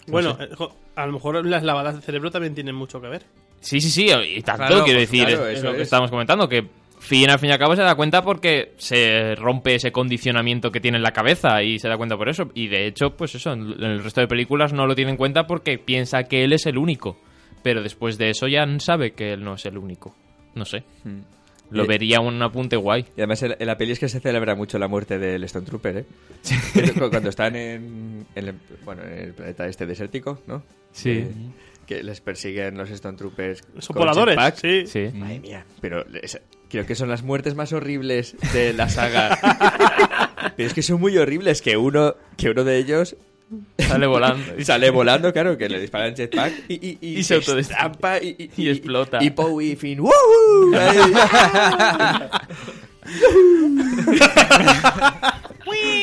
S5: No
S2: Bueno,
S5: sé.
S2: eh, jo- a lo mejor las lavadas de cerebro también tienen mucho que ver.
S5: Sí, sí, sí, y tanto
S1: Claro,
S5: quiero
S1: pues
S5: decir,
S4: claro,
S5: es, es
S4: eso
S5: lo que
S4: es.
S5: estábamos comentando, que Finn al fin y al cabo se da cuenta porque se rompe ese condicionamiento que tiene en la cabeza y se da cuenta por eso. Y de hecho, pues eso, en en el resto de películas no lo tiene en cuenta porque piensa que él es el único. Pero después de eso ya sabe que él no es el único. No sé. Lo
S4: Eh,
S5: vería un apunte guay.
S4: Y además en en la peli es que se celebra mucho la muerte del Stone Trooper, ¿eh? Que cu- Cuando están en, en el, bueno, en el planeta este desértico, ¿no?
S5: Sí.
S4: Eh, que les persiguen los Stone Troopers.
S2: Son
S4: con
S2: voladores,
S4: jetpack.
S2: sí.
S5: Sí. <laughs>
S4: Madre mía, pero es- creo que son las muertes más horribles de
S2: <laughs>
S4: la saga. pero es que son muy horribles que uno, que uno de ellos
S5: Sale volando.
S4: <laughs> sale volando, claro, que le disparan jetpack y, y,
S5: Y se autodestruye.
S4: estampa y,
S5: Y explota.
S4: Y Poe y Finn, ¡Woo! Ahí.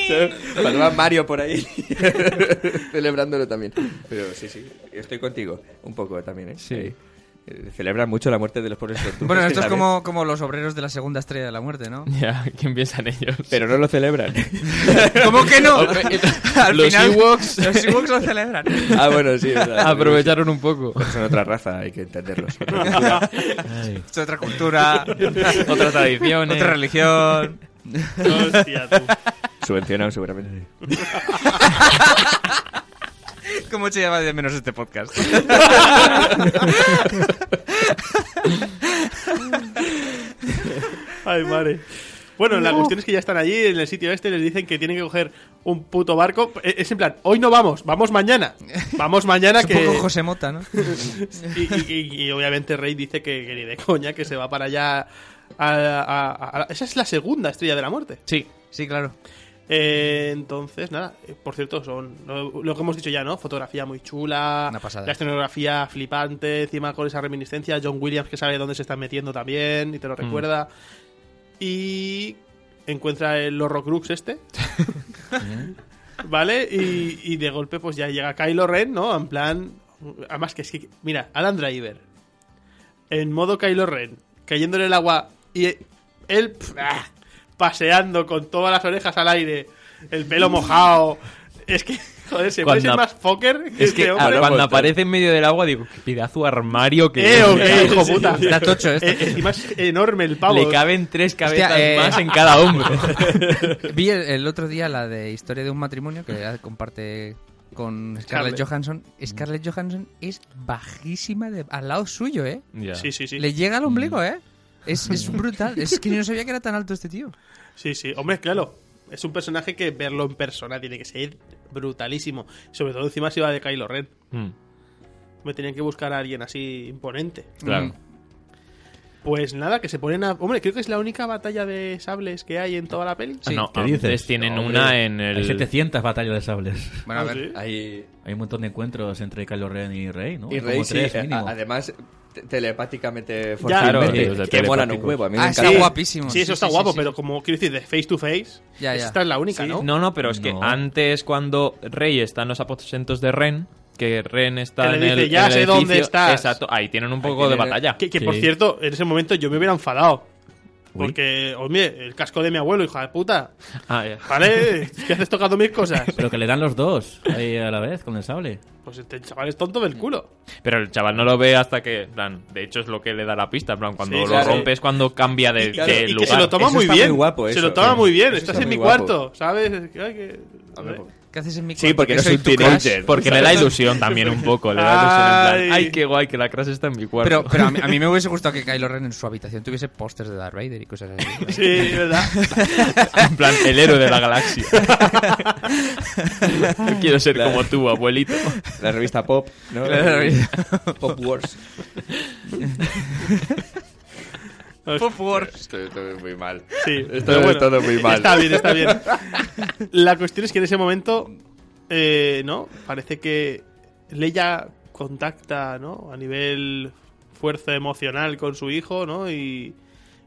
S4: Se- Pasaba Mario por ahí <laughs> celebrándolo también. Pero sí, sí, estoy contigo un poco también, ¿eh?
S5: Sí.
S4: Ahí. Eh, Celebran mucho la muerte de los pobres tortugas,
S1: Bueno,
S4: que
S1: esto es
S4: saben,
S1: como, como los obreros de la segunda estrella de la muerte,
S5: <laughs>
S1: ¿no? <laughs>
S5: Ya, ¿quién piensa en ellos?
S4: Pero no lo celebran.
S1: ¿Cómo que no? <laughs> Al
S5: Los
S1: final,
S5: Ewoks.
S1: los Ewoks lo celebran.
S4: Ah, bueno, sí. es verdad.
S5: <laughs> Aprovecharon un poco.
S4: Son otra raza, hay que entenderlos.
S6: Ay.
S1: Es otra cultura,
S5: <laughs> Otras tradiciones.
S1: otra religión.
S2: <laughs>
S1: <laughs>
S2: Hostia, tú.
S4: Subvencionan seguramente.
S1: ¿Cómo se llama de menos este podcast?
S2: Ay, madre. Bueno, la cuestión es que ya están allí en el sitio este, les dicen que tienen que coger un puto barco. E- Es en plan, hoy no vamos,
S1: <laughs>
S2: vamos mañana. Vamos mañana
S1: Es un
S2: que...
S1: poco José Mota, ¿no?
S2: Y, y- y- y obviamente Rey dice que, que ni de coña, que se va para allá. a- a- a- a- Esa es la segunda estrella de la muerte.
S5: Sí.
S1: Sí, claro.
S2: Eh, entonces, nada, eh, por cierto, son lo, lo que hemos dicho ya, ¿no? Fotografía muy chula,
S1: Una pasada.
S2: la escenografía flipante, encima con esa reminiscencia, John Williams que sabe dónde se están metiendo también y te lo
S1: Mm.
S2: recuerda. Y encuentra el Horrocrux este. ¿Vale? Y, y de golpe pues ya llega Kylo Ren, ¿no? En plan... Además que es que... Mira, Adam Driver. En modo Kylo Ren. Cayendo en el agua. Y él... pf, ah, paseando con todas las orejas al aire. El pelo mojado. Es que... Joder, se puede
S5: Cuando-
S2: ser más fucker que
S5: Es que
S2: este hombre.
S5: ah, cuando aparece en medio del agua, digo, que pedazo de armario que.
S2: Eh,
S5: es.
S2: ok,
S5: Le
S2: hijo puta.
S1: Está tocho esto.
S2: Eh, encima es enorme el pavo.
S5: Le caben tres cabezas
S1: Hostia, eh.
S5: más en cada hombro.
S2: <laughs>
S5: <laughs>
S1: Vi el, el otro día la de Historia de un matrimonio que la comparte con Scarlett
S2: Scarlett.
S1: Johansson. Scarlett Johansson es bajísima de, al lado suyo, ¿eh?
S5: Ya.
S2: Sí, sí, sí.
S1: Le llega al ombligo, ¿eh? Es, es brutal. Es que yo no sabía que era tan alto este tío.
S2: Sí, sí, hombre, claro. Es un personaje que verlo en persona tiene que ser brutalísimo. Sobre todo encima si va de Kylo Ren.
S5: Mm,
S2: Me tenían que buscar a alguien así imponente.
S5: Claro.
S2: Pues nada, que se ponen a... Hombre, creo que es la única batalla de sables que hay en toda la peli.
S1: Sí.
S5: Ah, no,
S6: ¿Qué
S5: antes
S6: dices?
S5: tienen
S6: Hombre,
S5: una en
S6: Hay
S5: el.
S6: 700 batallas de sables.
S1: Bueno, a
S2: Ah,
S1: ver.
S2: sí.
S4: Ahí...
S6: Hay un montón de encuentros entre Kylo Ren y Rey, ¿no?
S4: Y
S6: Como
S4: Rey, sí,
S6: tres
S4: eh, a-
S6: mínimo.
S4: además te- telepáticamente
S2: Claro,
S4: forzadamente,
S5: sí, o sea,
S4: que molan un
S5: telepáticos.
S4: huevo. A mí
S1: Ah,
S4: me
S1: está
S4: encanta.
S1: guapísimo.
S2: Sí, eso
S1: Sí,
S2: está
S1: sí,
S2: guapo,
S1: sí, sí.
S2: pero como quiero decir, de face to face,
S1: Ya, ya.
S2: esta es la única, ¿no?
S5: No, no, pero es que
S6: No.
S5: antes cuando Rey está en los aposentos de Ren, que Ren está
S2: Que le
S5: en
S2: dice,
S5: el
S2: "Ya
S5: en el
S2: sé dónde
S5: edificio",
S2: estás.
S5: Exacto, ahí tienen un poco de
S4: tienen-
S5: batalla.
S2: Que, que, por
S6: Sí.
S2: cierto, en ese momento yo me hubiera enfadado.
S6: Uy.
S2: Porque, oye, el casco de mi abuelo, hija de puta.
S5: Ah, ya.
S4: <laughs>
S2: ¿Vale? ¿Qué haces tocando mis cosas?
S6: Pero que le dan los dos ahí a la vez con el sable.
S2: Pues este chaval es tonto del culo.
S5: Pero el chaval no lo ve hasta que, en plan, de hecho es lo que le da la pista, en plan, cuando
S2: Sí,
S5: lo
S2: claro.
S5: rompe es cuando cambia de,
S4: Y claro,
S5: de
S2: Y que
S5: lugar.
S2: se lo toma
S4: Eso
S2: muy
S4: está
S2: bien.
S4: muy guapo,
S2: se
S4: eso. eh.
S2: lo toma muy bien.
S4: Eso
S2: Estás
S4: está
S2: en mi
S4: muy guapo.
S2: cuarto, ¿sabes? Es que- ay, que-
S4: Hombre,
S2: ¿eh?
S4: por-
S1: ¿Qué haces en mi
S4: Sí, porque no
S1: soy
S4: soy un
S1: tu crush?
S4: teenager.
S5: Porque le da ilusión también un poco, le da ilusión en plan,
S2: Ay.
S5: ay, qué guay, que la clase está en mi cuarto.
S1: Pero, pero a, mí, a mí me hubiese gustado que Kylo Ren en su habitación tuviese pósters de Darth Vader y cosas
S4: pues,
S1: así.
S4: eh.
S2: Sí,
S4: <laughs>
S2: ¿verdad?
S5: <laughs> en plan, el héroe de la <laughs> galaxia. Yo quiero ser como tú, abuelito.
S4: La revista Pop, ¿no?
S1: La revista.
S4: Pop Wars.
S2: Pues,
S1: Pop Wars.
S4: Esto, esto es muy mal.
S2: Sí,
S4: Esto
S2: pero
S4: es
S2: bueno,
S4: todo muy mal.
S2: Está bien, está bien. La cuestión es que en ese momento, eh, ¿no? Parece que Leia contacta, ¿no? A nivel fuerza emocional con su hijo, ¿no? Y.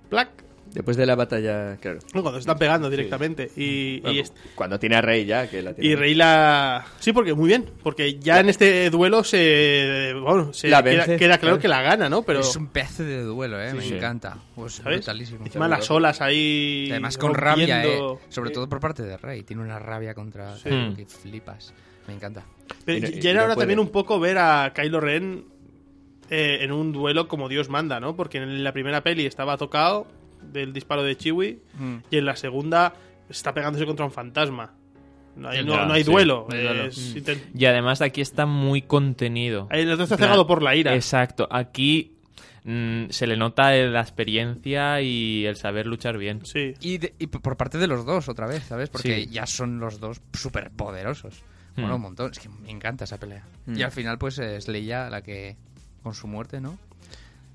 S2: ¡Plac!
S4: Después de la batalla, claro.
S2: No, cuando se están pegando directamente. Y, y,
S4: Bueno,
S2: es-
S4: Cuando tiene a Rey ya, que la
S2: este-
S4: tiene.
S2: y Rey la. Sí, porque muy bien. Porque ya en este duelo se. Bueno, se
S4: La
S2: queda,
S4: vence,
S2: queda claro
S4: claro.
S2: que la gana, ¿no? Pero.
S1: Es un pedazo de duelo, ¿eh? me
S5: sí.
S1: encanta. Pues
S2: ¿Sabes?
S1: brutalísimo.
S2: Encima las olas ahí.
S1: Además con rabia, ¿eh?
S2: rompiendo.
S1: Sobre
S2: Eh,
S1: todo por parte de Rey. Tiene una rabia contra
S2: Sí.
S1: Kylo que flipas. Me encanta.
S2: Pero
S4: Y no-
S2: ya-
S4: y
S2: ya era
S4: no
S2: ahora
S4: puede.
S2: también un poco ver a Kylo Ren eh, en un duelo como Dios manda, ¿no? Porque en la primera peli estaba tocado del disparo de Chiwi
S1: Mm.
S2: y en la segunda está pegándose contra un fantasma. No hay, no-
S5: Ya,
S2: no hay
S5: sí,
S2: duelo.
S5: no hay duelo.
S2: es inten-
S5: Y además aquí está muy contenido.
S2: Ahí el otro está cegado por la ira.
S5: Exacto, aquí mm, se le nota la experiencia y el saber luchar bien.
S2: Sí.
S1: Y, de- y por parte de los dos, otra vez, ¿sabes? Porque
S5: Sí.
S1: ya son los dos súper poderosos.
S2: Hmm.
S5: Mm.
S1: Bueno, un montón. Es que me encanta esa pelea. Y al final, pues es Leia la que, con su muerte, ¿no?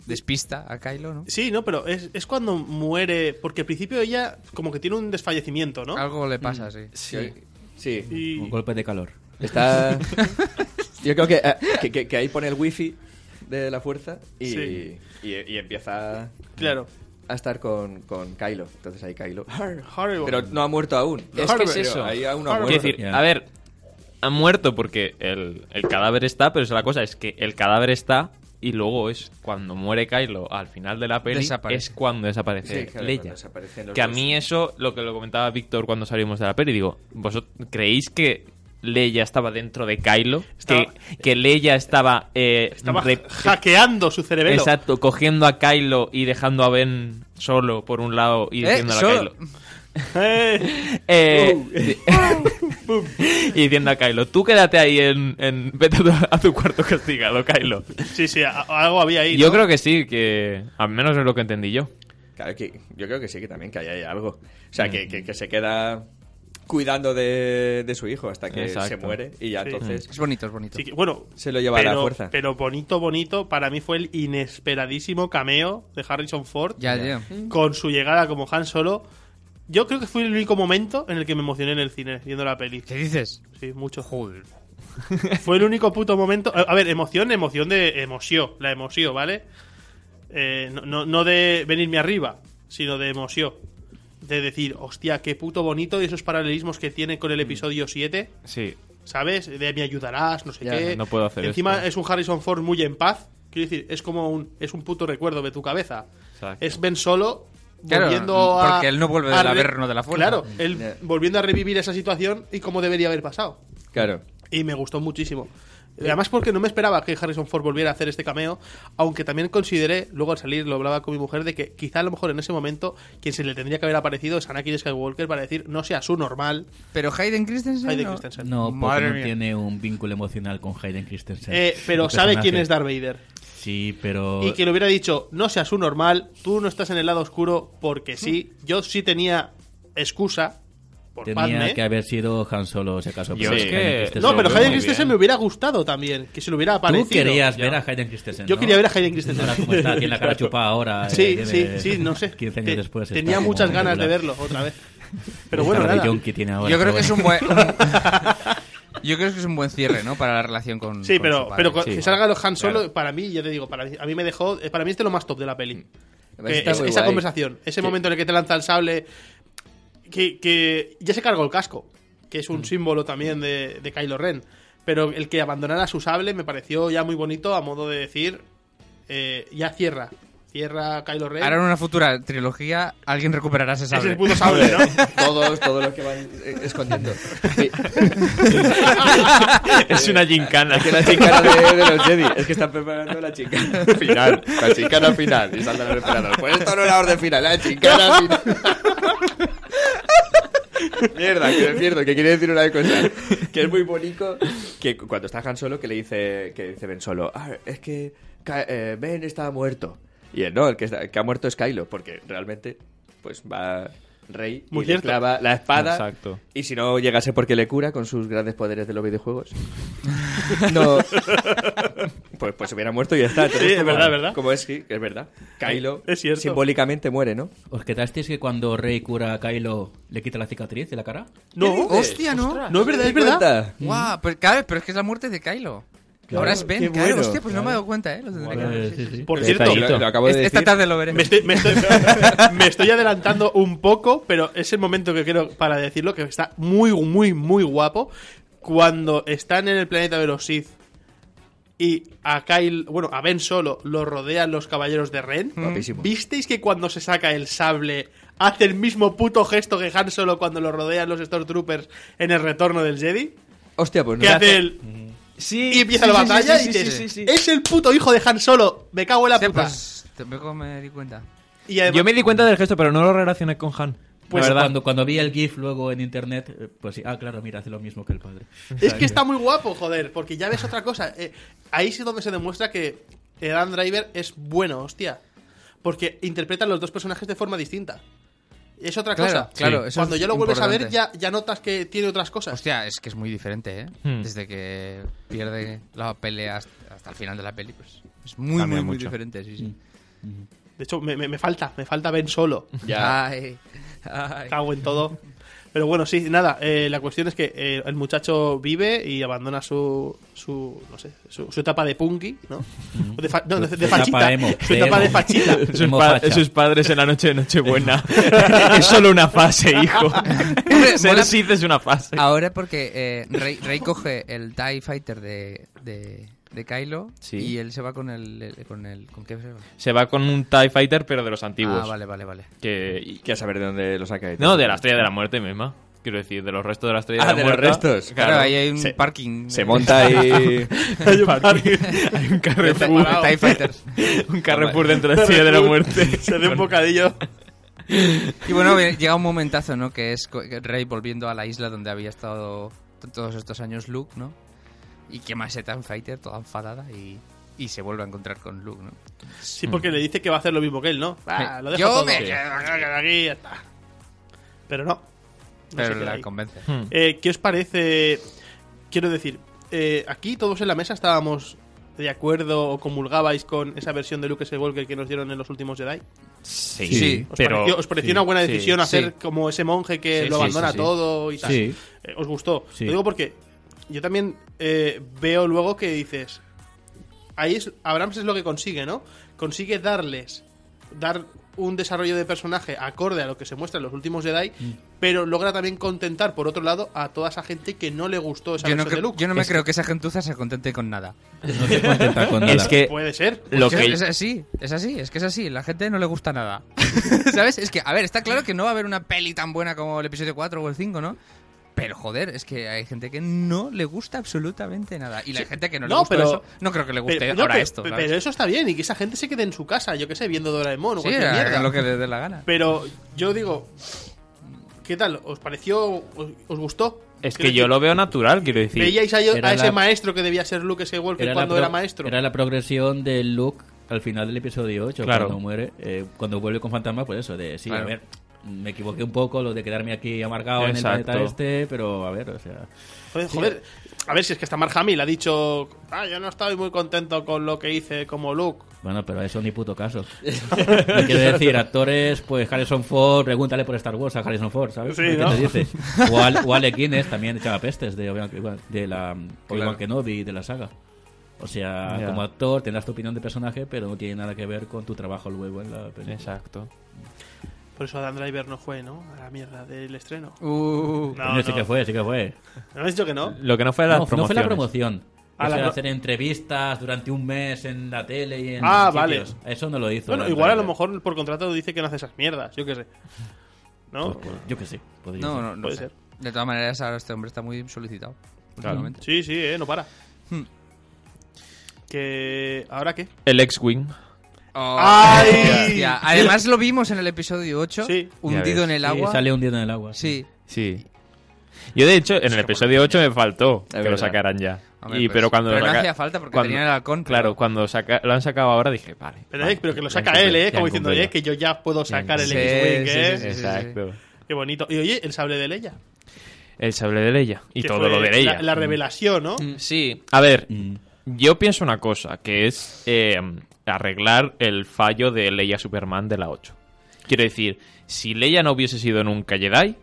S1: Despista a Kylo, ¿no?
S2: Sí, no, pero es, es cuando muere. Porque al principio ella como que tiene un desfallecimiento, ¿no?
S1: Algo le pasa, sí.
S4: Sí. Sí.
S2: Y-
S6: Un golpe de calor.
S4: Está. <laughs> Yo creo que, eh, que, que- que ahí pone el wifi de la fuerza y,
S2: Sí.
S4: y, y empieza
S2: Claro.
S4: a estar con, con Kylo. Entonces ahí Kylo.
S2: Horrible.
S4: Pero no ha muerto aún.
S5: Es que es eso.
S4: Ahí aún no ha
S5: Quiero
S4: muerto.
S5: decir,
S6: Ya.
S5: a ver, ha muerto porque el, el cadáver está, pero es la cosa es que el cadáver está y luego es cuando muere Kylo al final de la peli,
S1: Desaparece.
S5: es cuando
S4: Sí,
S5: desaparece
S4: claro,
S5: Leia.
S4: cuando desaparecen los
S5: Que a
S4: dos.
S5: mí eso, lo que lo comentaba Víctor cuando salimos de la peli, digo, ¿vosotros creéis que Leia estaba dentro de Kylo?
S2: Estaba-
S5: Que, que Leia estaba... eh,
S2: Estaba
S5: re-
S2: hackeando su cerebelo.
S5: Exacto, cogiendo a Kylo y dejando a Ben solo por un lado y
S1: Eh,
S5: diciéndole a
S1: solo.
S5: Kylo.
S2: Eh,
S5: Eh, <laughs> y diciendo a Kylo, tú quédate ahí en, en- vete a tu, a tu cuarto castigado, Kylo.
S2: sí, sí, a- algo había ahí.
S5: Yo
S2: ¿no?
S5: creo que sí, que al menos es lo que entendí yo.
S4: Claro que yo creo que sí, que también que ahí hay algo. O sea, que, que- que se queda cuidando de, de su hijo hasta que se
S5: Exacto.
S4: muere y ya
S2: Sí.
S4: entonces
S1: Es bonito, es bonito.
S2: Sí que- bueno,
S4: se lo lleva a la fuerza.
S2: pero bonito, bonito, para mí fue el inesperadísimo cameo de Harrison Ford
S1: Ya, ya.
S2: con su llegada como Han Solo. Yo creo que fue el único momento en el que me emocioné en el cine viendo la peli.
S1: ¿Qué dices?
S2: Sí, mucho. Fue el único puto momento. A a ver, emoción, emoción de emoción, la emoción, ¿vale? Eh, no, no, no de venirme arriba, sino de emoción. De decir, hostia, qué puto bonito y esos paralelismos que tiene con el episodio 7.
S5: Mm. Sí,
S2: ¿sabes? De me ayudarás, no sé
S4: Ya,
S2: qué.
S5: no puedo hacer
S2: Encima
S5: esto.
S2: es un Harrison Ford muy en paz. Quiero decir, es como un, es un puto recuerdo de tu cabeza.
S5: Exacto.
S2: Es Ben Solo
S1: Claro, mm,
S2: volviendo a...
S1: porque él no vuelve del
S2: re-
S1: Averno de la Fuerza. Mm.
S2: Claro, él
S4: Ya.
S2: volviendo a revivir esa situación y cómo debería haber pasado.
S4: Claro.
S2: Y me gustó muchísimo. Además porque no me esperaba que Harrison Ford volviera a hacer este cameo, aunque también consideré, luego al salir lo hablaba con mi mujer, de que quizá a lo mejor en ese momento quien se le tendría que haber aparecido es Anakin Skywalker para decir, no sea su normal,
S1: Pero Hayden Christensen.
S2: Hayden
S1: no?
S2: Christensen.
S6: No, porque
S1: Madre
S6: no
S1: mía.
S6: tiene un vínculo emocional con Hayden Christensen.
S2: Eh, pero
S6: El
S2: sabe quién
S6: personaje.
S2: es Darth Vader.
S6: Sí, pero.
S2: y que le hubiera dicho, no seas un normal, tú no estás en el lado oscuro porque sí. Yo sí tenía excusa por
S6: Tenía
S2: Padme.
S6: que haber sido Han Solo, si acaso.
S5: Yo
S6: pero
S5: es
S6: Hayden
S5: que-
S6: Christensen-
S2: No,
S5: Lo
S2: pero
S5: veo
S2: Hayden
S5: muy
S2: Christensen
S5: bien.
S2: me hubiera gustado también, que se le hubiera
S6: Tú
S2: aparecido.
S6: querías ver a Hayden Christensen.
S2: Yo
S6: ¿no?
S2: quería ver a Hayden Christensen.
S6: Ahora como está, tiene la cara
S2: <laughs>
S6: chupada ahora.
S2: Sí,
S6: eh,
S2: sí,
S6: tiene <laughs>
S2: sí, no sé.
S6: 15 años
S2: Te-
S6: después. está
S2: tenía
S6: como
S2: muchas ganas de
S6: regular. <laughs>
S2: verlo otra vez. Pero bueno,
S6: Esta cara de
S2: nada.
S6: yonki tiene ahora,
S1: Yo creo
S6: pero
S1: que es
S6: bueno.
S1: un buen. Yo creo que es un buen cierre, ¿no? Para la relación con. con
S2: Sí,
S1: su
S2: pero,
S1: padre.
S2: pero con-
S5: sí.
S2: que salga los Han Solo,
S5: Claro.
S2: para mí, yo te digo, para mí, a mí me dejó. Para mí este es lo más top de la peli.
S4: Además,
S2: Que
S4: está
S2: es-
S4: muy
S2: esa
S4: guay.
S2: conversación, ese momento en el que te lanza el sable, que, que ya se cargó el casco, que es un símbolo también de, de Kylo Ren. Pero el que abandonara su sable me pareció ya muy bonito a modo de decir, eh, ya cierra. Cierra Kylo Ren.
S1: Ahora en una futura trilogía, alguien recuperará ese
S2: es
S1: sable.
S2: el puto sable, ¿no?
S4: <laughs> <laughs> Todos, todos los que van eh, escondiendo. <laughs> Sí,
S5: es una gincana.
S6: <laughs>
S4: es que la chicana de, de los Jedi. Es que están preparando la chicana final. La chicana final. Y saltan los emperadores. Pues esto no es la orden final, la chicana final. Mierda, que me pierdo, que quería decir una cosa. Que es muy bonito que cu- cuando está Han Solo, que le dice, que dice Ben Solo, "Ah, es que Ka- eh, Ben está muerto. Y él, no, el que, está- el que ha muerto es Kylo, porque realmente, pues va Rey y
S2: Muy
S4: le
S2: cierto.
S4: clava la espada.
S5: Exacto.
S4: Y si no llegase porque le cura con sus grandes poderes de
S2: <laughs>
S4: los videojuegos, no. Pues, pues hubiera muerto y ya está. Entonces,
S2: Sí, es
S4: como-
S2: verdad, verdad.
S4: Como es, sí, es verdad. Kylo
S2: Es cierto.
S4: simbólicamente muere, ¿no?
S6: ¿Os quedasteis que cuando Rey cura a Kylo le quita la cicatriz de la cara?
S2: No, eh,
S1: Hostia, ¿no?
S2: no es verdad, es verdad.
S1: Guau, pues, claro, pero es que es la muerte de Kylo. Ahora es Ben,
S4: qué
S1: claro,
S4: bueno,
S1: hostia, pues no me he dado cuenta, ¿eh? Lo tendré que ver, sí, sí.
S2: Por
S5: Detallito.
S2: cierto,
S4: Lo, lo acabo de
S1: Es- Esta
S4: decir.
S1: tarde lo veré.
S2: Me estoy, me estoy- <laughs> me estoy adelantando un poco, pero es el momento que quiero para decirlo, que está muy, muy, muy guapo. Cuando están en el planeta de los Sith y a Kyle, bueno, a Ben solo lo rodean los caballeros de Ren.
S4: Guapísimo.
S2: ¿Visteis que cuando se saca el sable hace el mismo puto gesto que Han Solo cuando lo rodean los Stormtroopers en el retorno del Jedi?
S4: Hostia, pues no.
S2: Que hace el...
S5: Sí,
S2: Y empieza la batalla y dices, es el puto hijo de Han Solo, me cago en la
S1: Hostia,
S2: puta.
S1: pues, tampoco me di cuenta.
S2: Y además-
S5: Yo me di cuenta del <laughs> gesto, pero no lo relacioné con Han.
S6: Pues
S5: la verdad.
S6: cuando, cuando vi el GIF luego en internet, eh, pues sí, ah, claro, mira, hace lo mismo que el padre.
S2: Es que está muy guapo, joder, porque ya ves otra cosa. Eh, ahí sí es donde se demuestra que Dan Driver es bueno, hostia. Porque interpretan los dos personajes de forma distinta. Es otra
S1: Claro,
S2: cosa.
S1: claro, Sí. eso
S2: Cuando
S1: es
S2: ya lo vuelves a ver, ya,
S1: importante.
S2: ya notas que tiene otras cosas.
S1: Hostia, es que es muy diferente, ¿eh?
S5: Hmm.
S1: Desde que pierde la pelea hasta, hasta el final de la peli, pues es muy,
S5: Cambia
S1: muy, muy
S5: mucho.
S1: diferente, sí, sí.
S2: De hecho, me, me- me falta, me falta
S1: <laughs>
S2: Ben solo.
S4: Ya.
S1: Ay, ay. <laughs>
S2: Cago en todo. Pero bueno, sí, nada. eh, la cuestión es que eh, el muchacho vive y abandona su, su no sé, su, su etapa de punky,
S1: <laughs>
S2: ¿no? O de fa- no, de, de
S6: Su etapa
S2: fachita.
S6: emo,
S2: su
S6: de
S2: etapa
S6: emo.
S2: de fachita. <laughs>
S5: Sus,
S6: Emo
S5: pa-
S6: facha.
S5: sus padres en la noche de Nochebuena. <laughs> es solo una fase, <laughs> hijo.
S1: <laughs>
S5: Ser
S1: Mola-
S5: Sith es una fase.
S1: Ahora porque eh, Rey, Rey coge el TIE Fighter de, de, de Kylo
S5: Sí.
S1: y él se va con el, el- con el... ¿Con qué se va?
S5: Se va con un TIE Fighter, pero de los antiguos.
S1: Ah, vale, vale, vale.
S5: Que, y-
S4: Que a saber de dónde lo saca. y todo.
S5: No, de la Estrella de la Muerte misma. Quiero decir, de los restos de la Estrella
S4: Ah,
S5: de la
S4: de los
S5: Muerte.
S4: restos.
S1: Claro, ahí hay un
S4: Se-
S1: parking.
S4: Se
S2: <laughs>
S4: monta ahí.
S5: Hay un parque- hay un Carrefour.
S1: de TIE
S4: <laughs>
S1: Fighters.
S5: un <laughs> Carrefour dentro de la Estrella de la <laughs> Muerte.
S2: <laughs> Se da un bocadillo.
S1: Y bueno, ve- llega un momentazo, ¿no? Que es co- que Rey volviendo a la isla donde había estado t- todos estos años Luke, ¿no? Y que más tan Fighter, toda enfadada, y, y se vuelve a encontrar con Luke, ¿no?
S2: Sí, porque le dice que va a hacer lo mismo que él, ¿no? Ah,
S1: Sí.
S2: lo dejo
S1: Yo
S2: todo.
S1: me
S2: Sí.
S1: quedo,
S2: quedo aquí y ya está. Pero no. No se
S1: Pero
S2: queda
S1: la
S2: ahí.
S1: convence.
S2: Eh, ¿Qué os parece? Quiero decir, eh, aquí todos en la mesa estábamos de acuerdo o comulgabais con esa versión de Luke Skywalker que nos dieron en los últimos Jedi.
S5: Sí,
S1: Sí.
S2: ¿Os
S5: pero.
S2: Pues pareció, os pareció una buena
S5: sí,
S2: decisión hacer
S1: sí.
S2: como ese monje que
S5: Sí,
S2: lo
S5: sí,
S2: abandona
S5: sí, sí.
S2: todo y tal?
S6: Sí.
S2: Eh, ¿Os gustó?
S6: Sí.
S2: Lo digo porque yo también eh, veo luego que dices. Ahí es, Abrams es lo que consigue, ¿no? Consigue darles. Dar un desarrollo de personaje acorde a lo que se muestra en los últimos Jedi, pero logra también contentar, por otro lado, a toda esa gente que Pues no le gustó esa
S1: Yo no,
S2: versión de
S1: creo-
S2: Luke.
S1: yo no me creo que esa gentuza se contente con nada.
S6: No se
S2: <laughs>
S6: contenta con nada.
S5: Es que
S2: Puede ser.
S5: lo
S1: Es,
S5: que.
S1: es así, es así, es que es así. La gente no le gusta
S2: <laughs>
S1: nada. ¿Sabes? Es que, a ver, está claro que no va a haber una peli tan buena como el episodio 4 o el 5, ¿no? Pero joder, es que hay gente que no le gusta absolutamente nada. Y la gente que no,
S2: No,
S1: le gusta
S2: pero-
S1: eso, no creo que le guste
S2: Pero, no,
S1: ahora
S2: pero-
S1: esto.
S2: pero
S1: ¿sabes?
S2: eso está bien, y que esa gente se quede en su casa, yo que sé, viendo Doraemon o
S1: Sí,
S2: cualquier mierda.
S1: hagan lo que les dé la
S2: <laughs>
S1: gana.
S2: Pero yo digo, ¿qué tal? ¿Os pareció? ¿Os, os gustó?
S5: Es que
S2: Quiero
S5: yo
S2: decir,
S5: lo veo natural, quiero decir.
S2: ¿Veíais a,
S6: Era
S2: a ese
S6: la-
S2: maestro que debía ser Luke Skywalker cuando
S6: pro-
S2: era maestro?
S6: Era la progresión de Luke al final del episodio 8,
S5: Claro.
S6: cuando muere, eh, cuando vuelve con Fantasma, pues eso, de sí,
S1: Claro.
S6: a ver, me equivoqué un poco lo de quedarme aquí amargado en el
S5: Exacto.
S6: planeta este, pero a ver, o sea.
S2: Joder, joder, a ver si es que hasta Mark Hamill ha dicho, ah, yo no estoy muy contento con lo que hice como Luke.
S6: Bueno, pero eso ni
S2: <laughs>
S6: puto caso. Me quiero decir, actores, pues Harrison Ford, pregúntale por Star Wars a Harrison Ford, ¿sabes?
S2: Sí,
S6: ¿Qué
S2: ¿no?
S6: te dice? O, Al- o Alec Guinness también echaba pestes de, Obi-Wan- de la Obi-Wan
S1: Claro.
S6: Kenobi y de la saga. O sea,
S5: Ya.
S6: como actor tendrás tu opinión de personaje, pero no tiene nada que ver con tu trabajo luego en la película.
S5: Exacto.
S2: Por eso Adam Driver no fue, ¿no? A la mierda del estreno.
S1: Uh,
S2: No,
S6: Coño, sí que fue, sí que fue.
S2: ¿No has dicho que no?
S5: Lo que no fue la
S6: no,
S5: promoción.
S6: no fue la promoción.
S2: Ah,
S6: Eso
S2: la
S6: de
S2: pro-
S6: hacer entrevistas durante un mes en la tele y en
S2: Ah,
S6: sitios. Eso no lo hizo.
S2: Bueno,
S6: Adam
S2: igual a lo
S6: Driver.
S2: mejor por contrato dice que no hace esas mierdas, yo qué sé. ¿No?
S6: Pues, Yo que sé. podría
S1: no,
S6: ser.
S1: no, no
S2: Puede
S1: sé.
S2: ser.
S1: De todas maneras, ahora este hombre está muy solicitado. últimamente.
S2: Sí, sí, eh, no para.
S1: Hmm.
S2: Que. ¿Ahora qué?
S5: El X-Wing.
S1: Oh,
S2: ¡Ay!
S1: hostia. Además lo vimos en el episodio 8,
S2: Sí.
S1: hundido
S5: Ya ves.
S1: en el
S6: Sí,
S1: agua.
S6: sale hundido en el agua.
S1: Sí.
S5: Sí. Yo, de hecho, en el episodio 8 me faltó que lo
S4: verdad.
S5: sacaran ya.
S1: Hombre,
S5: y,
S1: pues,
S5: pero cuando lo
S1: pero no
S5: saca-
S1: hacía falta porque
S5: cuando-
S1: tenían el halcón, pero-
S5: Claro, cuando saca- lo han sacado ahora dije, vale.
S2: Pero,
S5: vale,
S2: eh, pero que lo
S5: ya han
S2: saca él,
S5: cumplido,
S2: ¿eh?
S5: ya
S2: Como
S5: han
S2: diciendo, eh,
S5: cumplido.
S2: que yo ya puedo sacar el
S1: Sí,
S2: X-Wing,
S1: sí,
S2: ¿eh?
S1: sí, sí, sí.
S5: Exacto.
S2: Qué bonito. Y oye, el sable de Leia.
S5: El sable de Leia. Y
S2: que
S5: todo
S2: fue
S5: lo de Leia.
S2: La, la revelación, ¿no?
S5: Sí. A ver,
S6: Mm.
S5: yo pienso una cosa, que es eh, arreglar el fallo de Leia Superman de la 8. Quiero decir, si Leia no hubiese sido nunca Jedi,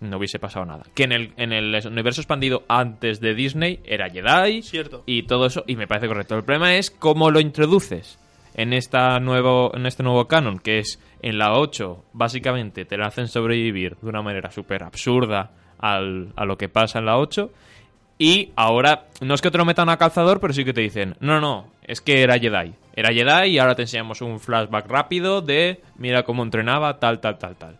S5: no hubiese pasado nada. Que en el, en el universo expandido antes de Disney era Jedi
S2: Cierto.
S5: y todo eso, y me parece correcto. El problema es cómo lo introduces en, esta nuevo, en este nuevo canon, que es en la 8, básicamente te la hacen sobrevivir de una manera súper absurda al, a lo que pasa en la 8. Y ahora, no es que te lo metan a calzador, pero sí que te dicen, no, no, es que era Jedi. Era Jedi y ahora te enseñamos un flashback rápido de, mira cómo entrenaba, tal, tal, tal, tal.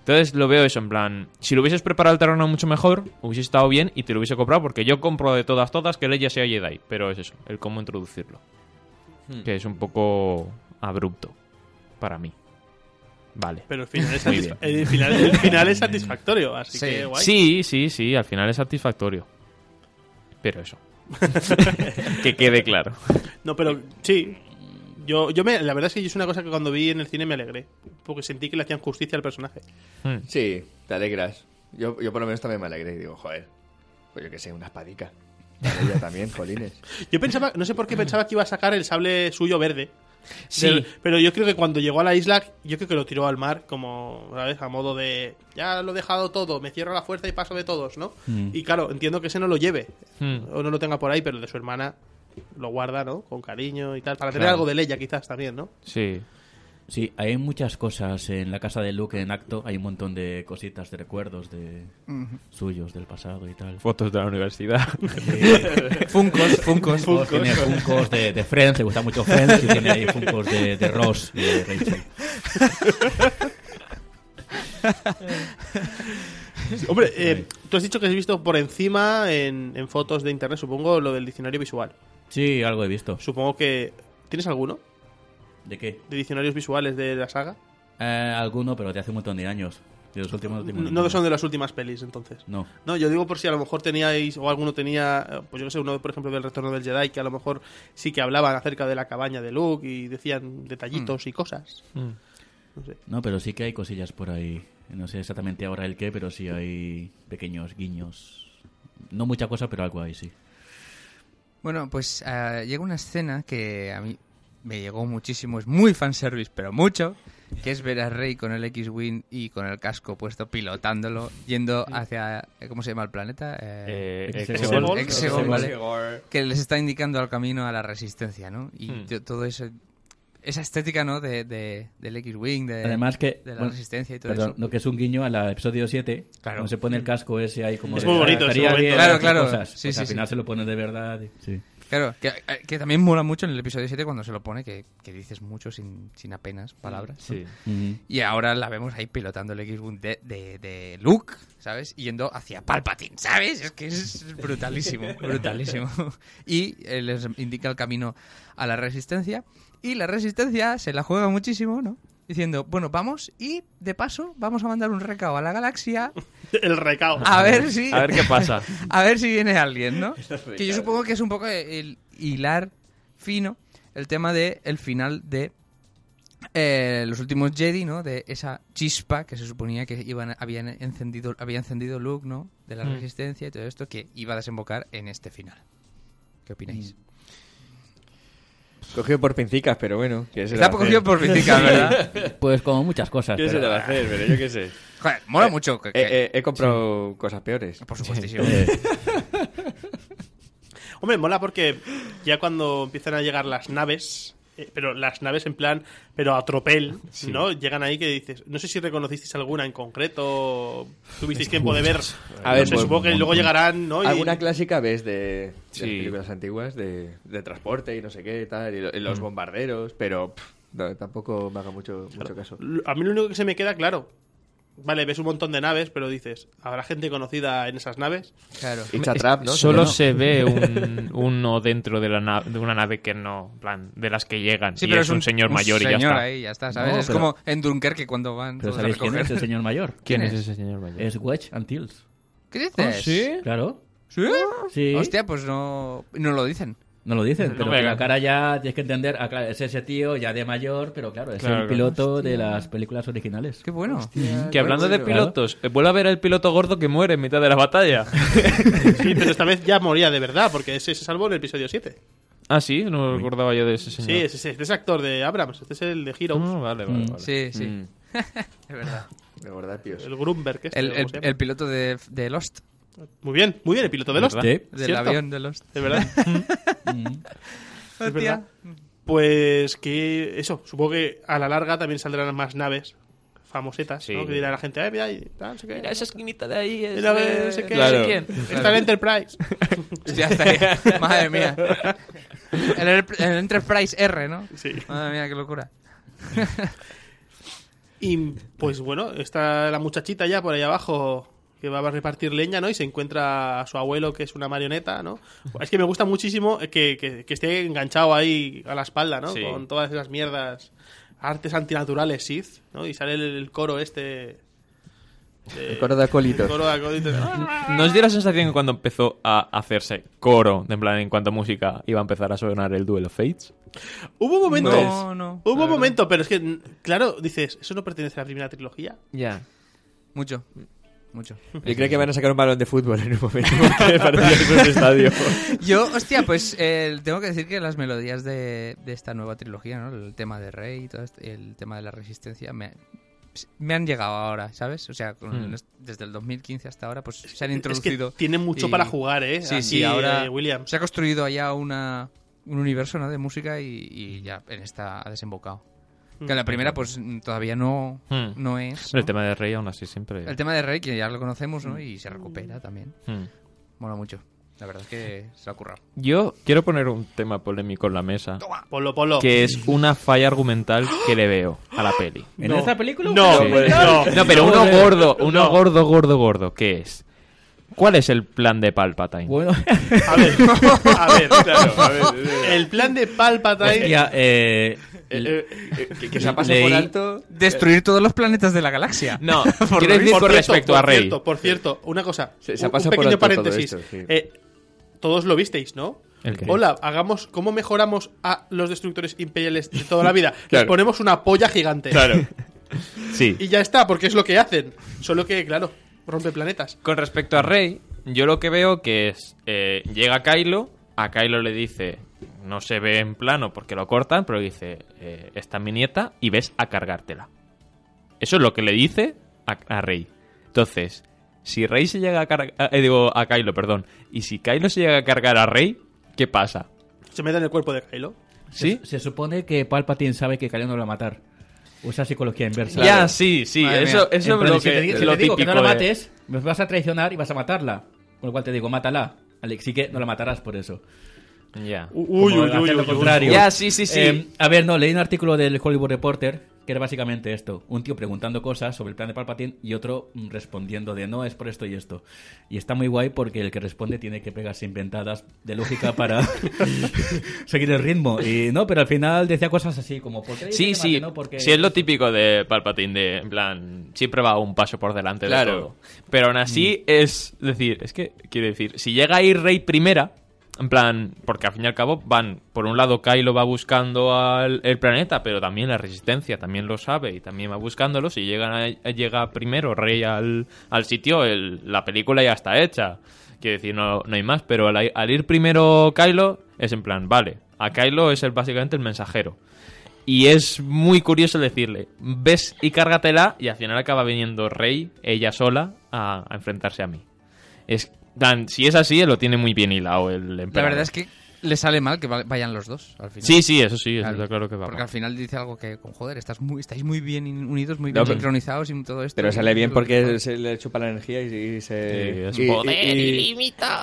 S5: Entonces lo veo eso, en plan, si lo hubieses preparado el terreno mucho mejor, hubiese estado bien y te lo hubiese comprado, porque yo compro de todas, todas que Leia sea Jedi, pero es eso, el cómo introducirlo. Que es un poco abrupto, para mí. Vale.
S2: Pero el final es,
S5: Muy
S2: satisfa- el final, el final es satisfactorio, así
S1: Sí.
S2: que guay.
S5: Sí, sí, sí, al final es satisfactorio. Pero eso. que quede claro.
S2: No, pero sí. Yo, yo me, la verdad es que es una cosa que cuando vi en el cine me alegré. Porque sentí que le hacían justicia al personaje.
S4: Sí, te alegras. Yo, yo por lo menos también me alegré y digo, joder, pues yo que sé, una espadica. Para ella
S2: <laughs>
S4: también, jolines.
S2: Yo pensaba, no sé por qué pensaba que iba a sacar el sable suyo verde.
S5: Sí.
S2: Del- pero yo creo que cuando llegó a la isla, yo creo que lo tiró al mar como, ¿sabes? A modo de, ya lo he dejado todo, me cierro a la fuerza y paso de todos, ¿no? Y claro, entiendo que ese no lo lleve,
S5: Mm.
S2: o no lo tenga por ahí, pero el de su hermana lo guarda, ¿no? Con cariño y tal, para tener
S5: Claro.
S2: algo de Leia quizás también, ¿no?
S5: Sí.
S6: Sí, hay muchas cosas en la casa de Luke en acto. Hay un montón de cositas de recuerdos de suyos del pasado y
S5: <laughs>
S6: tal.
S5: Fotos de la universidad.
S1: Funcos, funcos.
S6: Funkos, Tiene Funkos de, de Friends, le gusta mucho Friends y tiene ahí Funkos de, de Ross y de Rachel.
S2: Hombre, eh, tú has dicho que has visto por encima en, en fotos de internet, supongo, lo del diccionario visual.
S6: Sí, algo he visto.
S2: Supongo que... ¿Tienes alguno
S6: ¿De qué?
S2: de diccionarios visuales de la saga?
S6: Eh, alguno, pero de hace un montón de años. De los últimos. últimos
S2: No son de las últimas pelis, entonces.
S6: No.
S2: No, yo digo por si a lo mejor teníais, o alguno tenía, eh, pues yo no sé, uno por ejemplo del Retorno del Jedi, que a lo mejor sí que hablaban acerca de la cabaña de Luke y decían detallitos y
S4: <laughs>
S2: cosas.
S6: No, pero sí que hay cosillas por ahí. No sé exactamente ahora el qué, pero sí hay pequeños guiños. No mucha cosa, pero algo ahí sí.
S1: Bueno, pues eh, llega una escena que a mí me llegó muchísimo, es muy fanservice, pero mucho, que es ver a Rey con el X-Wing y con el casco puesto pilotándolo, yendo hacia, ¿cómo se llama el planeta? Eh,
S5: Eh,
S6: Exegol.
S1: Exegol,
S5: Exegol.
S6: Exegol.
S1: ¿vale? Que les está indicando el camino a la resistencia, ¿no? Y
S5: Hmm.
S1: to- todo eso, esa estética, ¿no? De, de- del X-Wing, de,
S6: Además que...
S1: de la
S6: bueno,
S1: resistencia y todo
S6: Perdón,
S1: eso.
S6: lo que es un guiño al episodio 7,
S1: Claro.
S6: cuando se pone el casco ese ahí como...
S2: Es
S6: de,
S2: muy bonito ese
S6: "Ah, estaría
S2: momento".
S6: bien
S1: Claro,
S6: hacer
S1: claro.
S6: cosas".
S1: Sí,
S6: Pues
S1: sí,
S6: al final
S1: sí.
S6: se lo pone de verdad. y- Sí.
S1: Claro, que, eh, que también mola mucho en el episodio 7 cuando se lo pone, que, que dices mucho sin, sin apenas palabras.
S5: Sí.
S6: Ujú.
S1: Y ahora la vemos ahí pilotando el X-Wing de, de, de Luke, ¿sabes? Yendo hacia Palpatine, ¿sabes? Es que es brutalísimo, brutalísimo. Y eh, les indica el camino a la Resistencia. Y la Resistencia se la juega muchísimo, ¿no? Diciendo, bueno, vamos y de paso vamos a mandar un recado a la galaxia
S2: El recao.
S1: a ver si,
S5: A ver
S1: <laughs>
S5: qué pasa.
S1: a ver si viene alguien, ¿no? Que yo supongo que es un poco el hilar fino el tema de el final de eh, los últimos Jedi, ¿no? De esa chispa que se suponía que iban habían encendido había encendido Luke, ¿no? De la
S5: Mm.
S1: resistencia y todo
S6: Mm.
S1: esto que iba a desembocar en este final. ¿Qué opináis?
S4: Cogido por pincicas, pero bueno. ¿qué se le va a
S1: Está cogido
S4: hacer?
S1: por pincicas, ¿verdad?
S6: Pues como muchas cosas.
S4: ¿Qué se
S6: pero-
S4: le va a hacer? Pero yo qué sé.
S1: Joder, mola mucho. que-
S4: <laughs> Eh,
S1: que-
S4: eh, he comprado cosas peores.
S1: por supuestísimo.
S6: eh,
S2: Hombre, mola porque ya cuando empiezan a llegar las naves, eh, pero las naves en plan, pero a tropel, ¿no? Llegan ahí que dices, no sé si reconocisteis alguna en concreto, tuvisteis tiempo de ver.
S4: <laughs> A ver,
S2: No sé,
S4: pues,
S2: supongo que luego llegarán, ¿no? Y-
S4: Alguna clásica ves de, de
S5: Sí.
S4: las películas antiguas, de, de transporte y no sé qué tal, y, lo- y los bombarderos, pero pff, no, tampoco me haga mucho, mucho caso.
S2: A mí lo único que se me queda, claro. Vale, ves un montón de naves, pero dices, ¿habrá gente conocida en esas naves?
S1: Claro.
S6: eh,
S4: It's a trap, ¿no?
S5: Solo
S4: ¿no?
S5: se ve un, uno dentro de, la na- de una nave que no, en plan, de las que llegan.
S1: Sí,
S5: y
S1: pero
S5: es un, señor mayor y ya
S1: señor
S5: está.
S1: ahí, ya está, ¿sabes?
S6: No,
S1: es
S6: pero-
S1: como en Dunkerque cuando van
S6: Pero
S1: todos a
S6: ¿sabéis quién
S1: recoger.
S6: es el señor mayor?
S5: ¿Quién es
S1: ¿Quién es?
S5: ese señor mayor?
S6: Es Wedge Antilles.
S1: ¿Qué dices?
S5: Ah, ¿sí?
S6: Claro.
S1: ¿Sí?
S6: Sí.
S1: Hostia, pues no, no lo dicen.
S6: No lo dicen,
S5: No
S6: pero
S5: me
S6: que la
S5: hagas.
S6: cara ya tienes que entender. Ah, claro, es ese tío ya de mayor, pero claro, es
S5: Claro,
S6: el
S5: claro.
S6: piloto de las películas originales.
S1: Qué bueno.
S5: Que hablando de pilotos, eh, vuelve a ver al piloto gordo que muere en mitad de la batalla.
S2: Sí, pero esta vez ya moría de verdad, porque ese se salvó en el episodio 7.
S5: ah, sí, no recordaba yo de ese señor.
S2: Sí, ese, ese- este es actor de Abrams, este es el de Heroes,
S5: Ah, vale, vale, vale.
S1: Sí, sí.
S4: Mm.
S1: <laughs> Es verdad.
S4: De verdad, tíos.
S2: el Grunberg. Este,
S1: El,
S2: o como
S1: el-
S2: se llama.
S1: el piloto de, de Lost,
S2: Muy bien, muy bien, el piloto de los.
S5: ¿Verdad?
S6: Sí.
S1: del
S2: Cierto.
S1: avión de Lost.
S2: De verdad.
S1: Hostia.
S2: verdad. Pues que eso, supongo que a la larga también saldrán más naves famosetas,
S5: Sí.
S2: ¿no? Que dirá la gente, eh, mira, ahí, tal, no sé qué.
S5: Mira esa esquinita de ahí. Es,
S2: Mira,
S5: eh,
S2: no sé qué.
S5: no sé
S4: Claro.
S5: quién.
S2: Está el Enterprise.
S1: Hostia, hasta ahí.
S2: <laughs>
S1: Madre mía. El, el Enterprise R, ¿no?
S2: Sí.
S1: Madre mía, qué locura.
S2: Y pues bueno, está la muchachita ya por ahí abajo que va a repartir leña, ¿no? Y se encuentra a su abuelo que es una marioneta, ¿no? Es que me gusta muchísimo que, que- que esté enganchado ahí a la espalda, ¿no?
S5: Sí.
S2: Con todas esas mierdas, artes antinaturales, Sith, ¿no? Y sale el, el coro este... de-
S4: El coro de acólitos.
S2: el coro de acólitos.
S5: Nos dio la sensación que cuando empezó a hacerse coro, de en plan, en cuanto a música, iba a empezar a sonar el duelo Fates.
S2: Hubo un momento...
S1: No, no.
S2: Hubo
S1: La
S2: un
S1: verdad.
S2: momento, pero es que, n- claro, dices, eso no pertenece a la primera trilogía.
S5: Ya.
S1: Mucho. Mucho.
S4: Yo creo que van a sacar un balón de fútbol en un momento porque partidos en un estadio.
S1: Yo, hostia, pues eh, tengo que decir que las melodías de, de esta nueva trilogía, ¿no? El tema de Rey y todo este- el tema de la resistencia, me, me han llegado ahora, ¿sabes? O sea, con-
S5: Mm.
S1: desde el 2015 hasta ahora, pues se han
S2: Es que
S1: introducido.
S2: tiene mucho
S1: y-
S2: para jugar, ¿eh?
S1: Sí,
S2: Aquí,
S1: sí, ahora
S2: eh, Williams.
S1: se ha construido allá una, un universo ¿no? de música y, y ya en esta ha desembocado. Que en
S2: Hmm.
S1: la primera, pues mm, todavía no,
S5: Mm.
S1: no es.
S5: El
S1: ¿no?
S5: tema de Rey aún así siempre...
S1: El tema de Rey, que ya lo conocemos, ¿no? Y se recupera también.
S5: Hmm.
S1: Mola mucho. La verdad es que se lo ha currado.
S5: Yo quiero poner un tema polémico en la mesa,
S2: Polo, polo.
S5: que es una falla argumental que le veo a la peli.
S6: ¿En
S2: No.
S6: esta película?
S2: No,
S5: Sí.
S2: pues, no.
S5: No, pues, pero uno
S6: Joder.
S5: gordo, uno
S2: No.
S5: gordo, gordo, gordo, ¿qué es? ¿Cuál es el plan de Palpatine? <laughs>
S6: Bueno, <laughs>
S2: A ver, a ver, claro, a ver. El plan de Palpatine.
S6: hostia, eh,
S4: Eh, eh, que, que se ha pasado
S6: Leí-
S4: por alto.
S1: Destruir todos los planetas de la galaxia.
S2: <laughs>
S5: No, quiero decir con respecto
S2: por
S5: a Rey.
S2: Cierto, por cierto, una cosa.
S4: Se- se
S2: un-
S4: ha pasado
S2: un
S4: por
S2: pequeño
S4: alto todo
S2: paréntesis.
S4: esto, sí.
S2: Eh, todos lo visteis, ¿no?
S5: ¿El qué?
S2: Hola, hagamos cómo mejoramos a los destructores imperiales de toda la vida. Les
S4: Claro.
S2: ponemos una polla gigante.
S5: Sí.
S2: Y ya está, porque es lo que hacen. Solo que, claro, rompe planetas.
S5: Con respecto a Rey, yo lo que veo que es, eh, llega Kylo, a Kylo le dice, no se ve en plano porque lo cortan, pero dice, eh, esta es mi nieta y ves a cargártela. Eso es lo que le dice a, a Rey. Entonces, si Rey se llega a cargar, digo, a Kylo, perdón, y si Kylo se llega a cargar a Rey, ¿qué pasa?
S2: Se mete en el cuerpo de Kylo.
S5: ¿Sí?
S6: Se, se supone que Palpatine sabe que Kylo no lo va a matar. Usa psicología inversa.
S5: Ya, sí, sí,
S1: Madre
S5: eso,
S1: mía.
S5: eso
S6: En
S5: es
S6: plan,
S5: lo
S6: si te,
S5: que
S6: di- si
S5: lo
S6: te digo que no la
S5: típico de-
S6: mates, me vas a traicionar y vas a matarla. Con lo cual te digo, mátala. Alex, sí que no la matarás por eso.
S5: Ya.
S2: Uy, uy,
S6: Como
S2: uy,
S6: hacer
S2: uy,
S6: lo
S2: uy,
S6: contrario.
S2: uy.
S5: Ya, sí, sí, sí.
S6: uh, Eh, a ver, no, leí un artículo del Hollywood Reporter que era básicamente esto: un tío preguntando cosas sobre el plan de Palpatine y otro mm, respondiendo de no, es por esto y esto. Y está muy guay porque el que responde tiene que pegarse inventadas de lógica para <laughs> seguir el ritmo. Y no, pero al final decía cosas así como: ¿por qué le
S5: Sí,
S6: dices que
S5: sí.
S6: mate, no? Porque-
S5: Sí, es lo típico de Palpatine, de, en plan, siempre va un paso por delante
S4: Claro.
S5: de todo. Pero aún así es decir, es que, quiero decir, si llega a ir Rey primera, en plan, porque al fin y al cabo van, por un lado Kylo va buscando al el planeta, pero también la Resistencia también lo sabe y también va buscándolos y llegan a- llega primero Rey al, al sitio, el- la película ya está hecha. Quiero decir, no, no hay más, pero al, al ir primero Kylo es en plan, vale, A Kylo es el, básicamente el mensajero. Y es muy curioso decirle, ves y cárgatela, y al final acaba viniendo Rey, ella sola, a, a enfrentarse a mí. Es, tan- si es así, lo tiene muy bien hilado el
S1: La
S5: emperador.
S1: verdad es que le sale mal que va- vayan los dos al final.
S5: Sí, sí, eso sí, eso
S1: Claro.
S5: está claro que va.
S1: Porque al final dice algo que, como, joder, estás muy, estáis muy bien in- unidos, muy
S4: No,
S1: bien
S4: pero-
S1: sincronizados y todo esto.
S4: Pero
S1: Y
S4: sale bien
S1: eso es lo que
S4: porque
S1: pasa.
S4: se le chupa la energía y, y
S5: Sí,
S4: se.
S5: es
S4: y- y-
S5: poder
S4: y-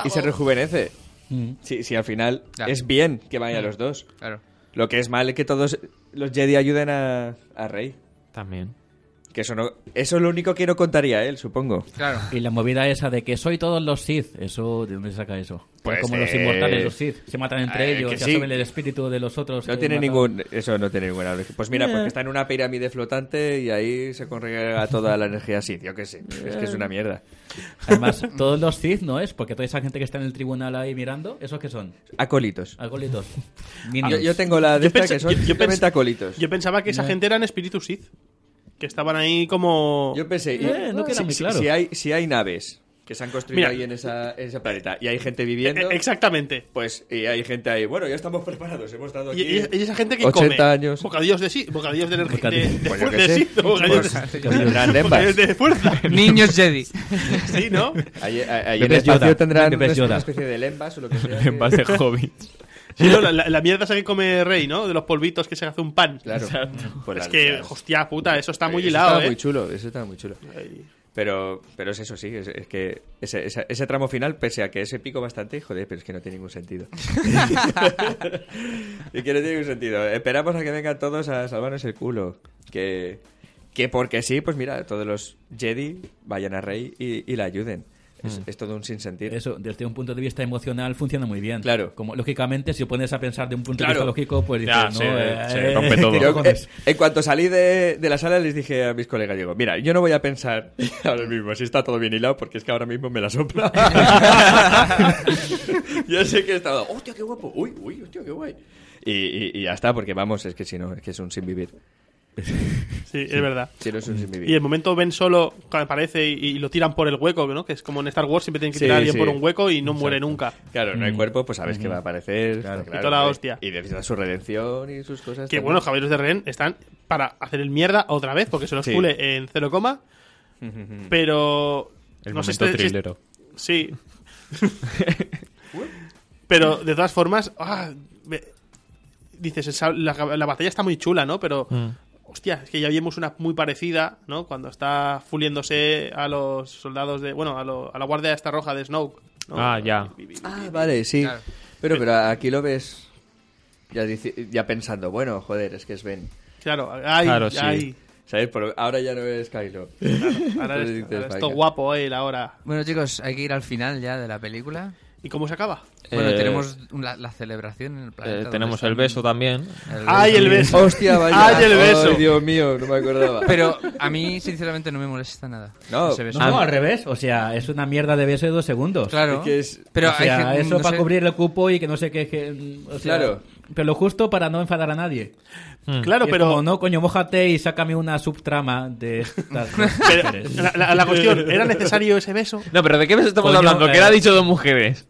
S4: y se rejuvenece.
S2: Mm.
S4: Si al final
S1: Claro.
S4: es bien que vayan los dos.
S1: Claro.
S4: Lo que es mal es que todos los Jedi ayuden a, a Rey.
S5: También.
S4: Que eso no. Eso es lo único que no contaría él, supongo.
S1: Claro. <laughs>
S6: Y la movida esa de que soy todos los Sith, eso, ¿de dónde saca eso?
S4: Pues,
S6: como los
S4: eh,
S6: inmortales, los Sith, se matan entre
S4: eh,
S6: ellos,
S4: que
S6: ya
S4: sí.
S6: saben el espíritu de los otros.
S4: No
S6: que
S4: tiene
S6: matan.
S4: ningún. Eso no tiene ninguna lógica. Pues mira, porque está en una pirámide flotante y ahí se congrega toda la energía así. Yo qué sé. Es que es una mierda.
S6: Además, todos los Sith no es, porque toda esa gente que está en el tribunal ahí mirando, ¿esos qué son?
S4: Acólitos.
S6: Alcoholitos.
S4: Yo, yo tengo la de
S2: Yo
S4: esta
S2: pensé-
S4: que son
S2: yo- yo
S4: simplemente
S2: pensé-
S4: acólitos.
S2: Yo pensaba que esa gente eran espíritus Sith. Que estaban ahí como.
S4: Yo pensé, y-
S6: Eh, no queda
S4: si,
S6: muy
S4: si-
S6: claro.
S4: si hay, si hay naves que se han construido
S2: Mira.
S4: ahí en esa, en ese planeta y hay gente
S2: Eh,
S4: viviendo,
S2: eh, Exactamente.
S4: pues y hay gente ahí, bueno, ya estamos preparados, hemos dado aquí...
S2: Y, y- y esa gente que
S4: 80
S2: come
S4: años.
S2: bocadillos de sí, bocadillos de energía, de,
S6: Bocadillos.
S2: de,
S4: Pues yo
S2: fuer-
S4: qué
S2: de
S4: sé.
S2: Sith, bocadillos,
S1: Pues-
S2: de-
S4: Tendrán hembas.
S2: bocadillos de fuerza,
S1: Niños Jedi.
S2: sí, ¿no?
S4: Ahí, ahí- ahí en el
S6: Bebés
S4: espacio
S6: Yoda,
S4: tendrán una
S6: bebés
S4: especie-
S6: Yoda.
S4: una especie de lembas o
S6: <laughs>
S4: lo que sea. que-
S5: En base a hobbits.
S2: Sí, no, la, la- la mierda esa que come Rey, ¿no? De los polvitos que se hace un pan.
S4: Claro. Pues
S2: <laughs> Es
S4: la-
S2: que,
S4: la-
S2: hostia puta, eso está muy
S4: eso
S2: hilado,
S4: estaba
S2: ¿eh?
S4: muy chulo, eso estaba muy chulo. Pero, pero es eso, sí, es, es que ese, esa- ese tramo final, pese a que es épico bastante, joder, pero es que no tiene ningún sentido.
S2: <laughs>
S4: <laughs> y que no tiene ningún sentido. Esperamos a que vengan todos a salvarnos el culo. Que, que porque sí, pues mira, todos los Jedi vayan a Rey y, y la ayuden. Es, es todo un sinsentido.
S6: Eso, desde un punto de vista emocional, funciona muy bien.
S4: Claro.
S6: Como, lógicamente, si pones a pensar de un punto
S4: Claro.
S6: de vista lógico, pues dices,
S5: Ya,
S6: no,
S5: se-
S6: eh,
S5: se
S6: eh,
S5: rompe
S6: ¿qué
S5: todo.
S4: Yo,
S6: cojones?
S4: eh, en cuanto salí de, de la sala les dije a mis colegas, digo, mira, yo no voy a pensar <laughs> ahora mismo si está todo bien hilado porque es que ahora mismo me la sopla. <laughs> yo sé que he estado, hostia, qué guapo, uy, uy, hostia, qué guay. Y, y- y ya está, porque vamos, es que si no, es que es un sin vivir.
S2: Sí, es verdad.
S4: Si no es un sin
S2: Y el
S4: vivir.
S2: momento ven solo cuando aparece y, y lo tiran por el hueco, ¿no? Que es como en Star Wars siempre tienen que
S4: Sí,
S2: tirar a alguien
S4: sí.
S2: por un hueco y no muere nunca.
S4: Claro, no hay cuerpo, pues sabes que va a aparecer. está Claro,
S2: Mm. Y toda la
S4: hombre.
S2: hostia.
S4: Y necesita su redención y sus cosas.
S2: Que
S4: también.
S2: bueno, los caballeros de Ren están para hacer el mierda otra vez, porque se los
S4: Sí.
S2: cule en cero coma. Pero.
S5: El
S2: no sé
S5: momento
S2: este- si-
S5: trilero.
S2: Sí. pero de todas formas. ah, me- dices, esa- la, la batalla está muy chula, ¿no? Pero.
S5: Mm.
S2: Hostia, es que ya vimos una muy parecida, ¿no? Cuando está fuliéndose a los soldados de. Bueno, a, lo- a la guardia esta roja de Snow. ¿no?
S5: Ah, ya.
S4: Ah, vale, sí.
S1: Claro.
S4: Pero, pero aquí lo ves ya, dici- ya pensando, bueno, joder, es que es Ben.
S2: Claro, ay,
S5: Claro, sí.
S2: ay.
S4: ¿Sabes? Pero ahora ya no es Kylo.
S2: Ahora es,
S4: Entonces dices,
S2: ahora es
S4: "Venga".
S2: todo guapo eh, él ahora.
S1: Bueno, chicos, hay que ir al final ya de la película.
S2: ¿Y cómo se acaba?
S1: Bueno,
S5: Eh,
S1: tenemos la, la celebración en el planeta.
S5: Eh,
S1: donde
S5: tenemos
S1: están-
S5: el beso también.
S1: el
S2: ¡Ay,
S1: beso.
S2: el beso!
S4: <laughs> Hostia, vaya.
S2: ¡Ay, el beso!
S4: <laughs> Ay, Dios mío, no me acordaba.
S1: Pero a mí, sinceramente, no me molesta nada.
S4: No,
S1: ese beso.
S6: No, no, al revés. O sea, es una mierda de beso de dos segundos.
S1: Claro.
S4: Es que es-
S1: Pero
S6: o sea,
S1: hay gente-
S6: eso
S1: no
S6: para
S1: sé.
S6: cubrir el cupo y que no sé qué. que- o sea,
S4: Claro.
S6: Pero lo justo para no enfadar a nadie.
S5: Mm.
S2: Claro,
S6: Y es
S2: pero.
S6: como, no, coño, mójate y sácame una subtrama de estas dos
S2: <laughs> Pero,
S6: mujeres.
S2: la, la- la cuestión, ¿era necesario ese beso?
S5: No, pero ¿de qué beso estamos
S6: Coño,
S5: hablando?
S6: eh.
S5: ¿Qué le ha dicho dos mujeres?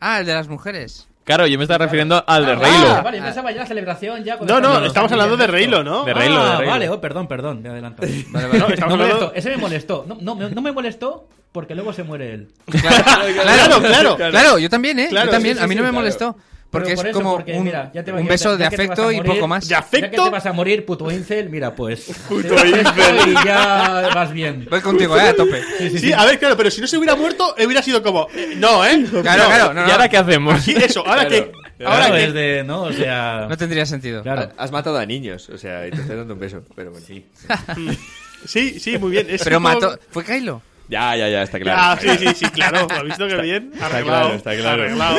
S1: Ah, el de las mujeres.
S5: Claro, yo me estaba refiriendo al de
S6: Ah,
S5: Reylo.
S6: Vale, empezaba ya la celebración. Ya con
S2: No,
S6: esta
S2: no,
S6: mierda.
S2: estamos hablando de Reylo, ¿no?
S5: De Reylo,
S6: ah,
S5: de Reylo.
S6: Vale, oh, perdón, perdón, me adelanto.
S1: Vale, vale.
S2: No, <laughs> estamos
S6: No me
S2: hablando-
S6: molestó, ese me molestó. No, no, me- no me molestó porque luego se muere él.
S1: <laughs> Claro, claro, claro, claro, yo también, ¿eh?
S2: Claro,
S1: yo también,
S2: sí, sí,
S1: a mí no
S4: sí,
S1: me
S4: claro.
S1: molestó. Porque
S6: Pero por
S1: es
S6: eso,
S1: como
S6: porque,
S1: un,
S6: mira, ya te
S1: un
S6: imaginas,
S1: beso de
S6: ya que te vas a
S1: afecto y
S6: morir,
S1: poco más.
S2: ya
S6: Ya que
S2: ¿Afecto?
S6: te vas a morir, puto incel, mira, pues.
S2: <laughs> Puto
S6: te das esto
S2: incel.
S6: Y ya vas bien.
S1: Voy contigo, ¿eh? A
S6: <laughs>
S1: tope.
S2: Sí, a ver, claro, pero si no se hubiera muerto, hubiera sido como. eh, No, ¿eh?
S1: Claro,
S2: No.
S1: claro, no, no,
S5: ¿Y ahora qué hacemos?
S2: Sí, eso, ahora que.
S6: Ahora
S2: Ahora que.
S6: es de, no, o sea,
S1: no tendría sentido.
S6: claro.
S4: <laughs> Has matado a niños, o sea, y te estoy dando un beso. Pero bueno.
S2: <laughs> Sí, sí, muy bien. es
S1: Pero
S2: un
S1: mató.
S2: poco-
S1: ¿Fue Kylo?
S4: Ya, ya, ya, está claro.
S2: Ah,
S4: Está
S2: sí,
S4: claro.
S2: sí, sí, claro. ¿Lo has visto que bien? Arreglado.
S4: claro, está claro.
S2: Arreglado.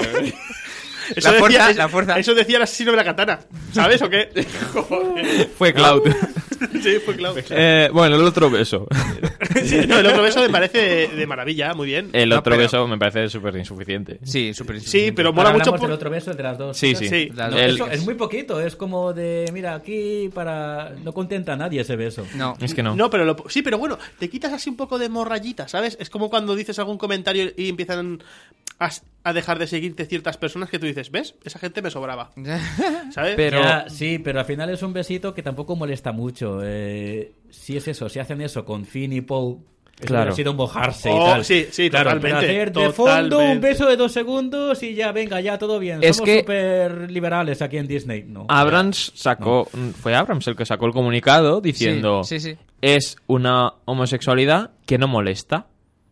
S2: Eso
S1: La fuerza,
S2: decía,
S1: la fuerza.
S2: Eso decía el asesino de la katana. ¿Sabes o qué? Joder.
S5: Fue Cloud.
S2: Sí, fue claro.
S5: Eh, bueno, el otro beso.
S2: Sí, no, el otro beso me parece de, de maravilla, muy bien.
S5: El
S1: No,
S5: otro
S1: pero-
S5: beso me parece súper insuficiente.
S1: Sí, súper
S2: Sí, pero mola
S6: Ahora
S2: mucho
S6: hablamos
S2: por-
S6: del otro beso el de las dos.
S5: Sí, sí.
S2: Sí.
S1: Las
S6: No,
S1: dos
S5: El-
S6: eso
S1: chicas.
S6: es muy poquito, es como de, mira, aquí para... No contenta a nadie ese beso.
S1: No.
S5: Es que no.
S2: No, pero lo- sí, pero bueno, te quitas así un poco de morrayita, ¿sabes? Es como cuando dices algún comentario y empiezan a, a dejar de seguirte ciertas personas que tú dices, ¿ves? Esa gente me sobraba. ¿Sabes?
S1: Pero-
S6: Ya, sí, pero al final es un besito que tampoco molesta mucho. Eh, si es eso, si hacen eso con Finn y Poe,
S5: Claro.
S6: claro. ha sido un mojarse
S2: Oh,
S6: y tal.
S2: sí, sí,
S6: claro, pero
S2: totalmente,
S6: hacer de fondo
S2: totalmente.
S6: un beso de dos segundos y ya, venga, ya todo bien.
S1: Es
S6: Somos
S1: que-
S6: súper liberales aquí en Disney. No.
S5: Ah, Abrams sacó. Fue Abrams el que sacó el comunicado diciendo.
S1: Sí, sí, sí.
S5: Es una homosexualidad que no molesta.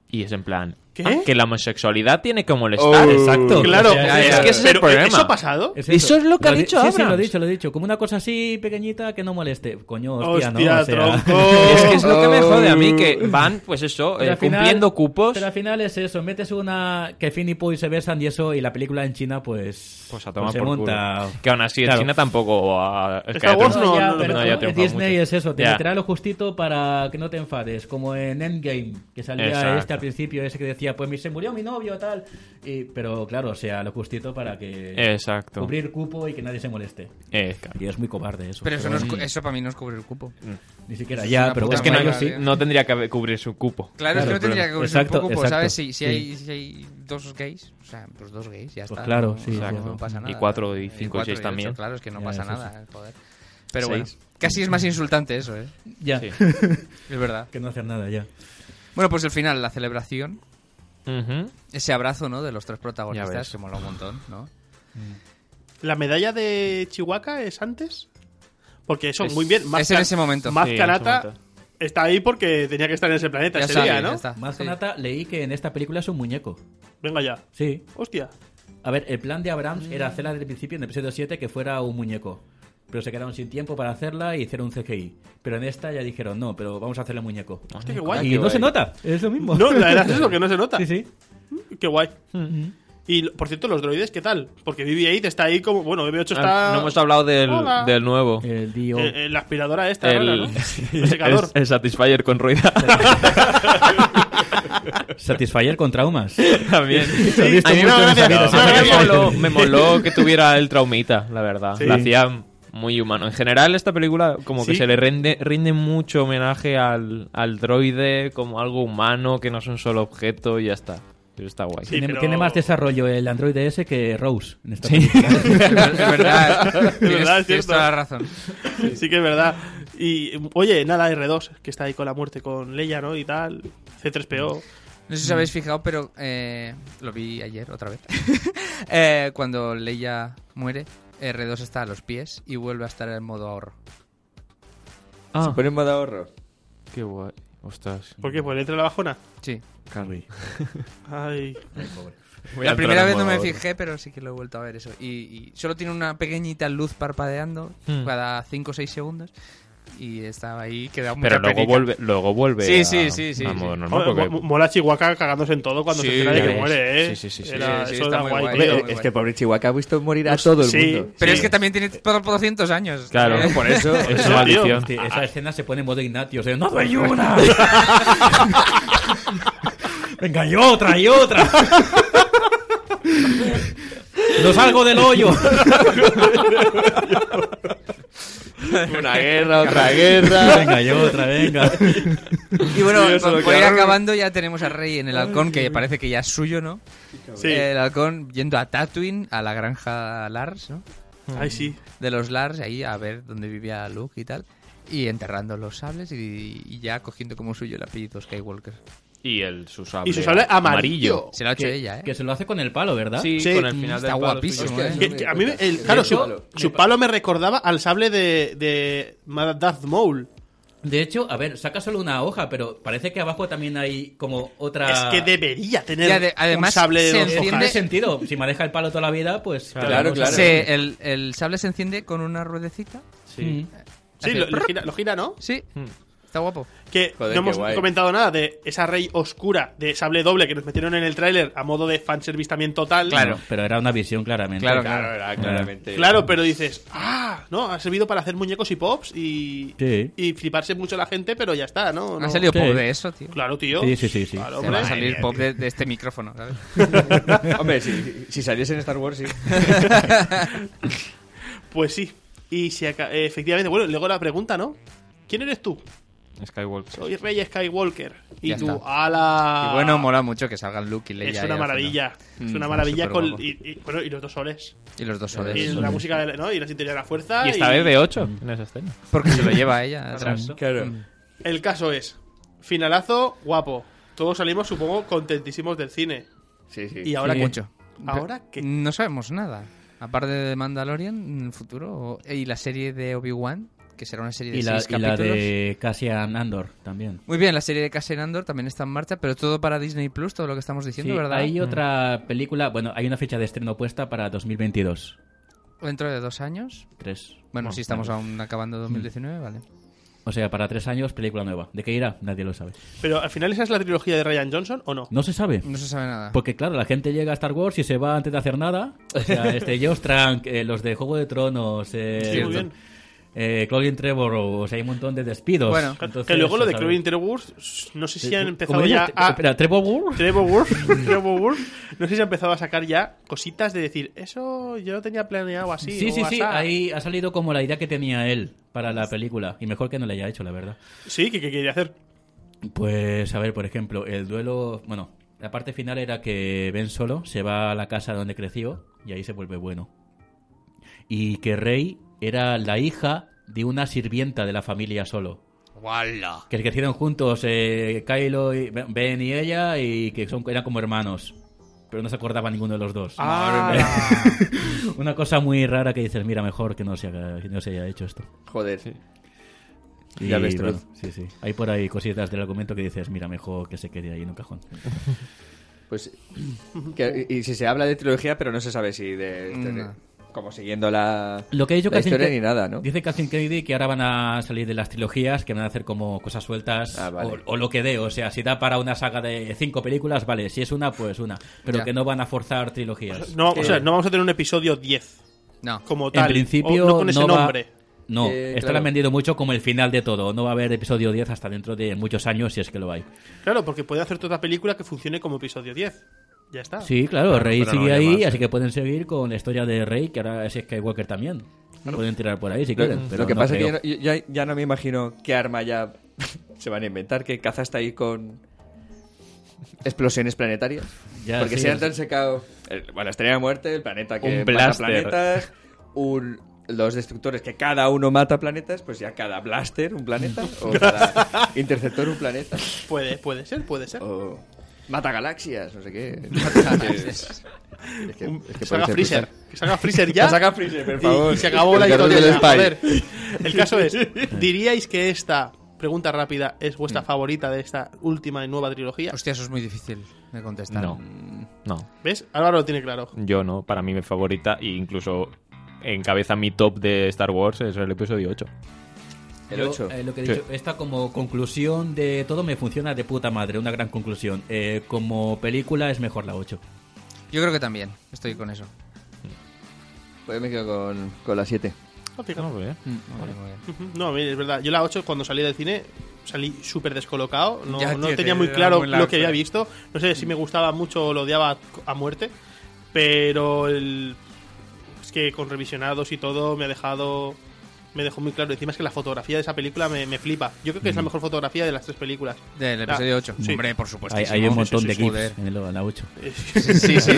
S5: Y es en plan.
S2: ¿Qué? Oh,
S5: ah, que la homosexualidad tiene que molestar.
S6: exacto.
S2: Claro,
S6: O sea,
S5: es que ese es el
S2: pero,
S5: problema.
S2: ¿Eso ha pasado?
S6: es
S5: Eso eh, es lo que ha
S6: di-
S5: dicho
S6: Sí, sí, lo he
S5: Abrams.
S6: dicho, lo he dicho. Como una cosa así pequeñita que no moleste. Coño, hostia,
S2: Hostia,
S6: no. O sea,
S2: tronco.
S5: <laughs> Es que es lo que me jode a mí,
S2: Oh.
S5: que van, pues eso,
S6: <laughs> Pero
S5: eh,
S6: al final-
S5: cumpliendo cupos.
S6: Pero al final es eso, metes una que Finn y Poe se besan y eso, y la película en China, pues.
S5: Pues a tomar
S6: pues se
S5: por culo.
S6: <laughs> monta.
S5: Que aún así en
S6: Claro.
S5: China tampoco. ah, es que
S2: Star
S5: haya
S2: Wars
S5: triunfado-
S2: no,
S6: ya,
S2: no,
S6: pero
S2: no,
S5: haya
S6: como
S5: triunfado
S6: Disney
S5: mucho.
S6: es eso, te
S5: Ya.
S6: meterá lo justito para que no te enfades, como en Endgame, que salía
S5: Exacto.
S6: este al principio, ese que decía, pues mi- se murió mi novio, tal. Y, pero claro, o sea, lo justito para que
S5: Exacto.
S6: cubrir cupo y que nadie se moleste.
S5: Eh, claro.
S6: Y es muy cobarde eso.
S1: Pero eso, no es cu-
S6: mm,
S1: eso para mí no es cubrir el cupo.
S6: Ni siquiera
S1: eso es
S6: ya,
S1: una
S6: pero
S1: puta
S2: Ah,
S5: Es que no,
S1: Bueno,
S5: sí,
S1: vale.
S5: no tendría que haber- cubrir su cupo.
S1: Claro, es que
S6: Claro,
S1: no tendría que cubrir
S6: exacto,
S1: el cupo,
S6: exacto,
S1: pues, ¿sabes? Si, si,
S6: sí.
S1: Hay, si hay dos gays, o sea, pues dos gays, ya
S6: Pues
S1: está.
S6: claro,
S1: no,
S6: sí,
S1: no
S6: sí.
S1: pasa
S5: Y
S1: nada.
S5: cuatro, y cinco, y
S1: cuatro,
S5: seis también.
S1: ocho, claro, es que no
S6: Ya,
S1: pasa
S6: eso
S1: nada, joder. Pero
S5: Seis.
S1: bueno, casi es más insultante eso, ¿eh?
S6: Ya,
S1: Es verdad.
S6: <laughs> que no hacer nada ya.
S1: Bueno, pues el final, la celebración.
S5: Ujú.
S1: Ese abrazo, ¿no? De los tres
S5: Ya
S1: protagonistas,
S5: ves.
S1: que mola un montón, ¿no?
S2: ¿La medalla de Chihuahua es antes? Porque eso,
S5: Es-
S2: muy bien. Más
S1: es en ese momento.
S2: Más
S5: Sí, en ese
S2: Kanata
S5: momento.
S2: está ahí porque tenía que estar en ese planeta
S1: ya
S2: ese
S1: sabe, ya
S2: día, ¿no?
S1: está.
S6: Más
S1: Ah, Sí.
S6: Jonata, leí que en esta película es un muñeco.
S2: Venga ya.
S6: Sí.
S2: Hostia.
S6: A ver, el plan de Abrams era hacerla desde el principio, en el episodio 7, que fuera un muñeco. Pero se quedaron sin tiempo para hacerla y hicieron un CGI. Pero en esta ya dijeron, no, pero vamos a hacerle muñeco.
S2: Hostia, Ah, qué guay.
S6: Y no se nota, es lo mismo.
S2: No, la verdad es
S6: <laughs>
S2: eso, que no se nota.
S6: Sí, sí.
S2: Qué guay. Y por cierto, los droides, ¿qué tal? Porque BB-8 está ahí como. Bueno, BB-8
S5: Ah,
S2: está.
S5: No hemos hablado del,
S2: Hola.
S5: del nuevo.
S6: El Dio.
S2: eh, eh, la aspiradora esta,
S5: El-
S2: rara, ¿no? <laughs> El secador.
S5: el, el Satisfyer con rueda.
S6: Satisfyer con traumas.
S5: También.
S6: he visto
S5: a mí me,
S6: mucho en
S5: gracia-
S6: esa vida,
S5: a mí me
S2: sí.
S5: moló, me moló que tuviera el traumita, la verdad.
S2: Sí.
S5: La hacía muy humano. En general, esta película como que
S2: Sí.
S5: se le rinde, rinde mucho homenaje al, al droide como algo humano, que no es un solo objeto y ya está. Pero está guay.
S2: Sí.
S6: tiene,
S2: pero-
S6: tiene más desarrollo el Android S que Rose en esta
S5: Sí.
S1: <laughs>
S6: película.
S1: Es
S2: <laughs>
S1: verdad.
S2: Es
S5: <laughs>
S2: verdad,
S1: Tienes,
S2: es
S1: tienes
S2: cierto.
S1: toda la razón.
S2: Sí que es verdad. Y oye, nada, R2, que está ahí con la muerte con Leia, ¿no? Y tal. C3PO.
S1: No sé si os
S5: Mm.
S1: habéis fijado, pero eh, lo vi ayer otra vez. <laughs> Eh, cuando Leia muere, R2 está a los pies y vuelve a estar en modo ahorro.
S5: Ah,
S4: Pone en modo ahorro.
S5: qué guay. Ostras.
S2: ¿Por qué? ¿Por dentro de la bajona?
S1: Sí.
S2: Ay.
S5: Voy a
S1: La
S5: entrar
S1: primera
S5: en
S1: vez no
S5: modo
S1: me
S5: ahorro.
S1: fijé, pero sí que lo he vuelto a ver eso. Y, y solo tiene una pequeñita luz parpadeando
S5: Hmm.
S1: cada 5 o 6 segundos. Y estaba ahí, queda muy
S5: Pero luego vuelve, luego vuelve.
S1: Sí,
S5: a-
S1: sí, sí, sí,
S5: a
S1: sí.
S5: modo normal.
S2: Joder,
S5: porque-
S2: mo- Mola Chihuahua cagándose en todo cuando
S1: Sí,
S2: se entera de
S5: ya
S2: que
S5: ves.
S2: muere, ¿eh?
S5: Sí, sí, sí, sí.
S2: Era-
S1: Sí, sí,
S2: eso
S1: está
S2: era
S1: muy guay.
S2: guay. tío.
S1: Hombre,
S4: Hombre,
S1: muy
S4: es
S1: guay.
S4: que pobre Chihuahua ha visto morir a todo el
S2: Pues sí.
S4: mundo.
S1: Pero es
S2: Sí.
S1: que también tiene por, por 200 años.
S5: Claro.
S1: Eh,
S4: Por eso.
S5: Es
S2: Eso,
S5: una
S2: tío.
S5: maldición.
S6: Hostia,
S2: Ah.
S6: esa escena se pone en modo Ignatio. O sea, ¡No
S2: <laughs>
S6: doy una! <laughs> ¡Venga, y otra,
S2: <laughs>
S6: y otra! ¡No salgo del hoyo!
S4: Una guerra,
S2: <laughs>
S4: otra guerra.
S1: <laughs>
S6: ¡Venga, y otra, venga!
S1: Y bueno,
S2: Sí,
S5: <laughs>
S2: eso,
S1: por-
S2: lo
S1: por ir
S2: que-
S1: acabando ya tenemos a Rey en el halcón, que parece que ya es suyo, ¿no?
S2: Sí. Eh,
S1: El halcón yendo a Tatooine, a la granja Lars, ¿no?
S2: Ay, sí.
S1: de los Lars ahí a ver dónde vivía Luke y tal. Y enterrando los sables y, y ya cogiendo como suyo el apellido Skywalker.
S5: Y el su sable
S2: Y su sable amarillo.
S1: Se lo ha hecho ella, ¿eh?
S6: Que se lo hace con el palo, ¿verdad?
S5: Sí,
S2: Sí.
S5: con el final
S1: Está
S5: del palo
S1: guapísimo,
S5: suyo.
S1: ¿eh?
S4: Hostia,
S2: Que- que a mí, me- el- claro, su,
S4: palo.
S2: su palo me recordaba al sable de, de Darth Maul.
S6: De hecho, a ver, saca solo una hoja, pero parece que abajo también hay como otra...
S2: Es que debería tener
S1: Y ade- además
S2: un sable
S1: se
S2: de dos
S1: enciende-
S6: Tiene
S2: hojas.
S6: sentido. Si maneja el palo toda la vida, pues...
S4: Claro, claro.
S1: Se- el, el sable se enciende con una ruedecita.
S6: Sí.
S2: Sí, lo, lo gira, lo gira, ¿no?
S1: Sí, está guapo.
S2: Que
S4: Joder, qué
S2: no hemos
S4: guay.
S2: comentado nada de esa rey oscura de sable doble que nos metieron en el tráiler a modo de fanservice también total.
S1: Claro.
S6: Pero era una visión, claramente.
S1: Claro,
S4: Claro, era claramente.
S2: Claro, pero dices, ah, no, ha servido para hacer muñecos y pops y,
S6: Sí.
S2: y fliparse mucho la gente, pero ya está, ¿no?
S1: Ha
S2: No.
S1: salido
S6: Sí.
S1: pop de eso, tío.
S2: Claro, tío.
S6: Sí, sí, sí, sí.
S1: Se
S2: Claro,
S1: va
S2: hombre.
S1: a salir pop de, de este micrófono, ¿sabes?
S4: Hombre, si, si saliese en Star Wars, sí.
S2: Pues sí. Y si aca- eh, efectivamente, bueno, luego la pregunta, ¿no? ¿Quién eres tú?
S5: Skywalker.
S2: Soy Rey Skywalker. Y
S1: Ya
S2: tú,
S1: está.
S2: ala.
S1: Y bueno, mola mucho que salgan Luke y Leia.
S2: Ah.
S1: ahí
S2: Es
S1: al
S2: una
S1: final.
S2: maravilla. Es
S1: Mm,
S2: una maravilla con.
S1: superguapo.
S2: Y, y- bueno, y los dos soles.
S1: Y los dos soles.
S2: Y la música de la, ¿no? y la sintonía de la fuerza.
S5: Y esta BB8 en esa escena.
S1: Porque se lo lleva ella atrás.
S4: Claro.
S6: Mm.
S2: El caso es. Finalazo, guapo. Todos salimos, supongo, contentísimos del cine.
S4: Sí, sí.
S2: Y ahora
S1: Sí.
S2: qué?
S1: mucho.
S2: ¿Ahora
S1: Pero
S2: qué?
S1: No sabemos nada. Aparte de Mandalorian, en el futuro. o- eh, Y la serie de Obi-Wan, que será una serie de
S6: Y la,
S1: seis
S6: y la
S1: capítulos.
S6: de Cassian Andor también.
S1: Muy bien, la serie de Cassian Andor también está en marcha, pero todo para Disney Plus, todo lo que estamos diciendo,
S6: Sí,
S1: ¿verdad? Mm.
S6: Hay otra película, bueno, hay una fecha de estreno puesta para 2022.
S1: Dentro de dos años.
S6: Tres.
S1: Bueno, si estamos aún
S6: Mm.
S1: acabando 2019, vale.
S6: O sea, para tres años, película nueva. ¿De qué irá? Nadie lo sabe.
S2: Pero al final, ¿esa es la trilogía de Ryan Johnson o no?
S6: No se sabe.
S1: No se sabe
S2: Ah.
S1: nada.
S6: Porque claro, la gente llega a Star Wars y se va antes de hacer nada. O
S2: <laughs>
S6: sea, este Jostrank, los de Juego de Tronos,
S2: Sí, muy
S6: eh,
S2: bien.
S6: eh, Claudian Trevorrow, o sea, hay un montón de despidos.
S1: Bueno,
S2: Que-
S6: Entonces,
S2: que luego lo de
S6: se
S2: Chloe
S6: sabe.
S2: Interwurst, no sé si
S6: Eh,
S2: han
S6: ¿cómo
S2: empezado
S6: dices?
S2: ya
S6: Tre-
S2: a.
S6: Espera, ¿Trevorrow?
S2: Trevor
S6: <laughs>
S2: Wolf, Trevor Wolf, no sé si ha empezado a sacar ya cositas de decir, eso yo lo tenía planeado así.
S6: Sí,
S2: o
S6: sí, sí,
S2: asá".
S6: ahí ha salido como la idea que tenía él para la película. Y mejor que no la haya hecho, la verdad.
S2: Sí, ¿qué, qué quería hacer?
S6: Pues, a ver, por ejemplo, el duelo. Bueno, la parte final era que Ben Solo se va a la casa donde creció y ahí se vuelve bueno. Y que Rey era la hija de una sirvienta de la familia Solo. Que crecieron juntos eh, Kylo, y Ben y ella, y que son, eran como hermanos. Pero no se acordaba ninguno de los dos.
S2: Ah,
S6: <laughs> Una cosa muy rara que dices, mira, mejor que no se, haga- que no se haya hecho esto.
S4: Joder.
S6: Y
S4: Ya ves,
S6: bueno,
S4: Truz.
S6: sí, sí. Hay por ahí cositas del argumento que dices, mira, mejor que se quede ahí en
S4: <laughs>
S6: un cajón.
S4: Pues. que- y si se habla de trilogía, pero no se sabe si de. este, de-
S1: No.
S4: Como siguiendo la.
S6: Lo que ha dicho
S4: la
S6: Kathleen
S4: historia
S6: Ke-
S4: ni nada, ¿no?
S6: Dice Kathleen Kennedy que ahora van a salir de las trilogías, que van a hacer como cosas sueltas
S4: Ah, vale.
S6: o, o lo que dé. O sea, si da para una saga de cinco películas, vale. Si es una, pues una. Pero
S1: Ya.
S6: que no van a forzar trilogías.
S2: <laughs> no, o sea, no vamos a tener un episodio 10
S1: No.
S2: como
S6: en
S2: tal.
S6: principio,
S2: o no con ese
S6: va-
S2: nombre.
S6: No,
S4: Eh,
S6: esto lo
S4: claro.
S6: han vendido mucho como el final de todo. No va a haber episodio 10 hasta dentro de muchos años, si es que lo hay.
S2: Claro, porque puede hacer toda película que funcione como episodio 10. Ya está.
S6: Sí, claro, Rey
S5: pero no
S6: sigue
S5: lo
S6: ahí,
S5: llamas,
S6: así
S5: eh.
S6: que pueden seguir con la historia de Rey, que ahora es Skywalker también. Pueden tirar por ahí si
S4: Lo,
S6: quieren.
S4: lo
S6: pero
S4: que
S6: no
S4: pasa
S6: creo.
S4: es que yo, no- yo- ya- ya no me imagino qué arma ya <laughs> se van a inventar, que caza está ahí con explosiones planetarias.
S6: Ya,
S4: Porque
S6: sí,
S4: se
S6: es-
S4: han tan secado el- bueno, la estrella de la muerte, el planeta que
S5: Un
S4: mata
S5: blaster.
S4: planetas, un- los destructores que cada uno mata planetas, pues ya cada blaster un planeta,
S6: <laughs>
S4: o cada interceptor un planeta,
S2: Puede, puede ser, puede ser.
S4: o mata galaxias, no sé <laughs> qué. Es que-
S2: Un-
S4: es
S2: que
S4: que
S2: salga
S4: puede ser
S2: Freezer.
S4: brutal.
S2: Que salga Freezer ya.
S4: <laughs> Que salga Freezer, por
S2: y-
S4: favor.
S2: Y, se acabó
S4: El
S2: la
S4: carrusel
S2: historia.
S4: del
S2: ya,
S4: Spy.
S2: joder. El caso es, ¿diríais que esta pregunta rápida es vuestra favorita de esta última y nueva trilogía?
S1: Hostia, eso es muy difícil de contestar.
S5: No. No.
S2: ¿Ves? Álvaro lo tiene claro.
S5: Yo no. Para mí mi favorita e incluso encabeza mi top de Star Wars es el episodio 8.
S4: El
S6: Yo,
S4: 8.
S6: eh, lo que he dicho, esta como conclusión de todo me funciona de puta madre, una gran conclusión. Eh, como película es mejor la 8.
S1: Yo creo que también. Estoy con eso.
S4: Pues me quedo con, con la 7.
S2: Ah, fíjate.
S5: No, pues, eh.
S1: Mm, Muy bien, muy bien.
S2: Ujú. No, mire, es verdad. Yo la 8 cuando salí del cine salí súper descolocado. No,
S1: Ya,
S2: no
S1: tío,
S2: tenía
S1: te
S2: muy
S1: da
S2: claro
S1: muy
S2: lo
S1: largo.
S2: que había visto. No sé si me gustaba mucho o lo odiaba a muerte. Pero el... es que con revisionados y todo me ha dejado... Me dejó muy claro. Encima es que la fotografía de esa película me, me flipa. Yo creo que
S1: Mm.
S2: es la mejor fotografía de las tres películas.
S1: Del episodio 8.
S2: Ah, sí.
S1: Hombre, por
S6: Hay,
S1: supuesto.
S6: hay un montón
S1: sí,
S6: de
S1: sí, joder.
S6: gifs en el- en la 8.
S2: <laughs>
S1: Sí, sí.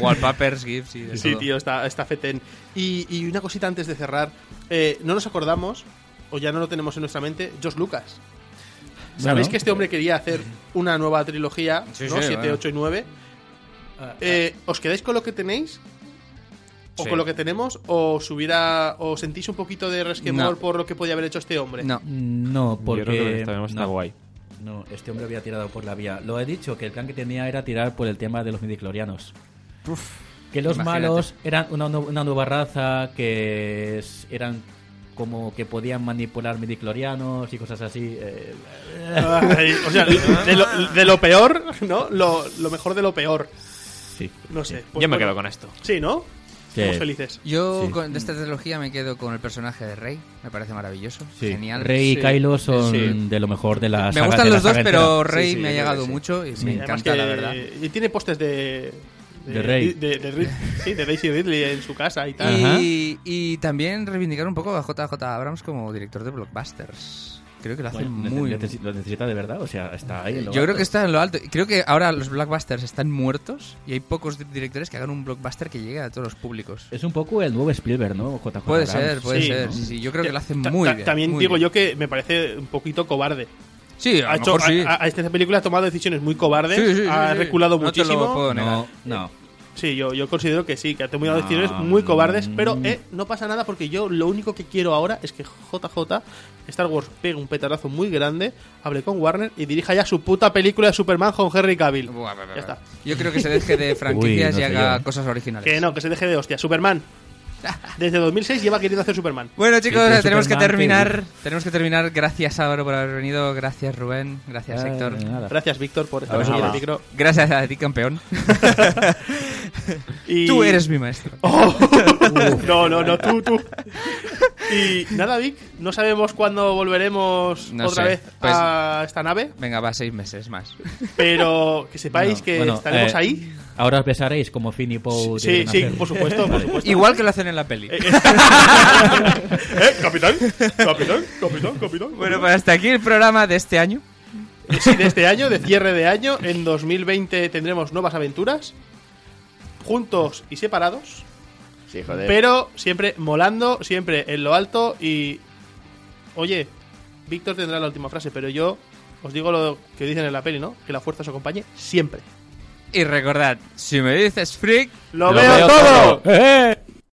S1: Wallpapers, GIFs y de
S2: Sí,
S1: todo.
S2: tío, está, está fetén. Y, y una cosita antes de cerrar. Eh, no nos acordamos, o ya no lo tenemos en nuestra mente, George Lucas. ¿Sabéis
S6: Bueno.
S2: que este hombre quería hacer una nueva trilogía?
S1: Sí,
S2: ¿no?
S1: sí,
S2: 7,
S1: bueno. Ah,
S2: 8 y 9. Eh, ¿Os quedáis con lo que tenéis? ¿O
S1: Sí.
S2: con lo que tenemos? ¿O subirá, o sentís un poquito de resquemor
S1: No.
S2: por lo que podía haber hecho este hombre?
S1: No.
S6: No, porque...
S5: Yo creo que esta vez está
S6: no,
S5: guay.
S2: Pues
S6: no, este hombre había tirado por la vía. Lo he dicho, que el plan que tenía era tirar por el tema de los midiclorianos. Que los
S1: Imagínate.
S6: malos eran una, nu- una nueva raza que es- eran como que podían manipular midiclorianos y cosas así. eh,
S2: <laughs> Ay, o sea, de lo, de lo peor, ¿no? Lo, lo mejor de lo peor.
S6: sí.
S2: No sé. Pues
S5: Yo me quedo
S2: bueno.
S5: con esto.
S2: Sí, ¿no?
S6: Sí.
S2: Somos felices.
S1: Yo
S6: Sí.
S1: con- de esta trilogía me quedo con el personaje de Rey. Me parece maravilloso.
S6: Sí.
S1: Genial.
S6: Rey y
S1: Sí.
S6: Kylo son
S1: Sí.
S6: de lo mejor de la
S1: Me
S6: saga-
S1: gustan
S6: de la
S1: los dos,
S6: saga
S1: pero
S6: entera.
S1: Rey
S4: Sí, sí,
S1: me ha
S4: yo creo
S1: llegado
S4: que sí.
S1: mucho y me
S2: Además
S1: encanta,
S2: que-
S1: la verdad.
S2: Y tiene postes de.
S6: De Rey.
S2: De, de Rid- sí, de Daisy Ridley en su casa y tal.
S1: Y, y también reivindicar un poco a JJ Abrams como director de blockbusters. Creo que lo hacen
S6: Bueno,
S1: muy
S6: nece- nece- ¿Lo necesita de verdad? O sea, está ahí. en lo
S1: Yo creo
S6: alto.
S1: que está en lo alto. Creo que ahora los blockbusters están muertos y hay pocos di- directores que hagan un blockbuster que llegue a todos los públicos.
S6: Es un poco el nuevo Spielberg, ¿no? JJ
S1: Puede
S6: Abrams.
S1: ser, puede
S2: Sí,
S1: ser.
S2: ¿no?
S1: Sí, sí, yo creo que lo hacen
S2: Ta-
S1: muy
S2: ta-
S1: bien.
S2: También
S1: muy
S2: digo
S1: bien.
S2: yo que me parece un poquito cobarde.
S1: Sí, a
S2: Ha
S1: lo
S2: hecho-
S1: mejor sí.
S2: a- a- a esta película ha tomado decisiones muy cobardes,
S1: Sí, sí, sí,
S2: ha
S1: sí.
S2: reculado
S1: No te lo
S2: muchísimo.
S1: puedo negar.
S6: No, no.
S2: Sí, yo, yo considero que sí, que ha tomado
S6: No.
S2: decisiones
S1: Ah,
S2: muy cobardes,
S1: mm.
S2: pero eh, no pasa nada porque yo lo único que quiero ahora es que JJ Star Wars pegue un petarazo muy grande, hable con Warner y dirija ya su puta película de Superman con Henry Cavill.
S1: Buah, buah, buah,
S2: Ya está.
S1: Yo creo que se deje
S6: <laughs>
S1: de franquicias
S6: Uy, no
S1: y
S6: sé
S1: haga
S6: yo.
S1: cosas originales.
S2: Que no, que se deje de
S1: <laughs>
S2: hostia. Superman. Desde 2006 lleva queriendo hacer Superman.
S1: Bueno chicos,
S6: Sí, pero
S1: tenemos que
S6: Superman,
S1: terminar. Tenemos que terminar. Gracias Álvaro por haber venido. Gracias Rubén. Gracias
S6: Eh,
S1: Héctor.
S6: nada.
S2: Gracias, Víctor, por estar aquí en el micro.
S1: Gracias a ti campeón.
S2: Y-
S1: Tú eres mi maestro.
S2: <laughs> Oh. no, no, no, tú, tú. Y nada, Vic, no sabemos cuándo volveremos
S1: No
S2: otra
S1: sé,
S2: vez
S1: pues-
S2: a esta nave,
S1: Venga, va seis meses más.
S2: pero que sepáis
S6: No,
S2: que
S6: bueno,
S2: estaremos
S6: eh, oh,
S2: ahí.
S6: Ahora os besaréis como Finn y Poe.
S2: Sí,
S6: deben
S2: sí,
S6: hacer.
S2: por supuesto, por
S6: Vale.
S2: supuesto.
S1: Igual que lo hacen en la peli.
S6: eh,
S2: ¿Eh? Capitán, capitán, capitán, capitán.
S6: eh.
S1: Bueno, pues hasta aquí el programa de este año.
S2: Sí, de este año, de cierre de año, en 2020 tendremos nuevas aventuras, juntos y separados,
S4: Sí, joder.
S2: pero siempre molando, siempre en lo alto y... Oye, Víctor tendrá la última frase, pero yo os digo lo que dicen en la peli, ¿no? Que la fuerza os acompañe siempre.
S1: Y recordad, si me dices freak,
S2: ¡Lo, veo todo.
S6: ¡Eh!